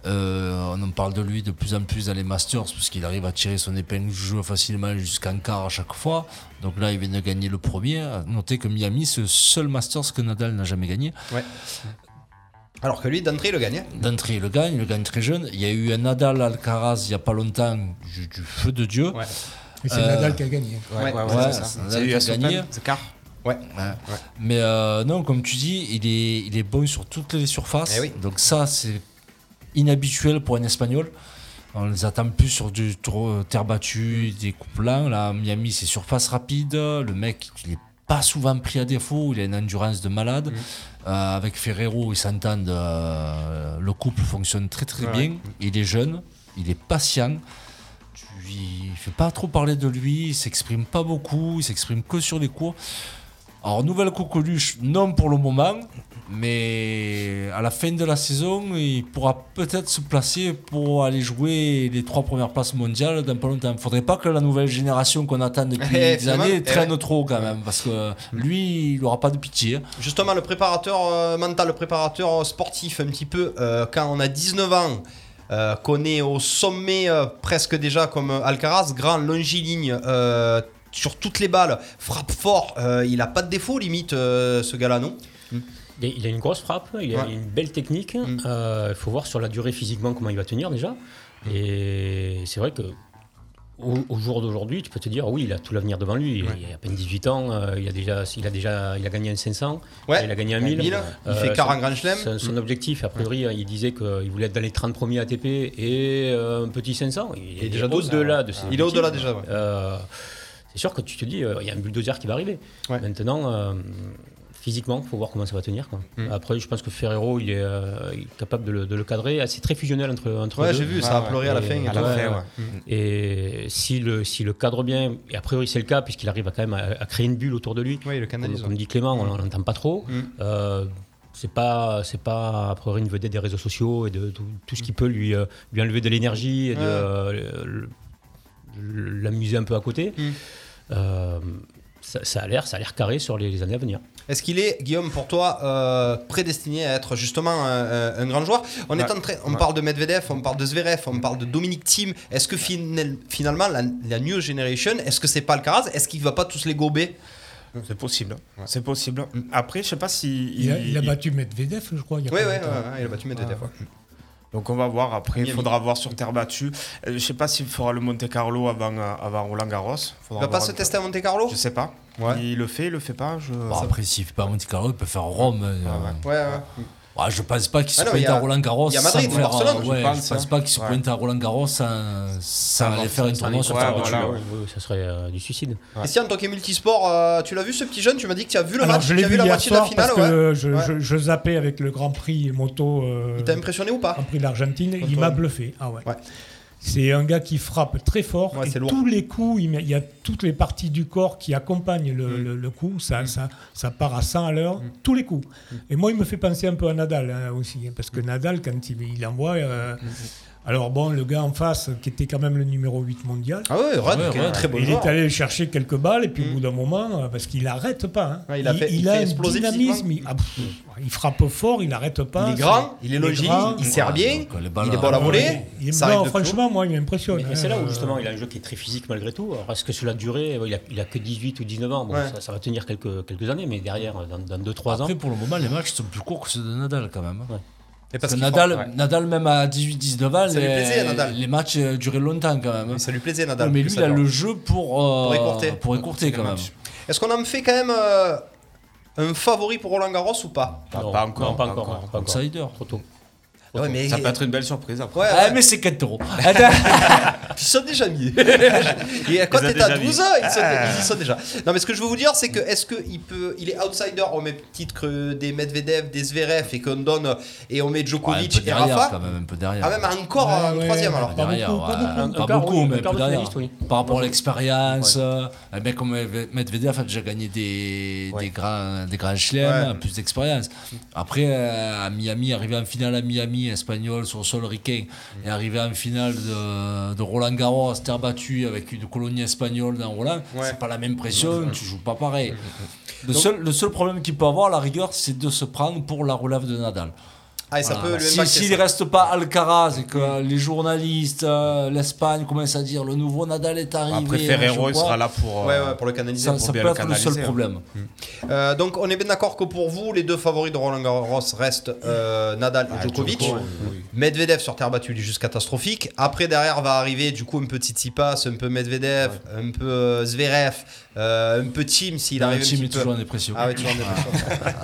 S4: Euh, on en parle de lui de plus en plus dans les Masters, parce qu'il arrive à tirer son épingle du jeu facilement jusqu'en quart à chaque fois. Donc là, il vient de gagner le premier. À Noter que Miami, c'est le seul Masters que Nadal n'a jamais gagné.
S3: Alors que lui, d'entrée, le hein. gagnait.
S4: d'entrée, il le gagne, il le gagne très jeune. Il y a eu un Nadal Alcaraz il n'y a pas longtemps, du, du feu de Dieu.
S3: Ouais.
S6: Et c'est
S4: Euh,
S6: Nadal qui a gagné.
S3: Ouais,
S4: Ah ouais, c'est ça.
S9: C'est
S4: Il a
S9: US
S4: gagné.
S9: Open, c'est quart.
S4: Mais euh, non, comme tu dis, il est, il est bon sur toutes les surfaces.
S3: Eh oui.
S4: Donc ça, c'est inhabituel pour un Espagnol. On les attend plus sur du tro- terre battue, des coupes lents. Là, à Miami, c'est surface rapide. Le mec, il est pas souvent pris à défaut. Il a une endurance de
S3: Mm.
S4: malade. Euh, avec Ferrero, ils s'entendent. euh, le couple fonctionne très très bien. Il est jeune, il est patient. Tu- Il fait pas trop parler de lui. Il s'exprime pas beaucoup. Il s'exprime que sur les cours. Alors, nouvelle coqueluche, non pour le moment, mais à la fin de la saison, il pourra peut-être se placer pour aller jouer les trois premières places mondiales dans pas longtemps. Faudrait pas que la nouvelle génération qu'on attend depuis
S3: Eh,
S4: des
S3: finalement, eh Mm.
S4: années traîne
S3: ouais.
S4: trop quand même, parce que lui, il aura pas de pitié.
S3: Justement, le préparateur euh, mental, le préparateur euh, sportif, un petit peu, euh, quand on a 19 ans, euh, qu'on est au sommet euh, presque déjà comme euh, Alcaraz, grand, longiligne, euh, sur toutes les balles, frappe fort, euh, il a pas de défaut limite, euh, ce gars-là, non
S5: Il a- il a une grosse frappe, il a
S3: Ouais. Mm.
S5: une belle technique. Euh, Il faut voir sur la durée physiquement comment il va tenir déjà.
S3: Mm.
S5: Et c'est vrai que au, au jour d'aujourd'hui, tu peux te dire oui, il a tout l'avenir devant lui. Il- Il a à peine 18 ans, euh, il a déjà, il a déjà, il a gagné un 500,
S3: Ouais,
S5: il a gagné un
S3: il a
S5: 1000.
S3: mille, il fait
S5: son-
S3: quart en Grand Chelem.
S5: Son, son objectif, a priori, il disait qu'il voulait être dans les 30 premiers ATP et euh, un petit 500. Il,
S3: est déjà hein.
S5: au-delà de ses
S3: Il est
S5: objectifs.
S3: au-delà déjà, ouais.
S5: Euh, c'est sûr que tu te dis, euh, il y a un bulldozer qui va arriver.
S3: Ouais.
S5: Maintenant, euh, Physiquement, il faut voir comment ça va tenir. quoi.
S3: Mm.
S5: Après, je pense que Ferrero, il est, euh, il est capable de le, de le cadrer. Ah, C'est très fusionnel entre, entre
S3: Ouais,
S5: eux deux.
S3: j'ai vu, ça a Ah, Ouais, pleuré à la fin et tout.
S5: ouais,
S3: Ouais, ouais.
S5: ouais. Et s'il le, s'il le cadre bien, et a priori c'est le cas, puisqu'il arrive à quand même à, à créer une bulle autour de lui.
S3: canalise,
S5: Comme, comme dit Clément, on l'entend pas trop.
S3: Mm.
S5: Euh, c'est pas c'est pas a priori une vedette des réseaux sociaux et de tout, tout ce qui peut lui euh, lui enlever de l'énergie et de
S3: Mm. Ouais.
S5: euh, le- le- l'amuser un peu à côté
S3: Mm.
S5: Euh, ça, ça a l'air ça a l'air carré sur les, les années à venir
S3: Est-ce qu'il est, Guillaume, pour toi, euh, prédestiné à être justement un, un- un grand joueur On, est
S9: Ouais.
S3: en train- on
S9: Ouais.
S3: parle de Medvedev, on parle de Zverev, on parle de Dominic Thiem. Est-ce que final- finalement, la, la New Generation, est-ce que c'est pas le Caraz Est-ce qu'il va pas tous les gober
S9: C'est possible. hein. C'est possible. Après, je sais pas si.
S6: Il a, il a battu Medvedev, je crois. Il y a
S3: Oui,
S6: pas
S3: oui,
S6: longtemps.
S3: il a battu Medvedev. ouais.
S9: Donc on va voir après, il
S3: Miami.
S9: faudra voir sur terre battue. Euh, je sais pas s'il fera le Monte Carlo avant, euh, avant Roland Garros.
S3: Il va pas se tester à Monte Carlo
S9: Je sais pas. Il le fait, il le fait pas. Je...
S4: Bon, après, s'il fait pas Monte Carlo, il peut faire Rome. euh,
S3: Ouais, ouais.
S4: ouais, je pense pas qu'il se
S3: Ah non, il y
S4: pointe
S3: a-
S4: à Roland Garros.
S3: il y a Madrid,
S4: sans faire,
S3: Barcelone,
S4: euh,
S3: je
S4: ouais, je
S3: pense,
S4: pense,
S3: hein.
S4: pas qu'il se pointe à Roland Garros sans, sans aller faire un tournoi sur terre battue.
S5: Ouais, ouais, ça serait euh, du suicide
S3: Christian, toi qui es multisport, euh, tu l'as vu ce petit jeune Tu m'as dit que tu as vu le
S6: Alors,
S3: match,
S6: je
S3: tu
S6: l'ai
S3: as
S6: vu
S3: vu la
S6: hier
S3: moitié de la
S6: soir
S3: finale.
S6: parce
S3: ouais.
S6: que je,
S3: Ouais.
S6: je- je zappais avec le Grand Prix moto. euh,
S3: Il t'a impressionné ou pas
S6: Grand Prix de l'Argentine,
S3: Contre-
S6: il m'a bluffé. Ah ouais. C'est un gars qui frappe très fort.
S3: Ouais,
S6: et
S3: c'est lourd.
S6: tous les coups, il met- il y a toutes les parties du corps qui accompagnent le,
S3: Mm.
S6: le- le coup. Ça, ça, ça part à 100 à l'heure, tous les coups.
S3: Mm.
S6: Et moi, il me fait penser un peu à Nadal hein, aussi. hein, Parce que Nadal, quand il, il envoie. euh,
S3: Mm.
S6: Alors bon, le gars en face, qui était quand même le numéro 8 mondial.
S3: Ah ouais, Rudd, qui est un très bon
S6: Il
S3: joueur.
S6: est allé chercher quelques balles et puis au bout d'un moment, euh, parce qu'il n'arrête pas. hein.
S3: Mm. Ouais, il a fait- il fait
S6: un
S3: exploser
S6: dynamisme. Il, ah, pff, il frappe fort, il n'arrête pas.
S3: Il est grand,
S6: c'est-
S3: il est longiligne,
S6: grand. Ah,
S3: il sert bien,
S6: donc, les
S3: il
S6: balles
S3: est bon à la volée,
S6: Il est
S3: ça
S6: bon,
S3: arrive de
S6: franchement, moi, il m'impressionne.
S5: Mais, mais
S6: hein.
S5: c'est là où justement il a un jeu qui est très physique malgré tout. Alors est-ce que sur la durée, il a, il a que 18 ou 19 ans, bon,
S4: Ouais.
S5: ça, ça va tenir quelques, quelques années, mais derrière, dans, dans 2-3 ans.
S4: Après, pour le moment, les matchs sont plus courts que ceux de Nadal quand même.
S3: Et
S5: parce
S4: parce que
S5: qu'il
S4: Nadal,
S5: frappe, ouais.
S4: Nadal, même à 18-19 ans,
S5: Ça
S4: les,
S5: lui plaisait, Nadal.
S4: les matchs euh, duraient longtemps quand même.
S3: Ça lui plaisait, Nadal,
S4: Mais
S3: que
S4: lui,
S3: ça
S4: il a
S3: dure.
S4: le jeu pour, euh,
S3: Pour écourter.
S4: pour écourter, quand même.
S3: Est-ce qu'on en fait quand même euh, un favori pour Roland Garros ou pas
S4: Non,
S5: non, pas encore, pas encore.
S4: Outsider.
S5: Trop tôt.
S3: Ah ouais, mais-
S9: Ça peut être une belle surprise après.
S3: Ouais,
S4: ah,
S3: ouais.
S4: mais c'est 4 euros.
S3: Ils sont déjà mis. Et
S9: Ils
S3: quand
S9: ont
S3: t'es
S9: déjà
S3: à
S9: mis.
S3: 12 ans, ils sont,
S9: Ah.
S3: ils y sont déjà. Non, mais ce que je veux vous dire, c'est que est-ce qu'il peut, il est outsider, on met titre que des Medvedev, des Zverev et qu'on donne et on met
S4: Ouais, un
S3: Djokovic
S4: peu
S3: et
S4: derrière,
S3: Rafa.
S4: quand même, un peu derrière.
S3: Ah même encore un troisième alors.
S4: Pas beaucoup, pas beaucoup, pas beaucoup, mais plus derrière. Par rapport à l'expérience, euh, un mec comme Medvedev a déjà gagné des, des grands, des grands chelems, plus d'expérience. Après, euh, à Miami, arriver en finale à Miami, espagnol sur sol ricain, et arriver en finale de, de Roland Garros, terre battue avec une colonie espagnole dans Roland, c'est pas la même pression, tu joues pas pareil. Le seul, le seul problème qu'il peut avoir, à la rigueur, c'est de se prendre pour la relève de Nadal.
S3: Ah, et ça peut lui
S4: Si-
S3: impacter,
S4: S'il
S3: ça.
S4: ne reste pas Alcaraz et que les journalistes, euh, l'Espagne commencent à dire le nouveau Nadal est arrivé.
S9: Après, Ferrero,
S4: je
S9: il euh,
S4: sais pas.
S9: sera là pour, euh,
S3: Ouais, ouais, pour le canaliser,
S4: Ça,
S3: pour
S4: ça
S3: bien
S4: peut
S3: le
S4: être le
S3: canaliser,
S4: seul
S3: ouais.
S4: problème.
S3: Euh, donc on est bien d'accord que pour vous, les deux favoris de Roland Garros restent euh, Nadal et Djokovic.
S9: Djoko,
S3: Medvedev sur terre battue, il est juste catastrophique. Après, derrière va arriver du coup un petit Tsipas, un peu Medvedev, un peu euh, Zverev, euh, un peu Tim s'il
S4: Ouais,
S3: arrive. un
S4: Tim
S3: petit
S4: est
S3: peu.
S4: toujours en dépression.
S3: Ah ouais, toujours en dépression.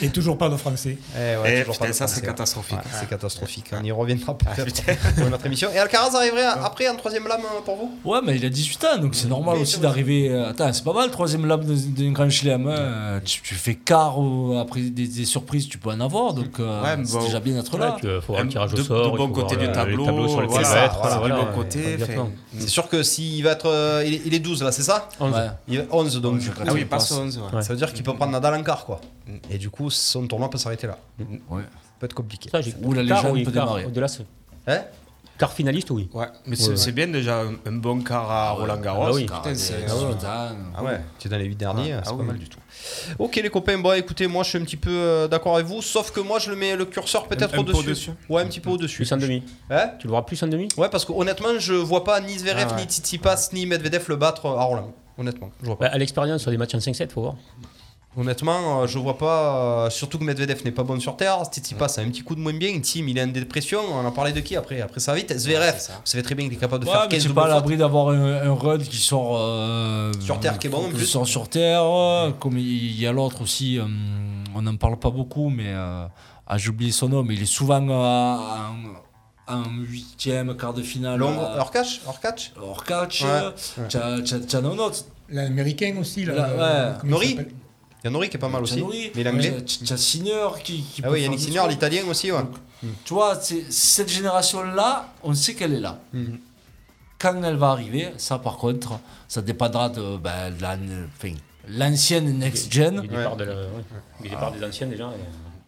S6: Et toujours pas de français.
S3: Eh
S9: Eh,
S3: toujours pas
S9: putain,
S3: de français,
S9: ça, c'est
S3: ouais.
S9: catastrophique.
S3: Ouais, Ah, c'est catastrophique. On y reviendra peut-être pour notre émission. Et Alcaraz arriverait à- après en troisième lame euh, pour vous
S4: Ouais, mais il a 18 ans, donc c'est normal aussi d'arriver. euh, Attends, c'est pas mal, troisième lame de- d'une grande chelem. hein. Euh, Tu, tu fais quart ou après des, des surprises, tu peux en avoir, donc euh,
S9: Ouais, mais
S4: c'est
S9: bon.
S4: déjà bien d'être là.
S5: Ouais, que faut avoir le
S9: De-
S5: tirage au
S9: de-
S5: sort,
S9: de
S5: il
S9: bon
S5: faut
S9: côté
S5: avoir
S9: du
S5: le-
S9: tableau,
S5: le tableau sur lequel
S9: voilà,
S5: il va être,
S9: voilà,
S5: voilà,
S9: du bon
S5: ouais,
S9: côté,
S5: exactement.
S3: C'est sûr que s'il va être. euh, il, est, il est 12 là, c'est ça
S5: Onze. Ouais.
S3: Il est 11 donc du coup.
S9: Ah oui, il passe au 11, ouais.
S3: Ça veut dire qu'il peut prendre Nadal en quart quoi. Et du coup, son tournoi peut s'arrêter là.
S9: Mm.
S4: Ça
S3: peut être compliqué.
S5: Ça, j'ai-
S4: Ou la
S5: quart,
S4: légende
S5: oui,
S4: peut
S5: quart,
S4: démarrer.
S5: au-delà, c'est-
S9: Ah
S3: Hein
S5: Quart finaliste, oui.
S9: Ouais, mais c'est
S5: Ouais.
S9: c'est bien déjà euh, un, un bon quart à Roland Garros.
S5: Ah bah oui.
S9: Putain, c'est-
S4: Ah ouais.
S3: Ah ouais, tu es dans les 8 derniers,
S9: Ah,
S3: c'est
S9: ah
S3: pas
S9: oui.
S3: mal du tout. Ok les copains, bon écoutez, moi je suis un petit peu euh, d'accord avec vous, sauf que moi je le mets le curseur peut-être
S9: Un- un peu
S3: au-dessus.
S9: au-dessus.
S3: Ouais, un petit peu au-dessus.
S5: Plus en demi.
S3: Hein
S5: tu le verras plus en demi
S3: Ouais, parce que honnêtement, je vois pas ni Zverev,
S5: Ah ouais.
S3: ni Tsitsipas, ni Medvedev le battre à Roland. Honnêtement, je vois pas.
S5: Bah, À l'expérience sur des matchs en 5-7, faut voir.
S3: Honnêtement, euh, je vois pas. euh, surtout que Medvedev n'est pas bon sur terre. Tsitsipas a un petit coup de moins bien. Tim, il est en dépression. On en parlait de qui après Après ça va vite. Zverev, vous savez très bien qu'il est capable de
S4: Ouais,
S3: faire
S4: mais
S3: 15
S4: c'est
S3: doubles
S4: pas à
S3: fautes.
S4: l'abri d'avoir un, un Rudd qui sort euh,
S3: Sur terre, qui est bon, en
S4: qui
S3: plus.
S4: sort sur terre, euh, comme il y a l'autre aussi, euh, on n'en parle pas beaucoup, mais euh, ah, j'ai oublié son nom, mais il est souvent euh, en- en huitième, quart de finale.
S3: Long-
S4: euh,
S3: hors catch Hors catch
S4: hors catch,
S3: Ouais.
S4: euh, t'as- t'as- t'en as un autre.
S6: L'américain aussi, là.
S4: Là,
S6: euh,
S4: ouais.
S6: comment il
S3: Nori
S6: s'appelle
S3: Yannouri qui est pas mal aussi.
S4: Giannouri,
S3: Mais l'anglais.
S4: euh, T'as Signor qui, qui
S3: Ah
S4: peut
S3: oui,
S4: faire
S3: Yannick
S4: des
S3: Signor,
S4: trucs.
S3: l'italien aussi, ouais.
S4: Tu vois, c'est- cette génération-là, on sait qu'elle est là.
S3: Mhm.
S4: Quand elle va arriver, ça par contre, ça dépendra de ben, de la- enfin, l'ancienne next-gen.
S5: Du départ, de la- ouais. Du départ des anciens déjà. et-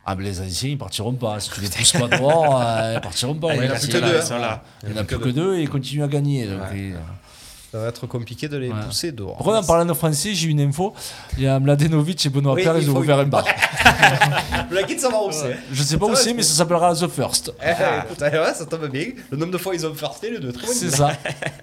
S4: Ah, mais les anciens, ils partiront pas. Si tu les pousses pas dehors, euh, ils partiront pas.
S3: Ah, il y en a
S4: Ouais,
S3: plus
S4: c'est-
S3: que deux,
S4: c'est-
S3: hein.
S4: voilà. Il y en a plus que deux et ils continuent à gagner. donc, et, euh,
S3: Ça va être compliqué de les
S4: voilà.
S3: pousser dehors.
S4: Par contre, en parlant de français, j'ai une info. Il y a Mladenovic et Benoît
S3: Oui,
S4: Père,
S3: il
S4: ils ont
S3: faut-
S4: ouvert un bar.
S3: Le guide, ça va où c'est.
S4: Je sais pas où c'est, mais ça s'appellera The First.
S3: Eh, écoute, eh ouais, ça tombe bien. Le nombre de fois ils ont farté les deux. très bonne
S4: Ah. C'est
S3: idée.
S4: ça.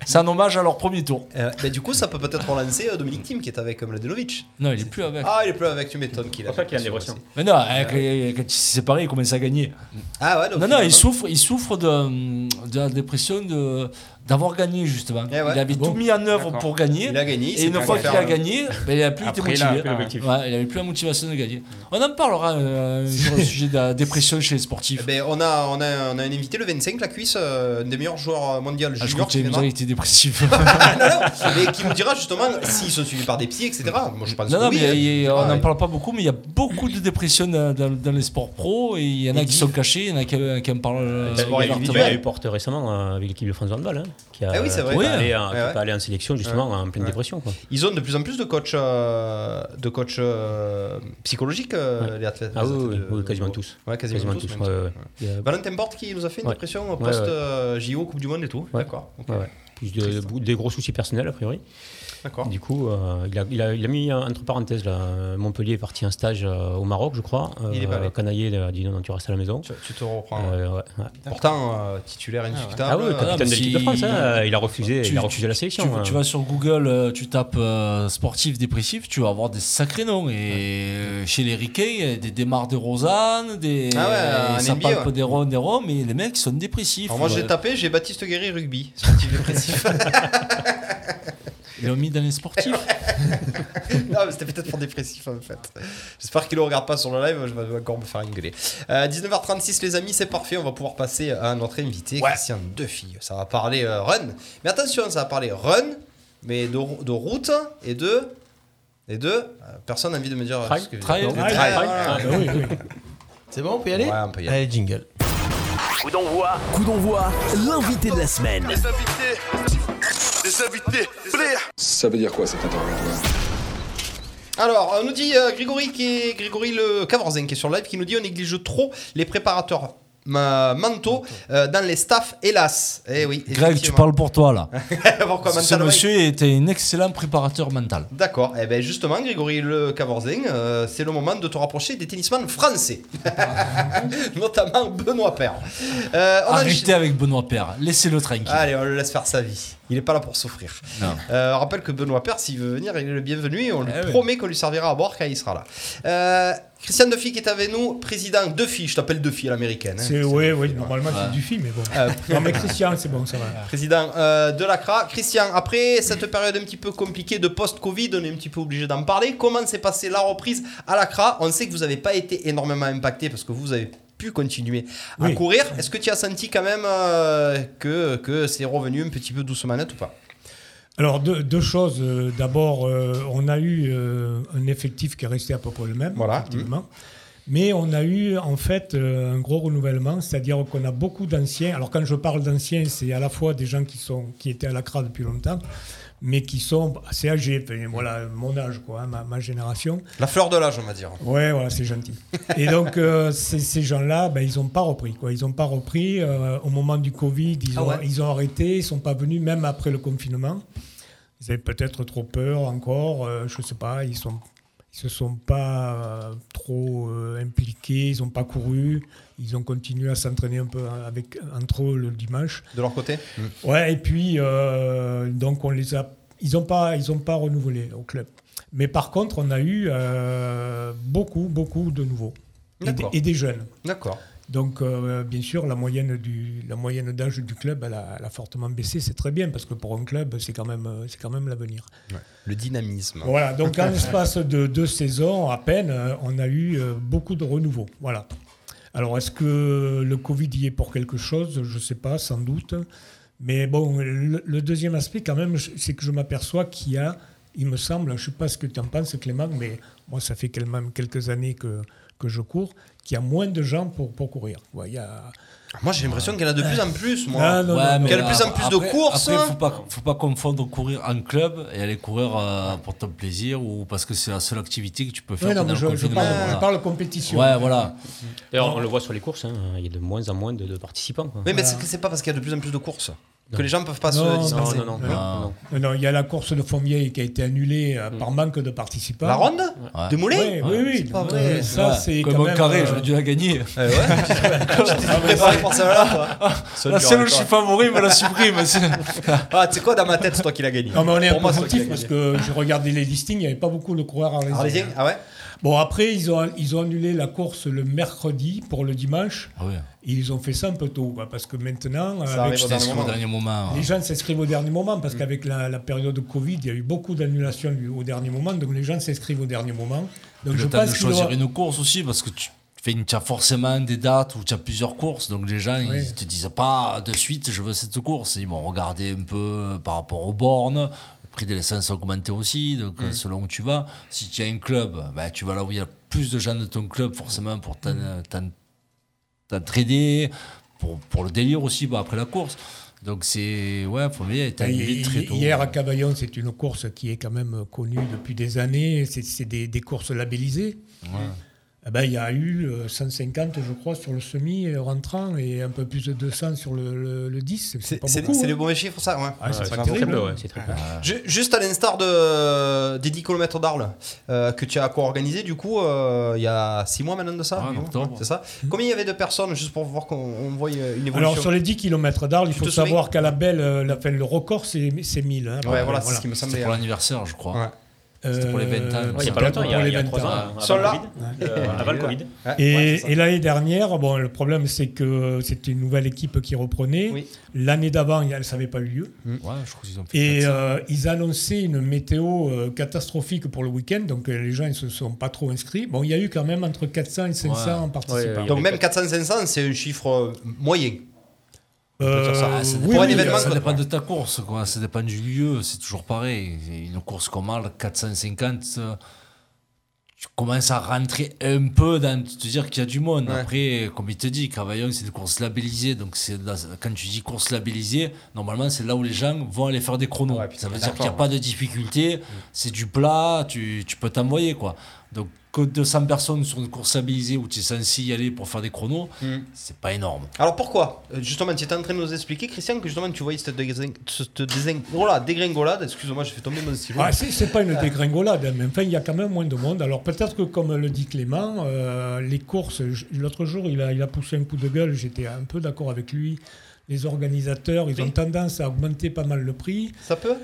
S4: C'est un hommage à leur premier tour.
S3: Euh, bah, du coup, ça peut peut-être relancer euh, Dominic Thiem qui est avec euh, Mladenovic.
S4: Non, il est plus avec.
S3: Ah, il est plus avec, tu m'étonnes qu'il est.
S5: pour ça qu'il y a une dépression.
S4: Mais non, hein, quand il- quand il s'est séparé, il commence à gagner.
S3: Ah ouais, donc
S4: non, non, il
S3: finalement-
S4: souffre, il souffre de, hum, de la dépression de, d'avoir gagné, justement.
S3: Eh ouais.
S4: Il
S5: Ah
S4: avait
S3: Bon.
S4: tout mis en œuvre
S3: D'accord.
S4: pour gagner.
S3: Il a gagné, il
S4: Et
S3: s'est
S4: une
S3: fait
S4: fois
S3: un
S4: qu'il a
S3: faire,
S4: gagné, ben, il n'a plus été
S5: Après, il a
S4: motivé.
S5: plus l'objectif.
S4: Ouais, il n'avait plus la motivation de gagner. On en parlera euh, sur le sujet de la dépression chez les sportifs.
S3: Eh ben, on, a, on, a, on a un invité le 25, la cuisse, euh, un des meilleurs joueurs mondiaux
S4: Ah, je
S3: junior.
S4: crois que
S3: qui
S4: James
S3: viendra.
S4: Hall était dépressif.
S3: Ah, non, non, mais qui nous dira justement s'ils sont suivis par des psys, etc. Moi je pense
S4: Non,
S3: que
S4: non,
S3: oui,
S4: mais il y a-
S3: hein.
S4: on
S3: Ah,
S4: n'en
S3: ouais.
S4: parle pas beaucoup, mais il y a beaucoup de dépression dans, dans- dans les sports pro. Et il y en a qui sont cachés, il y en a qui, qui en parlent. euh,
S5: Il y a eu-
S4: ouvertement.
S5: il y a eu Porte récemment euh, avec l'équipe de France de Handball, hein, qui a
S3: Ah oui, c'est vrai.
S5: qui
S3: Oui.
S5: est pas allé en- qui est
S3: Ouais, Ah ouais.
S5: pas allé en sélection justement en pleine dépression. quoi.
S3: Ils ont de plus en plus de coachs, euh, de coachs euh, psychologiques, euh, les athlètes.
S5: Ah
S3: les
S5: oui,
S3: athlètes
S5: oui,
S3: de-
S5: oui, quasiment
S3: de-
S5: tous.
S3: Ouais, quasiment,
S5: Quasiment
S3: tous.
S5: tous,
S3: même. Bah,
S5: ouais, ouais. Il y a-
S3: Valentin Porte qui nous a fait une
S5: Ouais.
S3: dépression
S5: Ouais,
S3: post
S5: ouais.
S3: euh, JO, Coupe du Monde et tout.
S5: Ouais.
S3: D'accord. ok.
S5: Ouais, ouais. Puis de- des gros soucis personnels, a priori.
S3: D'accord.
S5: Du coup, euh, il, a, il a- il a mis euh, entre parenthèses, là, Montpellier est parti un stage euh, au Maroc, je crois. Euh,
S3: Il est pas allé. Ah.
S5: Canaillé a dit non, non, tu restes à la maison.
S3: Tu, tu te reprends.
S5: Euh, ouais, ouais.
S3: Pourtant, euh, titulaire indiscutable.
S5: Ah oui,
S3: euh,
S5: capitaine de l'équipe de France, hein, il a refusé,
S4: Tu-
S5: il a refusé la sélection.
S4: tu,
S5: hein.
S4: tu vas sur Google, euh, tu tapes euh, sportif dépressif, tu vas avoir des sacrés noms. Et euh, chez les Riquets, il y a des démarres de Rosanne, des.
S3: Ah ouais, en
S4: ça
S3: NBA,
S4: palpe
S3: ouais.
S4: des ronds, des ronds, mais les mecs, ils sont dépressifs. Euh,
S3: Alors moi j'ai
S4: Ouais.
S3: tapé, j'ai Baptiste Guéry rugby, sportif dépressif.
S4: Ils l'ont mis dans les sportifs.
S3: non, Ah, mais c'était peut-être pour dépressif en fait. J'espère qu'il ne regarde pas sur le live, je vais encore me faire engueuler. Euh, 19h36, les amis, c'est parfait, on va pouvoir passer à notre invité, Christian Defille. Ça va parler euh, run. Mais attention, ça va parler run, mais de, de route et de. Et de. euh, personne n'a envie de me dire. euh,
S2: Trail.
S3: ce que-
S2: Trail.
S3: de
S2: Trail. Trail.
S3: trail. Voilà.
S6: Euh,
S2: Ah, oui, oui. C'est bon, on peut y aller
S3: Ouais, on peut y aller.
S2: Allez, jingle.
S10: Coup d'envoi.
S1: Coup d'envoi, l'invité de la semaine.
S10: Les invités. Les invités.
S12: Ça veut dire quoi cet interrogatoire
S3: Alors, on nous dit euh, Grégory, qui est, Grégory le Cavorzin qui est sur live, qui nous dit on néglige trop les préparateurs ma- mentaux euh, dans les staffs, hélas. Eh oui.
S4: Greg, tu
S3: effectivement.
S4: parles pour toi là.
S3: Pourquoi
S4: Ce
S3: mentalement, il-
S4: monsieur était un excellent préparateur mental.
S3: D'accord. Eh ben justement, Grégory Le Cavorzin, euh, c'est le moment de te rapprocher des tennisman français, notamment Benoît Père. Euh, on a-
S4: Arrêtez avec Benoît Père, laissez-le tranquille.
S3: Allez, on le laisse faire sa vie. Il est pas là pour souffrir.
S4: Non.
S3: Euh, on rappelle que Benoît Père, s'il veut venir, il est le bienvenu et on lui
S4: Eh oui.
S3: promet qu'on lui servira à boire quand il sera là. Euh, Christian Duffy qui est avec nous, président Duffy, je t'appelle Duffy à l'américaine. hein.
S6: C'est, oui, oui, normalement
S3: Voilà.
S6: c'est du film, mais bon.
S3: Euh,
S6: non, mais Christian, c'est bon, ça va.
S3: Président euh, de l'ACRA. Christian, après cette période un petit peu compliquée de post-Covid, on est un petit peu obligé d'en parler. Comment s'est passée la reprise à l'ACRA On sait que vous n'avez pas été énormément impacté parce que vous avez pu continuer à
S6: Oui.
S3: courir. Est-ce que tu as senti quand même euh, que, que c'est revenu un petit peu doucement net ou pas
S6: Alors, deux, deux choses. Euh, D'abord, euh, on a eu euh, un effectif qui est resté à peu près le même,
S3: Voilà.
S6: effectivement. Mais on a eu en fait euh, un gros renouvellement, c'est-à-dire qu'on a beaucoup d'anciens. Alors quand je parle d'anciens, c'est à la fois des gens qui sont qui étaient à la CRA depuis longtemps, mais qui sont assez âgés. Enfin, voilà mon âge, quoi, hein, ma, ma génération.
S3: La fleur de l'âge, on va dire.
S6: Ouais, voilà, c'est gentil. Et donc, euh, ces, ces gens-là, ben, ils n'ont pas repris. Quoi. Ils n'ont pas repris. euh, au moment du Covid, ils
S3: Ah
S6: ont,
S3: ouais.
S6: ils ont arrêté. Ils ne sont pas venus, même après le confinement. Ils avaient peut-être trop peur encore. euh, je ne sais pas. Ils ne ils se sont pas euh, trop euh, impliqués. Ils n'ont pas couru. Ils ont continué à s'entraîner un peu avec, entre eux le dimanche.
S3: De leur côté
S6: Ouais, et puis, euh, donc, on les a. Ils n'ont pas, ils ont pas renouvelé au club. Mais par contre, on a eu euh, beaucoup, beaucoup de nouveaux. Et, des-
S3: D'accord.
S6: et des jeunes.
S3: D'accord.
S6: Donc, euh, bien sûr, la moyenne du- la moyenne d'âge du club, elle a, elle a fortement baissé. C'est très bien, parce que pour un club, c'est quand même, euh, c'est quand même l'avenir.
S3: Le dynamisme.
S6: Voilà, donc en l'espace de deux saisons à peine, euh, on a eu euh, beaucoup de renouveau. Voilà. Alors est-ce que le Covid y est pour quelque chose Je ne sais pas, sans doute. Mais bon, le, le deuxième aspect quand même, je- c'est que je m'aperçois qu'il y a il me semble, je ne sais pas ce que tu en penses Clément, mais moi ça fait quand même quelques années que, que je cours, qu'il y a moins de gens pour, pour courir. Ouais, il y a...
S3: Moi, j'ai l'impression qu'il y en a de plus en plus, moi. Ah, non, ouais, non, non. Il y a de plus en plus
S4: après,
S3: de courses. hein.
S4: Après, faut pas, faut pas confondre courir en club et aller courir euh, pour ton plaisir ou parce que c'est la seule activité que tu peux faire
S6: Ouais, non,
S4: pendant
S6: mais
S4: le
S6: je, je
S4: confinement.
S6: parle,
S4: voilà.
S6: je parle compétition.
S4: Ouais, voilà.
S5: D'ailleurs, on le voit sur les courses, hein, il y a de moins en moins de, de participants. quoi.
S3: Oui, mais c'est que c'est pas parce qu'il y a de plus en plus de courses que
S5: Non.
S3: les gens peuvent pas
S6: Non,
S3: se disperser.
S5: non, non, non, non, non.
S6: Non, non, il y a la course de Fontvieille qui a été annulée
S4: Mm.
S6: euh, par manque de participants.
S3: La ronde
S6: Ouais.
S3: De Moulet
S6: Ouais, Oui, oui.
S3: C'est pas
S6: Donc,
S3: vrai.
S6: euh, Ça,
S3: Ouais.
S6: c'est
S4: Comme
S6: quand
S4: au
S6: même,
S4: carré,
S6: euh,
S4: j'aurais dû la gagner.
S3: Eh ouais. J'étais préparé pour ça là, toi. Ça
S4: La
S3: dure
S4: seule où
S3: encore.
S4: je suis favori, me la supprime.
S3: Ah, tu sais quoi, dans ma tête, c'est toi qui l'as gagné.
S6: Non, mais on est
S3: Pour
S6: un
S3: moi,
S6: peu
S3: c'est toi qui
S6: fautif
S3: l'as
S6: parce
S3: gagné.
S6: que j'ai regardé les listings, il n'y avait pas beaucoup de coureurs arlésiens.
S3: Arlésien Ah ouais
S6: Bon, après, ils ont, ils ont annulé la course le mercredi pour le dimanche. Et ils ont fait ça un peu tôt, quoi, parce que maintenant,
S4: Ça
S6: avec-
S4: arrive au dernier Au moment. dernier moment, Mm. ouais.
S6: les gens s'inscrivent au dernier moment, parce qu'avec la, la période de Covid, il y a eu beaucoup d'annulations du- au dernier moment, donc les gens s'inscrivent au dernier moment. Donc
S4: Puis
S6: je
S4: le temps
S6: pense
S4: de
S6: qu'ils
S4: choisir
S6: doivent-
S4: une course aussi, parce que tu fais une, as forcément des dates où tu as plusieurs courses. Donc les gens,
S6: Oui.
S4: ils te disent pas ah, de suite, je veux cette course. Ils vont regarder un peu euh, par rapport aux bornes. Le prix de l'essence a augmenté aussi. Donc
S6: Mm.
S4: euh, selon où tu vas, si tu as un club, bah, tu vas là où il y a plus de gens de ton club, forcément, pour
S6: Mm.
S4: t'en- euh, t'en- t'entraider, pour, pour le délire aussi, bah, après la course. Donc c'est. Ouais, faut veiller, t'as une vie très tôt.
S6: Ah, Hier à Cavaillon, c'est une course qui est quand même connue depuis des années. C'est- C'est des, des courses labellisées.
S4: Ouais.
S6: Eh ben, il y a eu euh, 150, je crois, sur le semi euh, rentrant et un peu plus de 200 sur le, le- le 10. C'est pas
S3: C'est
S6: beaucoup,
S3: c'est
S6: hein.
S3: les mauvais chiffres, ça Ouais.
S6: Ah, c'est
S3: Ouais,
S6: pas
S3: c'est Ah.
S6: terrible.
S3: très peu, ouais,
S5: c'est très
S3: peu. Ju- Juste à l'instar de, des 10 km d'Arles, euh, que tu as co-organisé du coup euh, il y a 6 mois maintenant de ça huit mois, C'est ça Combien il y avait de personnes, juste pour voir qu'on on voit euh, une évolution
S6: Hmm. Alors sur les 10 km d'Arles, il
S3: Tu
S6: faut
S3: te souviens
S6: savoir qu'à la belle, euh, la, enfin, le record, c'est c'est 1000. hein.
S3: Ouais, voilà, c'est ce qui me semblait. hein.
S4: C'était pour l'anniversaire, je crois. C'était
S6: Euh,
S4: pour les 20 ans.
S6: ouais,
S4: il
S6: il y a pas longtemps, il y a- il y a trois ans, hein, avant
S3: Sur là.
S6: Ouais.
S5: Euh, avant le Covid.
S6: Et, et l'année dernière, bon, le problème c'est que c'était une nouvelle équipe qui reprenait. L'année d'avant, elle n'avait pas eu lieu.
S4: je crois qu'ils ont fait
S6: Et
S4: quatre.
S6: euh, ils annonçaient une météo euh, catastrophique pour le week-end, donc euh, les gens ne se sont pas trop inscrits. Bon, il y a eu quand même entre 400 et 500 en participants.
S3: Donc même 400-500, c'est un chiffre euh, moyen.
S6: Euh,
S4: ça, ça dépend,
S3: Ah, pour un
S4: oui,
S3: événement,
S4: ça
S3: quoi.
S4: dépend de ta course, quoi. ça dépend du lieu, c'est toujours pareil. Une course comme Arles, 450, euh, tu commences à rentrer un peu dans te dire qu'il y a du monde. Après, comme il te dit, Cavaillon, c'est des courses labellisées. Donc, c'est la- quand tu dis course labellisée, normalement, c'est là où les gens vont aller faire des chronos. ça veut dire qu'il n'y a
S3: d'accord,
S4: pas de difficulté, c'est du plat, tu, tu peux t'envoyer. quoi. Donc, que 200 personnes sur une course labellisée où tu es censé y aller pour faire des chronos, c'est pas énorme.
S3: Alors pourquoi Euh, Justement, tu étais en train de nous expliquer, Christian, que justement tu voyais cette, dégring- cette désing- oh là, dégringolade. Excuse-moi, j'ai fait tomber mon stylo.
S6: Ah, c'est, c'est pas une
S3: Euh,
S6: dégringolade, hein, mais enfin, il y a quand même moins de monde. Alors, peut-être que, comme le dit Clément, euh, les courses, j- l'autre jour, il a, il a poussé un coup de gueule, j'étais un peu d'accord avec lui. Les organisateurs, ils ont tendance à augmenter pas mal le prix.
S3: Ça peut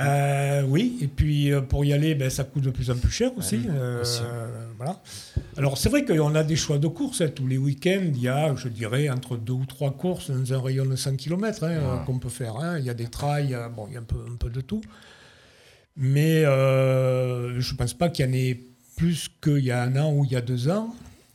S6: euh, oui, et puis euh, pour y aller, ben, ça coûte de plus en plus cher aussi.
S4: Ah
S6: euh, voilà. Alors c'est vrai qu'on a des choix de courses. hein. Tous les week-ends, il y a, je dirais, entre deux ou trois courses dans un rayon de 100 km
S4: Ah.
S6: qu'on peut faire. hein. Il y a des trails, euh, bon, il y a un peu, un peu de tout. Mais euh, je ne pense pas qu'il y en ait plus qu'il y a un an ou il y a deux ans.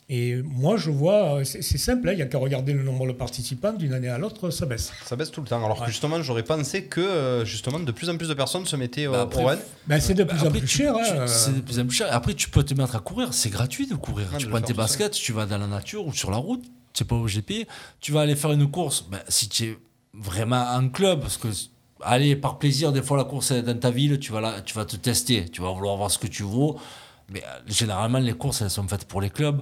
S6: Et moi, je vois, euh, c'est c'est simple, hein, il n'y a qu'à regarder le nombre de participants d'une année à l'autre, ça baisse.
S3: Ça baisse tout le temps. Alors que justement, j'aurais pensé que euh, justement de plus en plus de personnes se mettaient au
S4: Bah, après,
S3: au run.
S6: Ben, c'est de plus en
S4: Après,
S6: plus
S4: tu-
S6: cher.
S4: tu-
S6: hein, euh.
S4: C'est de plus en plus cher. Après, tu peux te mettre à courir. C'est gratuit de courir.
S3: Ouais,
S4: tu
S3: de
S4: prends
S3: le
S4: tes
S3: faire tout
S4: baskets, tu vas dans la nature ou sur la route. Tu n'es pas au GP. Tu vas aller faire une course. Ben, si tu es vraiment en club, parce que aller par plaisir, des fois la course elle est dans ta ville, tu vas, là, tu vas te tester. Tu vas vouloir voir ce que tu vaux. Mais euh, généralement, les courses, elles sont faites pour les clubs.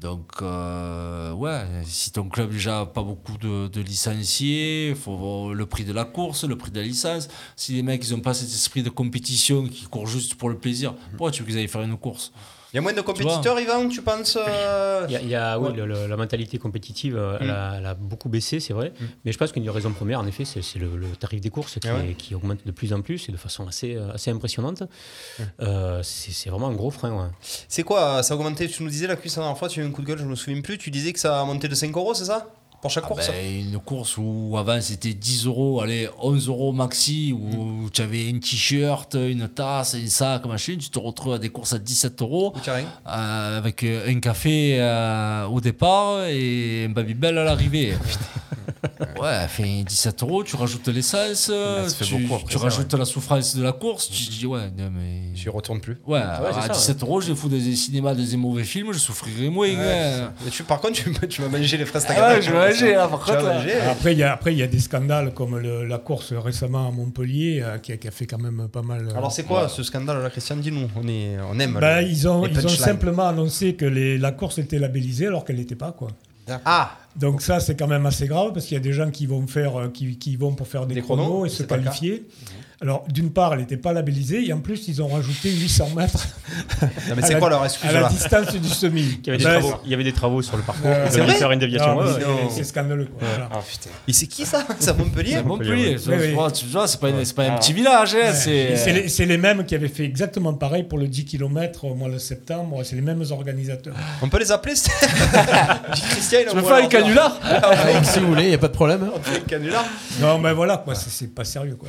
S4: Donc, euh, ouais, si ton club déjà a pas beaucoup de, de licenciés, faut voir le prix de la course, le prix de la licence. Si les mecs, ils ont pas cet esprit de compétition qui courent juste pour le plaisir, pourquoi tu veux qu'ils aillent faire une course
S3: Il y a moins de compétiteurs, Yvan, tu penses euh,
S5: Il y a, il y a, oui,
S3: Ouais.
S5: le- le- la mentalité compétitive, euh, elle, a, elle a beaucoup baissé, c'est vrai. Mais je pense qu'une des raisons premières, en effet, c'est c'est le, le tarif des courses qui,
S3: Ah ouais.
S5: est- qui augmente de plus en plus et de façon assez, euh, assez impressionnante. Euh, c'est c'est vraiment un gros frein. ouais.
S3: C'est quoi euh, Ça a augmenté Tu nous disais la cuisse la dernière fois, tu as eu un coup de gueule, je me souviens plus. Tu disais que ça a monté de 5 euros, c'est ça Pour chaque course
S4: Ben, une course où avant c'était 10 euros, allez, 11 euros maxi, où tu avais un t-shirt, une tasse, un sac, machin, tu te retrouves à des courses à 17 euros, euh, avec euh, un café euh, au départ et un Babybel à l'arrivée. Putain. Ouais, fait 17 euros, tu rajoutes l'essence,
S13: Ouais, ça fait
S4: tu,
S13: beaucoup après
S4: tu
S13: ça, Mhm.
S4: rajoutes la souffrance de la course, tu dis ouais, non mais.
S3: Tu retournes plus
S4: Ouais,
S13: Ouais,
S4: à
S13: c'est ça,
S4: 17 euros, je fous des cinémas, des mauvais films, je souffrirai moins.
S3: Ouais,
S4: hein.
S3: c'est ça. Tu- par contre, tu, m'as- tu m'as mangé les fraises
S4: Ah ouais, je vais manger, là, par
S3: Tu m'as
S4: contre, là.
S3: mangé. euh,
S6: Après, il y a, après, il y a des scandales comme le- la course récemment à Montpellier euh, qui, a, qui a fait quand même pas mal. euh,
S3: Alors, c'est quoi ce scandale là, Christian Dis-nous, on, est- on aime.
S6: Bah,
S3: les-
S6: ils ont,
S3: les
S6: ils ont
S3: punchlines.
S6: simplement annoncé que les- la course était labellisée alors qu'elle n'était pas. Quoi.
S3: Ah
S6: Donc ça, c'est quand même assez grave parce qu'il y a des gens qui vont, faire, euh, qui, qui vont pour faire des,
S3: Des
S6: chronos,
S3: chronos,
S6: et se
S3: c'est pas le cas. Mhm.
S6: qualifier. Alors, d'une part, elle n'était pas labellisée et en plus, ils ont rajouté 800 mètres.
S3: Non, mais
S6: à
S3: c'est
S6: la-
S3: quoi leur excuse
S6: À la
S3: là
S6: distance du semi.
S5: Il y avait des,
S6: Bah,
S5: travaux, il y avait des travaux sur le parcours.
S6: Euh,
S5: Ils
S6: c'est
S5: avaient dû
S6: vrai
S5: faire une déviation.
S6: Non,
S5: ouais,
S6: mais
S5: ouais.
S6: c'est- c'est scandaleux. quoi. Voilà.
S9: Ah,
S3: Et c'est qui ça C'est à Montpellier
S4: C'est Montpellier,
S6: Oui, oui.
S4: tu vois, tu vois, c'est pas, une- c'est pas un
S6: Ah.
S4: petit village, hein,
S6: Ouais. Et C'est
S4: c'est.
S6: les, c'est les mêmes qui avaient fait exactement pareil pour le 10 km au mois de septembre. C'est les mêmes organisateurs.
S3: On peut les appeler c'est- Dis, Christian, il
S6: Je
S3: envoie
S6: veux faire
S3: leur-
S6: un canular
S3: Ah ouais.
S2: si vous voulez, il n'y a pas de problème. hein.
S3: Un canular.
S6: Non, mais voilà, quoi, c'est- c'est pas sérieux. Quoi.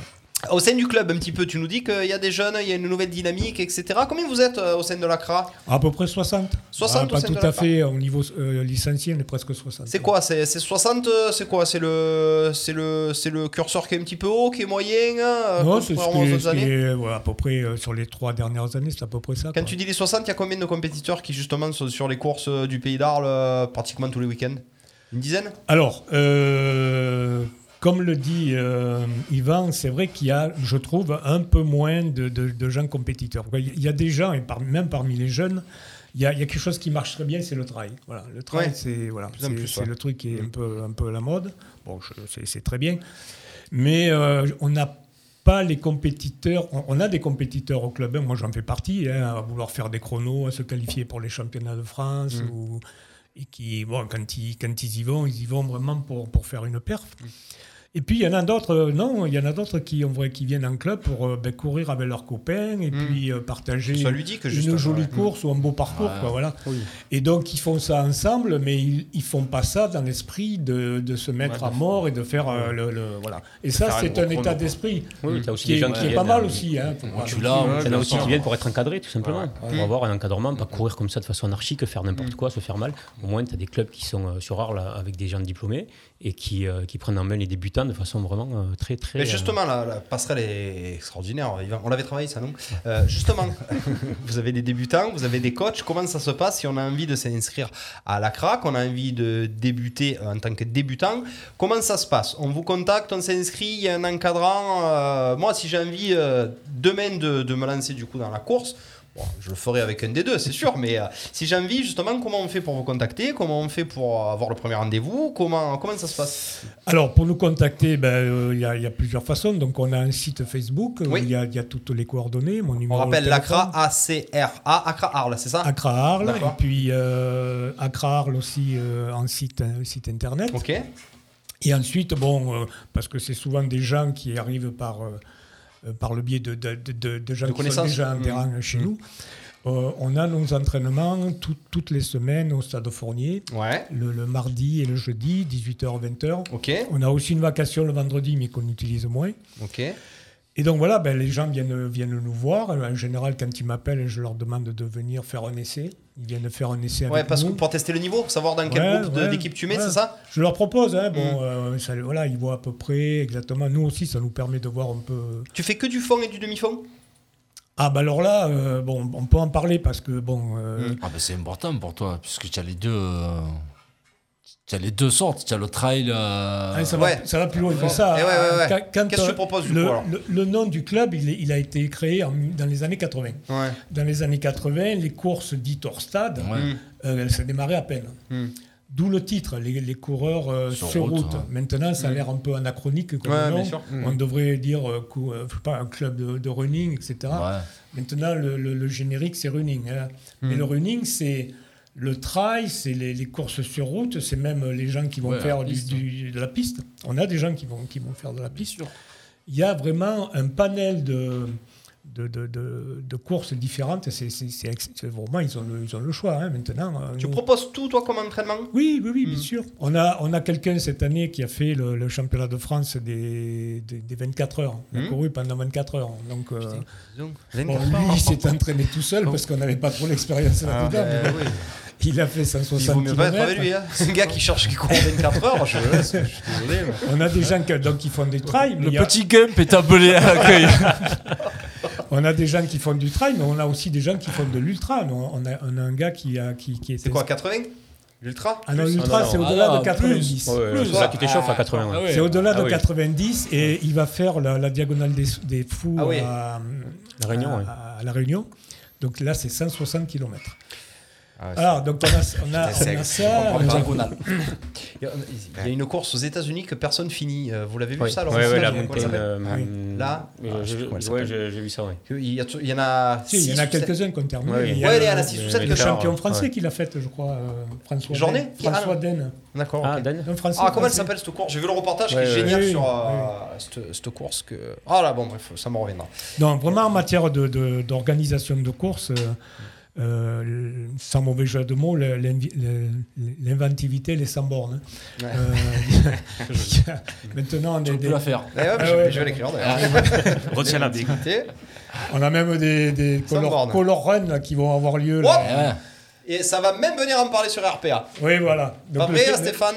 S3: Au sein du club, un petit peu, tu nous dis qu'il y a des jeunes, il y a une nouvelle dynamique, etc. Combien vous êtes euh, au sein de l'ACRA
S6: À peu près 60.
S3: 60
S6: Ah,
S3: au
S6: Pas
S3: sein
S6: tout
S3: de la
S6: à fait. Au niveau euh, licencié, on est presque 60.
S3: C'est quoi C'est c'est 60 euh, C'est quoi C'est le, c'est le, c'est le curseur qui est un petit peu haut, qui est moyen hein,
S6: Non, c'est ce
S3: contrairement aux
S6: qui est-
S3: autres
S6: ce qui
S3: années
S6: est, ouais, à peu près euh, sur les trois dernières années, c'est à peu près ça.
S3: Quand
S6: quoi.
S3: tu dis les 60, il y a combien de compétiteurs qui justement sont sur les courses euh, du Pays d'Arles euh, pratiquement tous les week-ends Une dizaine
S6: Alors, euh, comme le dit euh, Yvan, c'est vrai qu'il y a, je trouve, un peu moins de, de- de gens compétiteurs. Il y a des gens, et par- même parmi les jeunes, il y, a, il y a quelque chose qui marche très bien, c'est le trail. Voilà, le trail,
S3: Ouais.
S6: c'est voilà,
S3: Plus en
S6: c'est
S3: plus,
S6: c'est
S3: ouais. Mm.
S6: le truc qui est un peu, un peu à la mode. Bon, je- c'est- c'est très bien. Mais euh, on n'a pas les compétiteurs. On, on a des compétiteurs au club. hein, Moi, j'en fais partie, hein, à vouloir faire des chronos, à se qualifier pour les championnats de France.
S3: Mm.
S6: Ou, et qui, bon, quand ils, quand ils y vont, ils y vont vraiment pour, pour faire une perf.
S5: Mm.
S6: Et puis, il y en a d'autres, euh, non, il y en a d'autres qui, on voit, qui viennent en club pour euh, ben, courir avec leurs copains et
S5: Mm.
S6: puis euh, partager
S3: Soit ludique,
S6: une
S3: justement,
S6: jolie
S3: ouais.
S6: course ou un beau parcours.
S5: Ah,
S3: Ouais.
S6: Quoi, voilà. Et donc, ils font ça ensemble, mais ils, ils font pas ça dans l'esprit de, de se mettre
S5: Ouais,
S6: à mort et de faire euh, le, le- Voilà. Et ça,
S5: faire un
S6: c'est
S5: gros
S6: un
S5: chrono,
S6: état
S5: quoi.
S6: d'esprit
S5: Oui, oui,
S6: qui,
S5: t'as aussi des
S6: est,
S5: gens
S6: qui
S5: qui
S6: est pas
S5: viennent,
S6: mal
S5: euh,
S6: aussi. Hein, faut
S5: Ouais,
S6: pas
S5: tu
S6: non
S5: l'as,
S6: plus,
S5: mais Il y en
S6: euh,
S5: a aussi qui viennent pour être encadrés, tout simplement. Pour
S6: Mm.
S5: avoir un encadrement, pas courir comme ça de façon anarchique, faire n'importe quoi, se faire mal. Au moins, tu as des clubs qui sont euh, sur Arles euh, avec des gens diplômés et qui, euh, qui prennent en main les débutants de façon vraiment euh, très, très.
S3: Mais
S5: euh,
S3: justement, la, la passerelle est extraordinaire. Yvan. On l'avait travaillé ça, non Euh, Justement, vous avez des débutants, vous avez des coachs. Comment ça se passe si on a envie de s'inscrire à la CRA, qu'on a envie de débuter euh, en tant que débutant Comment ça se passe On vous contacte, on s'inscrit, il y a un encadrant. euh, moi, si j'ai envie euh, demain de, de me lancer du coup dans la course, bon, je le ferai avec un des deux, c'est sûr. Mais euh, si j'ai envie, justement, comment on fait pour vous contacter Comment on fait pour avoir le premier rendez-vous comment, comment ça se passe
S6: Alors, pour nous contacter, ben, euh, il y, a- il y a plusieurs façons. Donc, on a un site Facebook où
S3: Oui.
S6: il y, a- il y a toutes les coordonnées, mon
S3: On
S6: numéro.
S3: rappelle
S6: de
S3: l'ACRA, A-C-R-A, ACRA Arles, c'est ça
S6: Accra Arles,
S3: D'accord.
S6: et puis euh, Accra Arles aussi euh, en site, un site internet.
S3: Ok.
S6: Et ensuite, bon, euh, parce que c'est souvent des gens qui arrivent par, euh, euh, par le biais de, de, de- de- de gens
S3: De
S6: qui sont
S3: connaissances.
S6: déjà en
S3: Mhm.
S6: terrain euh, chez nous. Euh, on a nos entraînements tout- toutes les semaines au Stade Fournier, le, le mardi et le jeudi, 18h-20h.
S3: Ok.
S6: On a aussi une vacation le vendredi, mais qu'on utilise moins.
S3: Ok.
S6: Et donc voilà, ben, les gens viennent, viennent nous voir. En général, quand ils m'appellent, je leur demande de venir faire un essai. Ils viennent faire un essai
S3: Ouais,
S6: avec
S3: parce
S6: nous.
S3: que pour tester le niveau, pour savoir dans quel
S6: Ouais,
S3: groupe de-
S6: ouais,
S3: d'équipe tu mets,
S6: ouais.
S3: c'est ça
S6: Je leur propose, hein, bon,
S3: Mm.
S6: euh, ça- voilà, ils voient à peu près exactement. Nous aussi, ça nous permet de voir un peu.
S3: Tu fais que du fond et du demi-fond
S6: Ah bah alors là, euh, bon, on peut en parler parce que bon. euh,
S4: Ah bah c'est important pour toi, puisque tu as les deux. euh, Tu as les deux sortes, tu as le trail. euh,
S6: hein, ça, va, ça va plus loin que ça. hein.
S4: Et ouais, ouais, ouais.
S6: Quand- quand,
S4: Qu'est-ce que tu
S6: euh,
S4: proposes, du
S6: le,
S4: coup, alors
S6: le- le nom du club, il, est- il a été créé en- dans les années 80.
S3: Ouais.
S6: Dans les années 80, les courses dites hors stade,
S4: Ouais.
S6: euh, ça démarrait à peine.
S3: Mm.
S6: D'où le titre, les, les coureurs euh, sur,
S4: Hmm. Sur
S6: route.
S4: route, ouais.
S6: Maintenant, ça a l'air un peu anachronique comme
S4: Ouais,
S6: nom.
S4: bien sûr.
S6: On
S4: Mm.
S6: devrait dire euh, cou- euh, je sais pas, un club de, de running, etc. Maintenant, le, le- le générique, c'est running. hein. Mais
S4: Mm.
S6: le running, c'est le trail, c'est les, les courses sur route, c'est même les gens qui vont
S4: Ouais,
S6: faire
S4: la
S6: du-
S4: piste.
S6: du- de la piste. On a des gens qui vont, qui vont faire de la piste. Il y a vraiment un panel de, de, de- de- de courses différentes. C'est c'est- c'est ex- c'est vraiment, ils ont le, ils ont le choix hein, maintenant. Euh,
S3: Tu
S6: nous-
S3: proposes tout, toi, comme entraînement
S6: oui, oui,
S4: Hmm.
S6: oui, bien sûr. On a, on a quelqu'un cette année qui a fait le, le championnat de France des, des, des 24 heures. Il a
S4: Hmm.
S3: Mhm.
S6: couru pendant 24 heures. Donc, euh,
S3: dis donc, 24 heures.
S6: bon, lui,
S4: Oh.
S6: il s'est entraîné tout seul parce qu'on n'avait pas trop l'expérience
S3: Ah,
S6: là-dedans.
S3: ben
S6: mais-
S3: oui.
S6: Il a fait 160
S3: Il vaut mieux pas être
S6: kilomètres.
S3: avec lui. Hein. Un gars qui cherche, qui court en 24 heures, je, je suis désolé. mais-
S6: On a des gens qui, donc, qui font des trails. mais
S4: Le
S6: il y a-
S4: petit gump est appelé à l'accueil.
S6: on a des gens qui font du trail, mais on a aussi des gens qui font de l'ultra. On on a, on a un gars qui, a, qui, qui était.
S3: C'est quoi, 80 L'ultra
S6: Ah non,
S3: Plus
S6: l'ultra,
S3: Ah non,
S6: c'est
S3: non.
S6: au-delà
S3: Ah,
S6: de 90.
S3: plus.
S5: euh,
S3: Ouais, ouais,
S6: Plus.
S3: c'est ça qui t'échauffe à 80, ouais.
S6: C'est au-delà
S3: Ah
S6: de
S3: oui.
S6: 90 et il va faire la, la diagonale des, des fous
S3: Ah oui.
S6: à,
S5: La Réunion,
S6: à-
S5: ouais.
S6: à La Réunion. Donc là, c'est 160 km.
S3: Ah ouais, c'est-
S6: Alors, donc on a, on a,
S3: Putain,
S6: on
S3: c'est-
S6: a ça.
S3: on comprend
S6: on a-
S3: pas. Il y a- Il y a une course aux États-Unis que personne finit. Euh, Vous l'avez vu
S5: Oui.
S3: ça alors
S5: Ouais, ouais, la
S3: Comment
S5: mountain,
S3: ça s'appelle
S5: euh, Oui.
S3: Là
S5: Mais
S3: Ah, je
S5: je-
S3: sais plus comment elle
S5: ouais,
S3: s'appelle.
S5: j'ai- j'ai vu ça, ouais.
S3: Il y, a tout- il y en a.
S6: Si, il y en a quelques-uns qui ont terminé.
S3: Ouais,
S6: Il
S3: il
S6: y
S3: y
S6: a
S3: en
S6: le-
S3: a 6 ou 7
S6: le champion français qui l'a faite, je crois, euh, François.
S3: Journée
S6: Den.
S3: Qui- ah,
S6: François
S3: non.
S6: Den.
S3: D'accord.
S5: Ah,
S3: ok.
S5: Dan.
S6: Un Français,
S3: Ah, comment elle
S6: Français.
S3: s'appelle cette course J'ai vu le reportage
S6: Ouais,
S3: qui est
S6: ouais,
S3: génial
S6: ouais.
S3: sur euh,
S6: Ouais.
S3: cette, cette course. Que... Ah là, bon, bref, ça me reviendra.
S6: Non, vraiment en matière de- de- d'organisation de, course, euh, euh, sans mauvais jeu de mots, le- l'invi- le- l'inventivité, les sans bornes.
S3: Ouais.
S6: Euh, il y a- maintenant, on
S4: Tu
S6: a
S4: peux la faire.
S3: Eh ouais,
S6: Ah,
S3: mais je- je vais l'écrire, d'ailleurs.
S9: Retiens la
S3: big.
S6: On a même des, des
S3: Sans
S6: color,
S3: bornes.
S6: color runs là, qui vont avoir lieu.
S4: Eh
S3: Hop
S6: là.
S3: Et ça va même venir en parler sur RPA.
S6: Oui, voilà. Donc,
S3: Pas vrai,
S6: le-
S3: Stéphane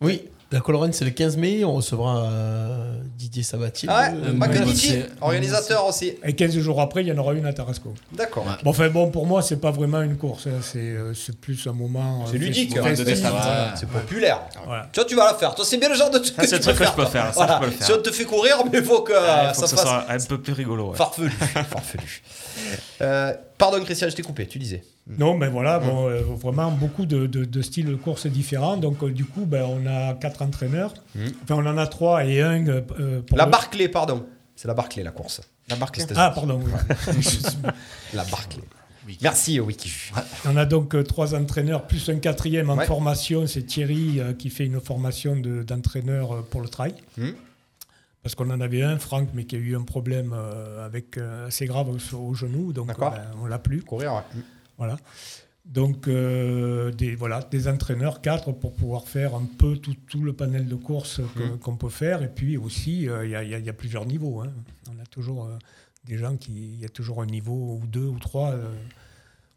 S2: Oui, la Colorane, c'est le 15 mai. On recevra euh, Didier Sabatier.
S3: Ah
S2: Euh,
S3: ouais, Macanici,
S6: c'est-
S3: organisateur aussi.
S6: Et 15 jours après, il y en aura une à Tarasco.
S3: D'accord.
S6: Bon, enfin, bon, pour moi, c'est pas vraiment une course. hein, C'est euh, c'est plus un moment. euh,
S3: C'est ludique,
S6: festif,
S3: hein,
S6: festif.
S3: de descente,
S6: Voilà.
S3: c'est populaire.
S6: Voilà.
S3: Toi, tu vas la faire. Toi, c'est bien le genre de truc
S9: Ça,
S3: que
S9: c'est
S3: tu
S9: le truc
S3: peux
S9: que je peux
S3: toi.
S9: faire, ça, je
S3: Voilà.
S9: peux le faire.
S3: Si on te fait courir, mais il faut que
S9: Ah,
S3: euh,
S9: il faut
S3: ça
S9: que
S3: se
S9: ce
S3: fasse
S9: soit un peu plus rigolo. ouais.
S3: farfelu. farfelu. Euh, pardon, Christian, je t'ai coupé, tu disais.
S6: Non, mais voilà, bon, euh, vraiment beaucoup de, de- de styles de course différents. Donc, euh, du coup, ben, on a quatre entraîneurs.
S3: Mhm.
S6: Enfin, on en a trois et un. euh, euh, pour
S3: La
S6: le-
S3: Barclay, pardon. C'est la Barclay, la course. La Barclay
S6: Ah, pardon. oui.
S3: La Barclay. Merci, euh, Wiki.
S6: on a donc euh, trois entraîneurs, plus un quatrième en
S3: Ouais.
S6: formation. C'est Thierry euh, qui fait une formation de- d'entraîneur euh, pour le trail.
S3: Mhm.
S6: Parce qu'on en avait un, Franck, mais qui a eu un problème euh, avec, euh, assez grave au, au genou. Donc,
S3: D'accord.
S6: euh, ben, on l'a plus.
S3: Courir, ouais.
S6: Voilà. Donc, euh, des, voilà, des entraîneurs, quatre, pour pouvoir faire un peu tout, tout le panel de courses que-
S3: Mhm.
S6: qu'on peut faire. Et puis aussi, euh, il y, a- il y a- il y a plusieurs niveaux. hein. On a toujours euh, des gens qui. Il y a toujours un niveau ou deux ou trois euh,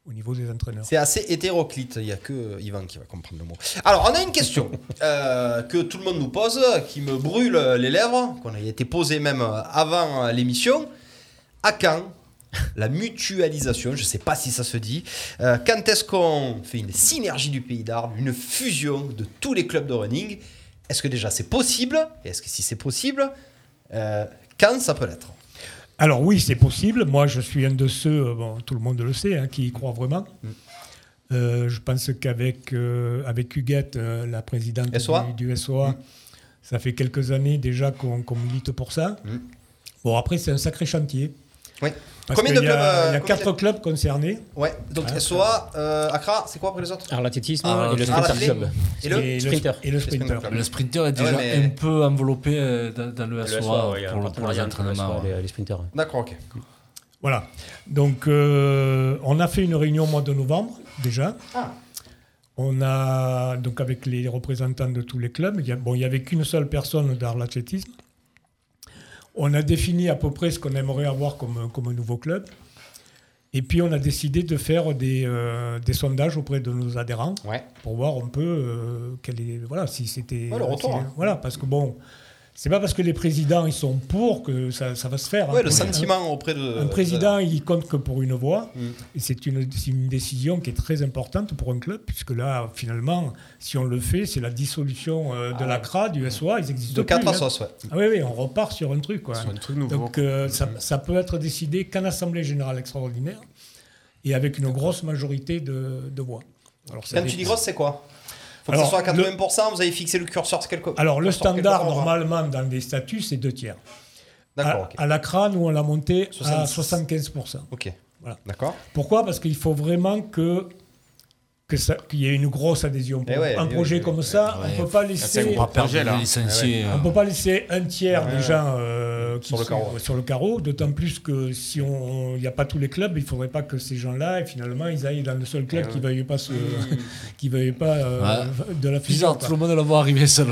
S6: au niveau des entraîneurs.
S3: C'est assez hétéroclite, il n'y a que euh, Ivan qui va comprendre le mot. Alors, on a une question euh, que tout le monde nous pose, qui me brûle euh, les lèvres, qu'on a été posée même euh, avant euh, l'émission. À quand la mutualisation, je ne sais pas si ça se dit, euh, quand est-ce qu'on fait une synergie du pays d'Arles, une fusion de tous les clubs de running Est-ce que déjà c'est possible Et est-ce que si c'est possible, euh, quand ça peut l'être
S6: Alors oui, c'est possible. Moi, je suis un de ceux, euh, bon, tout le monde le sait, hein, qui y croit vraiment.
S3: Mm.
S6: Euh, je pense qu'avec euh, avec Huguette, euh, la présidente
S3: SOA.
S6: du, du
S3: Mm.
S6: SOA, ça fait quelques années déjà qu'on qu'on milite pour ça.
S3: Mm.
S6: Bon, après, c'est un sacré chantier.
S3: Oui.
S6: Parce
S3: Combien
S6: qu'il
S3: de
S6: y a,
S3: clubs, euh,
S6: il y a
S3: combien
S6: quatre
S3: de-
S6: clubs concernés.
S3: Ouais, donc
S6: Ah,
S3: SOA, euh, Accra, c'est quoi après les autres
S5: Alors l'athlétisme
S4: Ah,
S5: et le
S4: ah,
S5: sprinter
S3: l'athlé-
S5: club.
S3: et le-
S5: sprinter.
S6: Et le sprinter.
S4: Le sprinter est
S3: Ah ouais,
S4: déjà
S3: mais-
S4: un peu enveloppé euh, dans, dans le
S5: Le
S4: SOA,
S5: SOA, ouais, il y a un
S4: pour, le- pour les
S5: partenariat entre le SOA,
S4: entraînements. ouais.
S5: les- Les sprinters.
S3: D'accord, ok.
S6: Voilà. Donc, euh, on a fait une réunion au mois de novembre déjà.
S3: Ah.
S6: On a donc avec les représentants de tous les clubs. Il y a- bon, il y avait qu'une seule personne dans l'athlétisme. On a défini à peu près ce qu'on aimerait avoir comme, comme un nouveau club. Et puis on a décidé de faire des, euh, des sondages auprès de nos adhérents
S3: Ouais.
S6: pour voir un peu euh, quel est, voilà, si c'était.
S3: Ouais, le retour,
S6: si-
S3: hein.
S6: Voilà, parce que bon, c'est pas parce que les présidents ils sont pour que ça, ça va se faire. hein,
S3: Ouais, le
S6: pour-
S3: sentiment auprès de.
S6: un président, il compte que pour une voix.
S3: Euh, Mm.
S6: Et c'est une, c'est une décision qui est très importante pour un club, puisque là, finalement, si on le fait, c'est la dissolution euh, de la CRA, du SOA. Ils existent
S3: Ah De 4
S6: plus,
S3: à
S6: hein.
S3: 6, ouais.
S6: Ah oui, oui, on repart sur un truc. Quoi.
S9: Sur un truc nouveau.
S6: Donc euh, ça,
S3: Mm.
S6: ça peut être décidé qu'en Assemblée Générale Extraordinaire et avec une grosse majorité de, de voix. Alors, ça
S3: Quand tu
S6: dépend.
S3: dis grosse, c'est quoi Faut
S6: Alors,
S3: que ce soit à
S6: le-
S3: 80%, vous avez fixé le curseur sur quelque
S6: Alors le
S3: curseur quelque
S6: standard,
S3: part, hein.
S6: normalement, dans les statuts, c'est deux tiers.
S3: D'accord,
S6: à,
S3: ok.
S6: à la CRA, nous, on l'a monté à
S3: 70.
S6: 75%.
S3: Ok.
S6: Voilà.
S3: D'accord.
S6: Pourquoi Parce qu'il faut vraiment que que ça- qu'il y ait une grosse adhésion. Pour
S3: Eh ouais,
S6: un
S3: eh
S6: projet
S3: oui,
S6: comme
S3: oui,
S6: ça,
S4: Ouais,
S6: on peut pas
S4: C'est
S6: laisser
S4: qu'on va perdre
S9: projet, là.
S4: les licenciés. euh.
S6: on peut pas laisser un tiers
S3: Ouais,
S6: des
S3: ouais.
S6: gens euh, qui
S3: Sur le
S6: sont-
S3: carreau.
S6: sur le carreau. D'autant plus que si on il n'y a pas tous les clubs, il faudrait pas que ces gens-là, et finalement, ils aillent dans le seul club
S3: Eh
S6: qui veuille pas se- qui veuille pas euh, de la fusion.
S4: Bizarre,
S6: quoi.
S4: tout le monde la voit arriver seul.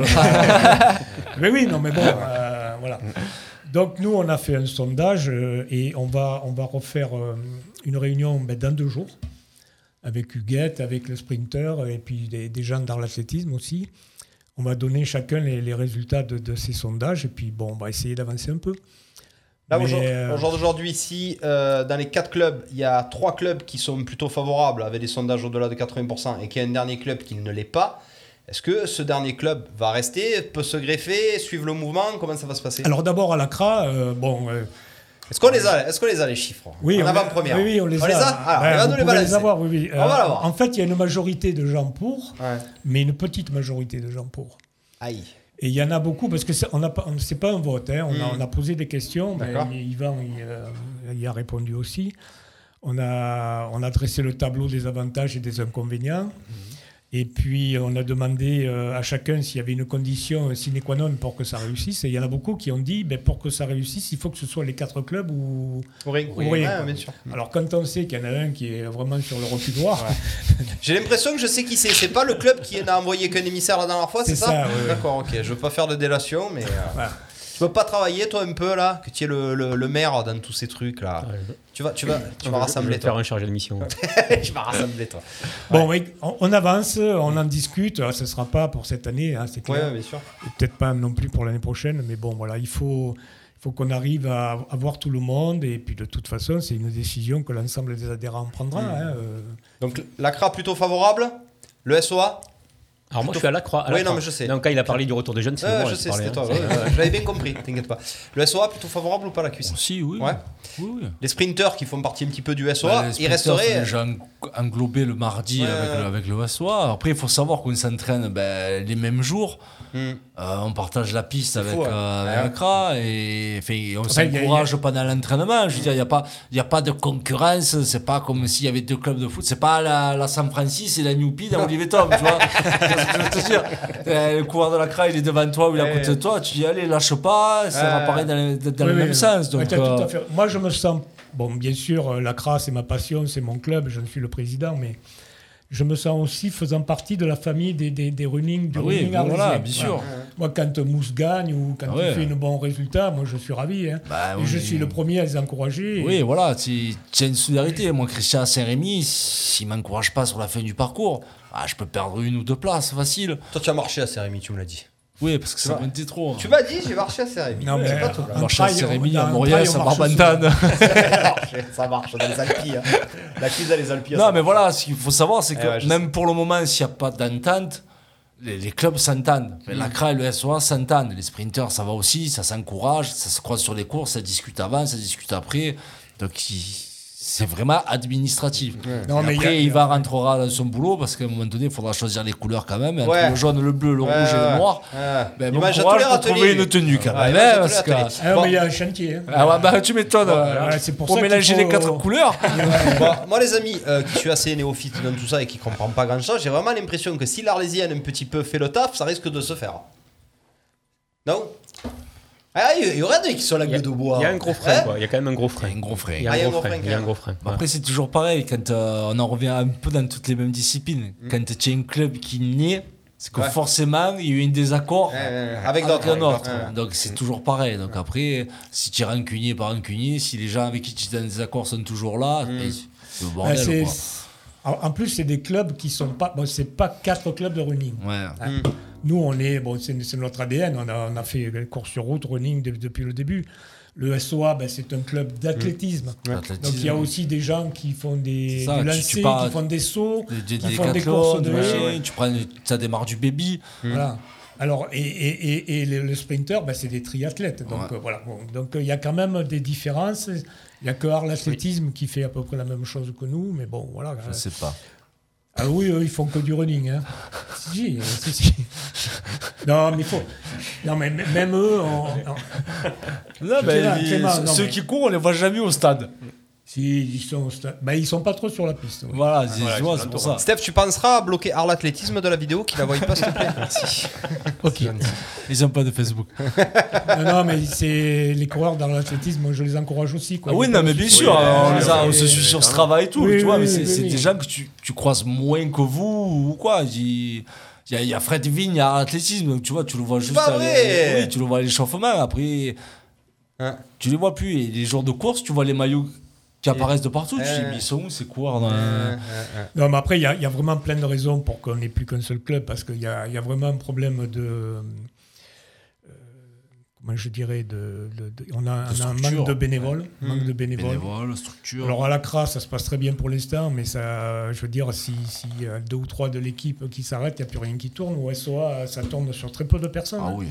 S6: Mais oui, non, mais bon, euh, voilà. Donc nous, on a fait un sondage euh, et on va, on va refaire euh, une réunion ben, dans deux jours avec Huguette, avec le sprinter et puis des, des gens dans l'athlétisme aussi. On va donner chacun les, les résultats de, de ces sondages et puis bon, on va essayer d'avancer un peu.
S3: Là,
S6: Mais,
S3: aujourd'hui,
S6: euh,
S3: aujourd'hui, si euh, dans les 4 clubs, il y a 3 clubs qui sont plutôt favorables avec des sondages au-delà de 80% et qu'il y a un dernier club qui ne l'est pas, est-ce que ce dernier club va rester, peut se greffer, suivre le mouvement Comment ça va se passer
S6: Alors d'abord à l'ACRA, euh, bon. euh,
S3: Est-ce qu'on les, a Est-ce qu'on les a les chiffres
S6: Oui,
S3: en
S6: on-
S3: avant-première.
S6: oui, oui, on les a.
S3: Alors,
S6: Ouais,
S3: il va
S6: vous
S3: nous les
S6: pouvez
S3: balancer.
S6: avoir, oui, oui.
S3: On
S6: Euh,
S3: va l'avoir.
S6: En fait, il y a une majorité de gens pour, mais une petite majorité de gens pour.
S3: Aïe.
S6: Et il y en a beaucoup parce que c'est, on a pas- on- c'est pas un vote. hein. On, a,
S3: Mm.
S6: on a posé des questions. mais
S3: D'accord.
S6: Yvan il, euh, il y a répondu aussi. On a, on a dressé le tableau des avantages et des inconvénients.
S3: Mm.
S6: Et puis, on a demandé euh, à chacun s'il y avait une condition sine qua non pour que ça réussisse. Et il y en a beaucoup qui ont dit, ben, pour que ça réussisse, il faut que ce soit les quatre clubs ou...
S3: Au ring.
S6: ou
S3: Oui,
S6: rien,
S3: ouais,
S6: quoi.
S3: bien sûr.
S6: Alors, quand on sait qu'il y en a un qui est vraiment sur le reculoir,
S3: J'ai l'impression que je sais qui c'est. C'est pas le club qui n'a envoyé qu'un émissaire la dernière fois, c'est
S6: C'est
S3: ça,
S6: ça, ouais.
S3: D'accord, ok. Je veux pas faire de délation, mais. euh, Tu veux pas travailler, toi, un peu, là Que tu es le, le- le maire dans tous ces trucs-là Tu vas, tu vas, tu vas
S5: Je- je
S3: rassembler,
S5: vais faire
S3: toi.
S5: un chargé de mission.
S3: tu vas rassembler, toi.
S6: Bon, oui, on, on avance, on en discute. Ah, Ce ne sera pas pour cette année, hein, c'est clair.
S3: Ouais, ouais, bien sûr.
S6: Et Peut-être pas non plus pour l'année prochaine, mais bon, voilà, il faut, il faut qu'on arrive à, à voir tout le monde. Et puis, de toute façon, c'est une décision que l'ensemble des adhérents prendra.
S4: Mmh.
S3: Mm.
S6: hein, euh.
S3: Donc, l'ACRA plutôt favorable Le SOA
S5: Alors moi je suis à la croix.
S3: Oui, non, mais je sais.
S5: Donc quand il a parlé du retour des jeunes, c'est
S3: Ouais,
S5: moi
S3: je
S5: qui
S3: sais,
S5: parlais,
S3: c'était
S5: hein.
S3: toi. ouais, ouais, J'avais bien compris, t'inquiète pas. Le SOA plutôt favorable ou pas à la cuisse
S4: Si, oui.
S3: Ouais. Les sprinters qui font partie un petit peu du SOA,
S4: Bah, les
S3: ils
S4: sprinters, c'est
S3: resteraient.
S4: déjà en- englobé le mardi
S3: Ouais.
S4: avec, le, avec le Vassois. Après, il faut savoir qu'on s'entraîne ben, les mêmes jours.
S3: Hmm.
S4: Euh, on partage la piste avec,
S13: fou, hein.
S4: euh, avec
S13: Ouais.
S4: le CRA et enfin, on
S6: Après, il y a-
S4: s'encourage pendant l'entraînement. Je veux dire, il n'y a, pas- il y a pas de concurrence. C'est pas comme s'il y avait deux clubs de foot. C'est pas la, la San Francis et la Newpie dans Olivier Tom. Tu vois Tu vois ce que je veux te dire Euh, Le coureur de la CRA, il est devant toi ou il est à côté de toi. Tu dis, allez, lâche pas. Ça va
S6: Euh,
S4: pareil dans, le- dans
S6: oui,
S4: le
S6: oui,
S4: même
S6: oui.
S4: sens. Donc,
S6: Ouais, t'as tout
S4: euh,
S6: à fait- Moi, je me sens. Bon, bien sûr, euh, la CRA, c'est ma passion, c'est mon club, je ne suis le président, mais je me sens aussi faisant partie de la famille des, des, des running, du
S4: Ah oui,
S6: running
S4: ben voilà,
S6: arlésien.
S4: bien sûr.
S6: Ouais. Moi, quand Mousse gagne ou quand
S4: Ah ouais.
S6: il fait un bon résultat, moi, je suis ravi. hein.
S4: Bah,
S6: Et
S4: oui.
S6: je suis le premier à les encourager.
S4: Oui, voilà, tu tu as une solidarité. Moi, Christian Saint-Rémy, s'il m'encourage pas sur la fin du parcours, ah, je peux perdre une ou deux places, facile.
S3: Toi, tu as marché à Saint-Rémy, tu me l'as dit.
S4: Oui, parce que ça
S3: Tu
S4: me dit trop.
S3: Tu m'as dit, j'ai marché à Saint-Rémy.
S4: Non, mais,
S3: C'est pas tout,
S4: euh,
S3: là.
S4: on marche à Marche à Saint-Rémy, Saint-Rémy, à on Moria, marche à
S3: marche
S4: Saint-Barbantane.
S3: Ça marche dans les Alpilles. hein. La cuisse dans les Alpilles.
S4: Non, mais voilà, ce qu'il faut savoir, c'est
S3: Eh
S4: que
S3: ouais, je
S4: même pour le moment, s'il n'y a pas d'entente, les, les clubs s'entendent.
S3: Mm.
S4: Mais La CRA et le SOA s'entendent. Les sprinters, ça va aussi, ça s'encourage, ça se croise sur les courses, ça discute avant, ça discute après. Donc, il- c'est vraiment administratif.
S6: Non,
S4: Et
S6: mais
S4: après,
S6: il y a-
S4: il va rentrera dans son boulot parce qu'à un moment donné, il faudra choisir les couleurs quand même. Entre
S3: Ouais.
S4: le jaune, le bleu, le
S3: Ouais,
S4: rouge et
S3: ouais.
S4: le noir.
S3: Ouais.
S4: Ben,
S3: Il
S4: bon
S3: mange à
S4: courage
S3: tous les
S4: pour
S3: râteliers,
S4: trouver
S3: lui.
S4: une tenue quand
S3: Ouais,
S4: même.
S3: il mange à
S4: hein,
S3: tous les
S4: parce que-
S3: râteliers.
S6: Ah, mais il y a un chantier. hein.
S4: Ah ouais, bah, tu m'étonnes.
S6: Voilà,
S4: euh,
S6: c'est pour
S4: pour
S6: ça qu'il
S4: mélanger
S6: faut-
S4: les quatre couleurs.
S3: Bon, moi, les amis, euh, qui suis assez néophyte dans tout ça et qui comprend pas grand chose, j'ai vraiment l'impression que si l'Arlésienne un petit peu fait le taf, ça risque de se faire. Non Ah, il y, aurait des qui sont la gueule de bois.
S5: Il y a un gros frein,
S3: Hein
S5: quoi. Il y a quand même un gros frein.
S4: Un gros frein.
S5: Eh Il y a
S3: Ah,
S5: un gros frein. Bah, Il y a un gros frein.
S4: Après, c'est toujours pareil, quand euh, on en revient un peu dans toutes les mêmes disciplines. Quand tu as un club qui naît, c'est que
S3: Ouais.
S4: forcément, il y a eu un désaccord
S3: ouais, avec d'autres,
S4: un
S3: avec
S4: autre.
S3: d'autres, ouais.
S4: Donc, c'est toujours pareil. Donc, après, si tu es rancunier par rancunier, si les gens avec qui tu es en désaccord sont toujours là, ben, c'est le
S6: Ah,
S4: bordel.
S6: c'est-
S4: quoi.
S6: en en plus, c'est des clubs qui sont pas. Bon, c'est pas quatre clubs de running.
S4: Ouais.
S6: Hein. Nous, on est. Bon, c'est c'est notre ADN. On a, on a fait course sur route, running de- depuis le début. Le SOA, ben, c'est un club d'athlétisme.
S4: Mm. Ouais.
S6: Donc
S4: D'athlétisme.
S6: il y a aussi des gens qui font des
S4: C'est ça,
S6: du
S4: tu-
S6: lancer,
S4: tu pars-
S6: qui font des sauts,
S4: Des- des-
S6: qui
S4: des
S6: font des
S4: décathlons,
S6: courses de
S4: des machins,
S6: haie.
S4: tu prends, ça démarre du baby.
S6: Voilà. Alors, et, et- et- et le, le sprinter, bah, c'est des triathlètes. Donc,
S4: Ouais.
S6: euh, voilà. Bon, donc, euh, il y a quand même des différences. Il n'y a que Arles Athlétisme qui fait à peu près la même chose que nous. Mais bon, voilà.
S4: Je sais pas.
S6: Ah oui, eux, ils font que du running. Hein. si, si, si. Non, mais il faut. Non, mais m- même eux. on- on-
S4: Là,
S6: Je
S4: ben,
S6: dirais,
S4: ils-
S6: Clément,
S4: ceux-
S6: non,
S4: ceux
S6: mais-
S4: qui courent, on les voit jamais au stade.
S6: Si, ils sont, au sta- bah, ils sont pas trop sur la piste. ouais.
S4: Voilà, c'est- tu vois, c'est pour ça.
S3: Steph, tu penseras à bloquer Arles Athlétisme de la vidéo qui la voit pas, s'il te plaît Merci.
S4: Ok. Ils n'ont pas de Facebook.
S6: non, non, mais c'est les coureurs dans l'athlétisme, moi je les encourage aussi. Quoi. euh,
S4: Ah oui,
S6: Ils
S4: non, mais
S6: peuvent-
S4: bien sûr, on, les a- on se
S6: Et-
S4: suit sur ce travail et tout,
S6: Oui,
S4: tu vois,
S6: oui,
S4: mais c'est
S6: oui,
S4: c'est
S6: oui.
S4: des gens que tu, tu croises moins que vous ou quoi. Il il y, a- il y a Fred Vigne, il y a l'athlétisme, donc tu vois, tu le vois juste
S3: Pas
S4: à l'é-
S3: vrai
S4: oui, tu le vois à l'échauffement, après, tu les vois plus. Et les jours de course, tu vois les maillots qui apparaissent de partout. Tu te dis, mais ils sont où ces coureurs
S3: Eh.
S4: dans la-
S6: Non, mais après, il y, a- il y a vraiment plein de raisons pour qu'on n'ait plus qu'un seul club, parce qu'il y a, il y a vraiment un problème de. euh, Comment je dirais de, de- de- on, a,
S4: De
S6: on a un
S4: structure.
S6: manque de bénévoles,
S4: Ouais.
S6: manque de
S4: Mm.
S6: bénévoles.
S4: Bénévoles, structure.
S6: Alors à la crasse, ça se passe très bien pour l'instant, mais ça, je veux dire, si, si euh, deux ou trois de l'équipe qui s'arrêtent, il n'y a plus rien qui tourne. Au SOA, ça tourne sur très peu de personnes.
S4: Ah
S6: hein.
S4: oui.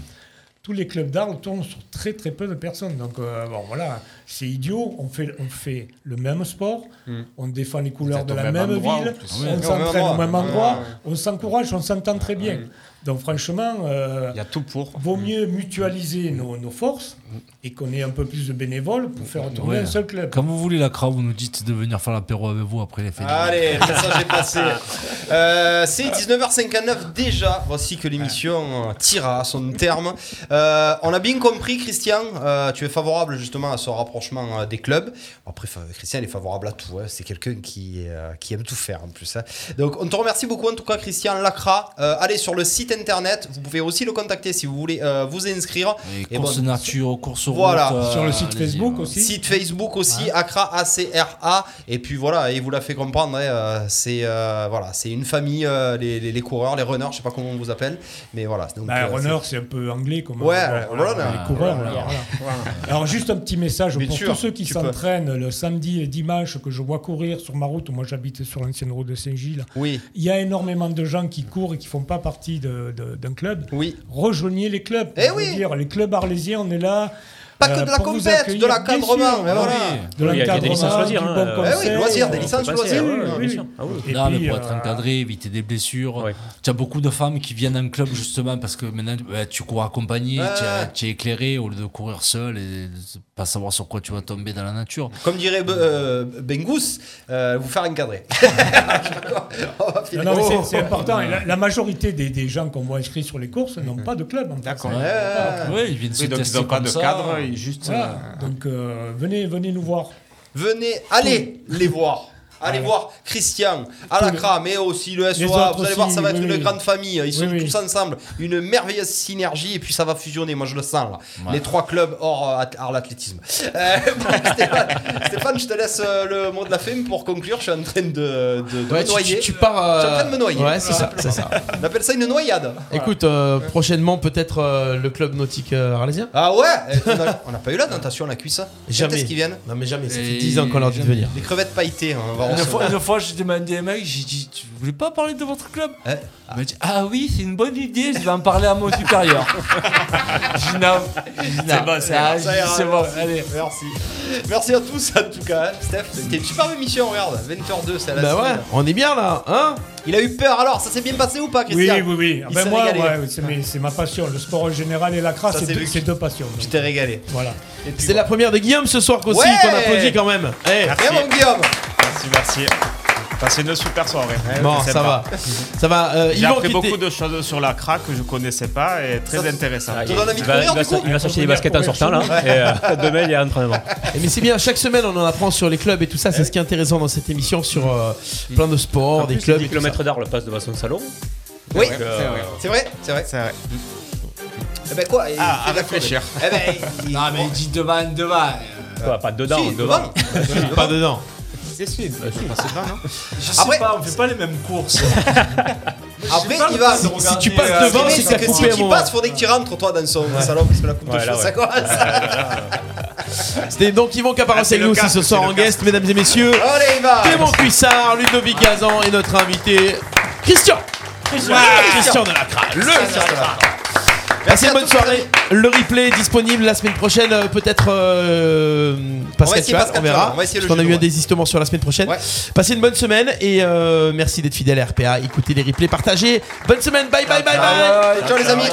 S6: Tous les clubs d'Arles tournent sur très très peu de personnes. Donc euh, bon, voilà, c'est idiot. On fait, on fait le même sport,
S4: Mm.
S6: on défend les couleurs
S4: Vous
S6: de
S4: êtes au
S6: la
S4: même
S6: même
S4: endroit,
S6: ville,
S4: en plus. Oui.
S6: on
S4: Au
S6: s'entraîne
S4: même
S6: au même
S4: endroit.
S6: endroit,
S4: Ouais, ouais.
S6: on s'encourage, on s'entend très bien. Donc franchement, il y a tout pour. Vaut mieux mutualiser nos, nos forces et qu'on ait un peu plus de bénévoles pour faire tourner
S4: Hmm. Ouais.
S6: un seul club.
S4: Quand vous voulez la cra, vous nous dites de venir faire l'apéro avec vous après les fêtes.
S3: Allez, le message est passé. Euh, c'est 19h59 déjà. Voici que l'émission euh, tire à son terme. Euh, on a bien compris, Christian, euh, tu es favorable justement à ce rapprochement euh, des clubs. Bon, après, fa- Christian, il est favorable à tout. hein. C'est quelqu'un qui, euh, qui aime tout faire en plus. hein. Donc, on te remercie beaucoup en tout cas, Christian Lacra. Euh, allez sur le site internet. Vous pouvez aussi le contacter si vous voulez euh, vous inscrire.
S4: Et courses nature, courses
S3: Voilà.
S4: route, euh, allez-y, ouais.
S3: Ah, Site Facebook aussi, Accra ACRA. Et puis voilà, il vous l'a fait comprendre. hein, euh, c'est euh, voilà, c'est une famille, euh, les, les- les coureurs, les runners, je sais pas comment on vous appelle, mais voilà. Donc,
S6: Bah,
S3: euh,
S6: runner, c'est un peu anglais. Comme
S3: Ouais,
S6: euh, voilà,
S3: runner.
S6: les coureurs.
S3: Runner.
S6: voilà, voilà. Alors, juste un petit message
S3: Bien
S6: pour
S3: sûr,
S6: tous ceux qui
S3: tu peux.
S6: s'entraînent le samedi et dimanche, que je vois courir sur ma route. Moi, j'habite sur l'ancienne route de Saint-Gilles.
S3: Oui.
S6: Il y a énormément de gens qui courent et qui font pas partie de- de- d'un club.
S3: Oui.
S6: Rejoignez les clubs.
S3: Eh
S6: Je veux
S3: oui.
S6: dire, les clubs arlésiens, on est là. euh,
S3: Pas que de la
S6: pour vous
S3: compète,
S6: accueillir,
S3: de la
S6: bien
S3: cadre
S6: sûr,
S3: main, mais voilà.
S6: De
S5: Oui, il y a- il y a
S6: l'encadrement,
S5: des licences loisirs,
S6: du
S5: hein,
S6: bon
S5: euh,
S6: conseil.
S5: Eh oui, loisirs, des
S6: on peut
S5: licences
S6: passer,
S5: loisirs,
S6: oui,
S5: ouais,
S6: oui,
S5: ouais,
S6: oui.
S5: bien sûr. Ah oui.
S6: Et
S4: Non, mais
S6: puis,
S4: pour être
S6: euh,
S4: encadré, éviter des blessures. Tu as beaucoup de femmes qui viennent en club justement parce que maintenant ouais, tu cours accompagné,
S3: Ouais.
S4: tu es- tu es éclairé au lieu de courir seul et de pas savoir sur quoi tu vas tomber dans la nature.
S3: Comme dirait Be- euh, Bengus, euh, vous faire encadrer. On va
S6: Non,
S3: filer.
S6: non, mais c'est-
S3: Oh. Mhm.
S6: c'est important. Et la, la majorité des, des gens qu'on voit inscrits sur les courses n'ont pas de club. D'accord.
S3: Ouais, ouais, ouais. Ah. Oui, ils viennent se tester comme ça. euh,
S6: Donc euh, venez, venez nous voir.
S3: Venez, allez les voir. Allez voir Christian, Alacra, mais eh, aussi le
S6: Les
S3: SOA.
S6: autres
S3: Vous allez voir,
S6: aussi,
S3: ça va être
S6: oui,
S3: une
S6: oui.
S3: grande famille. Ils sont
S6: Oui, oui.
S3: tous ensemble. Une merveilleuse synergie. Et puis ça va fusionner. Moi, je le sens là.
S4: Ouais.
S3: Les trois clubs hors euh, ath- hors l'athlétisme. Euh, bon, Stéphane, Stéphane, je te laisse euh, le mot de la fame pour conclure. Je suis en train de, de- de
S2: Ouais,
S3: me
S2: tu-
S3: noyer.
S2: tu- tu pars, euh,
S3: Je suis en train de me noyer.
S2: ouais, c'est ça,
S3: Voilà.
S2: c'est ça.
S3: On appelle ça une noyade.
S2: Écoute, euh, prochainement peut-être euh, le club nautique euh, arlésien.
S3: Ah ouais Eh, on a- On n'a pas eu la natation, la cuisse. hein.
S2: Jamais.
S3: Est-ce qu'ils viennent
S2: Non, mais jamais. Ça fait 10 ans qu'on leur dit de venir.
S3: Les crevettes pailletées. hein, on va
S4: Une
S3: recevoir.
S4: fois, une fois, j'ai demandé à un mec, j'ai dit Tu voulais pas parler de votre club
S3: Hein
S4: Il m'a dit Ah oui, c'est une bonne idée, je vais en parler à mon supérieur. J'ai dit, Non. J'ai dit,
S3: C'est
S4: Non.
S3: bon,
S4: Ah,
S3: ça ira,
S4: j'ai
S3: ça
S4: dit,
S3: ira,
S4: c'est bon,
S3: merci.
S4: allez.
S3: Merci. Merci à tous, en tout cas. hein. Steph, c'était une superbe émission, regarde. 20h02, c'est à la
S2: Bah ouais,
S3: semaine.
S2: on est bien là, hein
S3: Il a eu peur alors, ça s'est bien passé ou pas,
S6: Oui,
S3: Christian
S6: oui, oui. Ah
S3: Il
S6: ben
S3: s'est
S6: moi,
S3: régalé.
S6: ouais, c'est mes- c'est ma passion. Le sport en général et la crasse,
S3: Ça,
S6: c'est
S3: c'est
S6: deux,
S3: Luc.
S6: c'est deux passions.
S3: Tu t'es régalé.
S6: Voilà.
S2: C'est la première de Guillaume ce soir qu'aussi,
S3: Ouais Ah,
S2: qu'on applaudit quand même. Eh.
S3: Bien, mon Guillaume
S9: Merci, merci. Passez une super soirée.
S2: Bon, ça va. Ça va. euh,
S9: J'ai
S2: Yvan
S9: appris
S2: qui était-
S9: beaucoup de choses sur la craque que je connaissais pas et très intéressant.
S5: Ah, il, il va, il va s- il va s'acheter des baskets en sortant là. Et euh, demain il y a un entraînement.
S2: Eh, Mais c'est bien, chaque semaine on en apprend sur les clubs et tout ça, c'est ce qui est intéressant dans cette émission sur euh, plein de sports,
S5: En
S2: des
S5: plus,
S2: clubs.
S5: le
S2: et tout
S5: kilomètre
S2: ça.
S5: d'art le passe devant son salon.
S3: Oui,
S5: Donc,
S3: c'est
S5: euh,
S3: vrai. C'est vrai, c'est vrai.
S9: C'est vrai.
S3: Eh ben quoi il
S9: Ah,
S3: fait
S9: à
S3: de la faute.
S9: réfléchir.
S3: Eh ben, il-
S4: Non, mais il dit devant, devant.
S5: Quoi, pas dedans,
S3: Si,
S5: devant.
S3: devant.
S2: Pas dedans.
S9: C'est suite.
S4: Je sais
S3: Après-
S4: pas, on fait pas les mêmes courses.
S3: Après,
S4: pas
S3: il va.
S4: si- si tu
S3: regarder,
S4: passes
S3: euh,
S4: devant,
S3: ce qui est bien,
S4: c'est que t'as
S3: c'est que
S4: coupé
S3: si
S4: à un
S3: tu
S4: moment.
S3: passes, faudrait que tu rentres toi dans son salon parce que la coupe de
S5: Ouais, là,
S3: cheveux, ça
S5: ouais.
S3: commence.
S2: C'était donc Yvon
S3: Ah,
S9: c'est
S2: Caparacelli
S9: le
S2: aussi
S9: casque,
S2: ce soir
S9: c'est le
S2: en guest, mesdames et messieurs.
S3: Allez, il va
S2: Clément Cuissard, Ludovic Gazan et notre invité Christian. Christian, Christian Delacra, le Christian Delacra. Merci,
S3: à
S2: bonne
S3: tous,
S2: soirée. Le replay est disponible la semaine prochaine, euh, peut-être euh, Pascal
S3: essayer
S2: Chabat,
S3: Pascal
S2: on verra.
S3: Chabat, on va essayer le
S2: parce qu'on a
S3: judo,
S2: eu un
S3: ouais.
S2: désistement sur la semaine prochaine.
S3: Ouais.
S2: Passez une bonne semaine et euh, merci d'être fidèle à RPA. Écoutez les replays, partagez. Bonne semaine, bye bye bye bye.
S3: Ciao, les amis.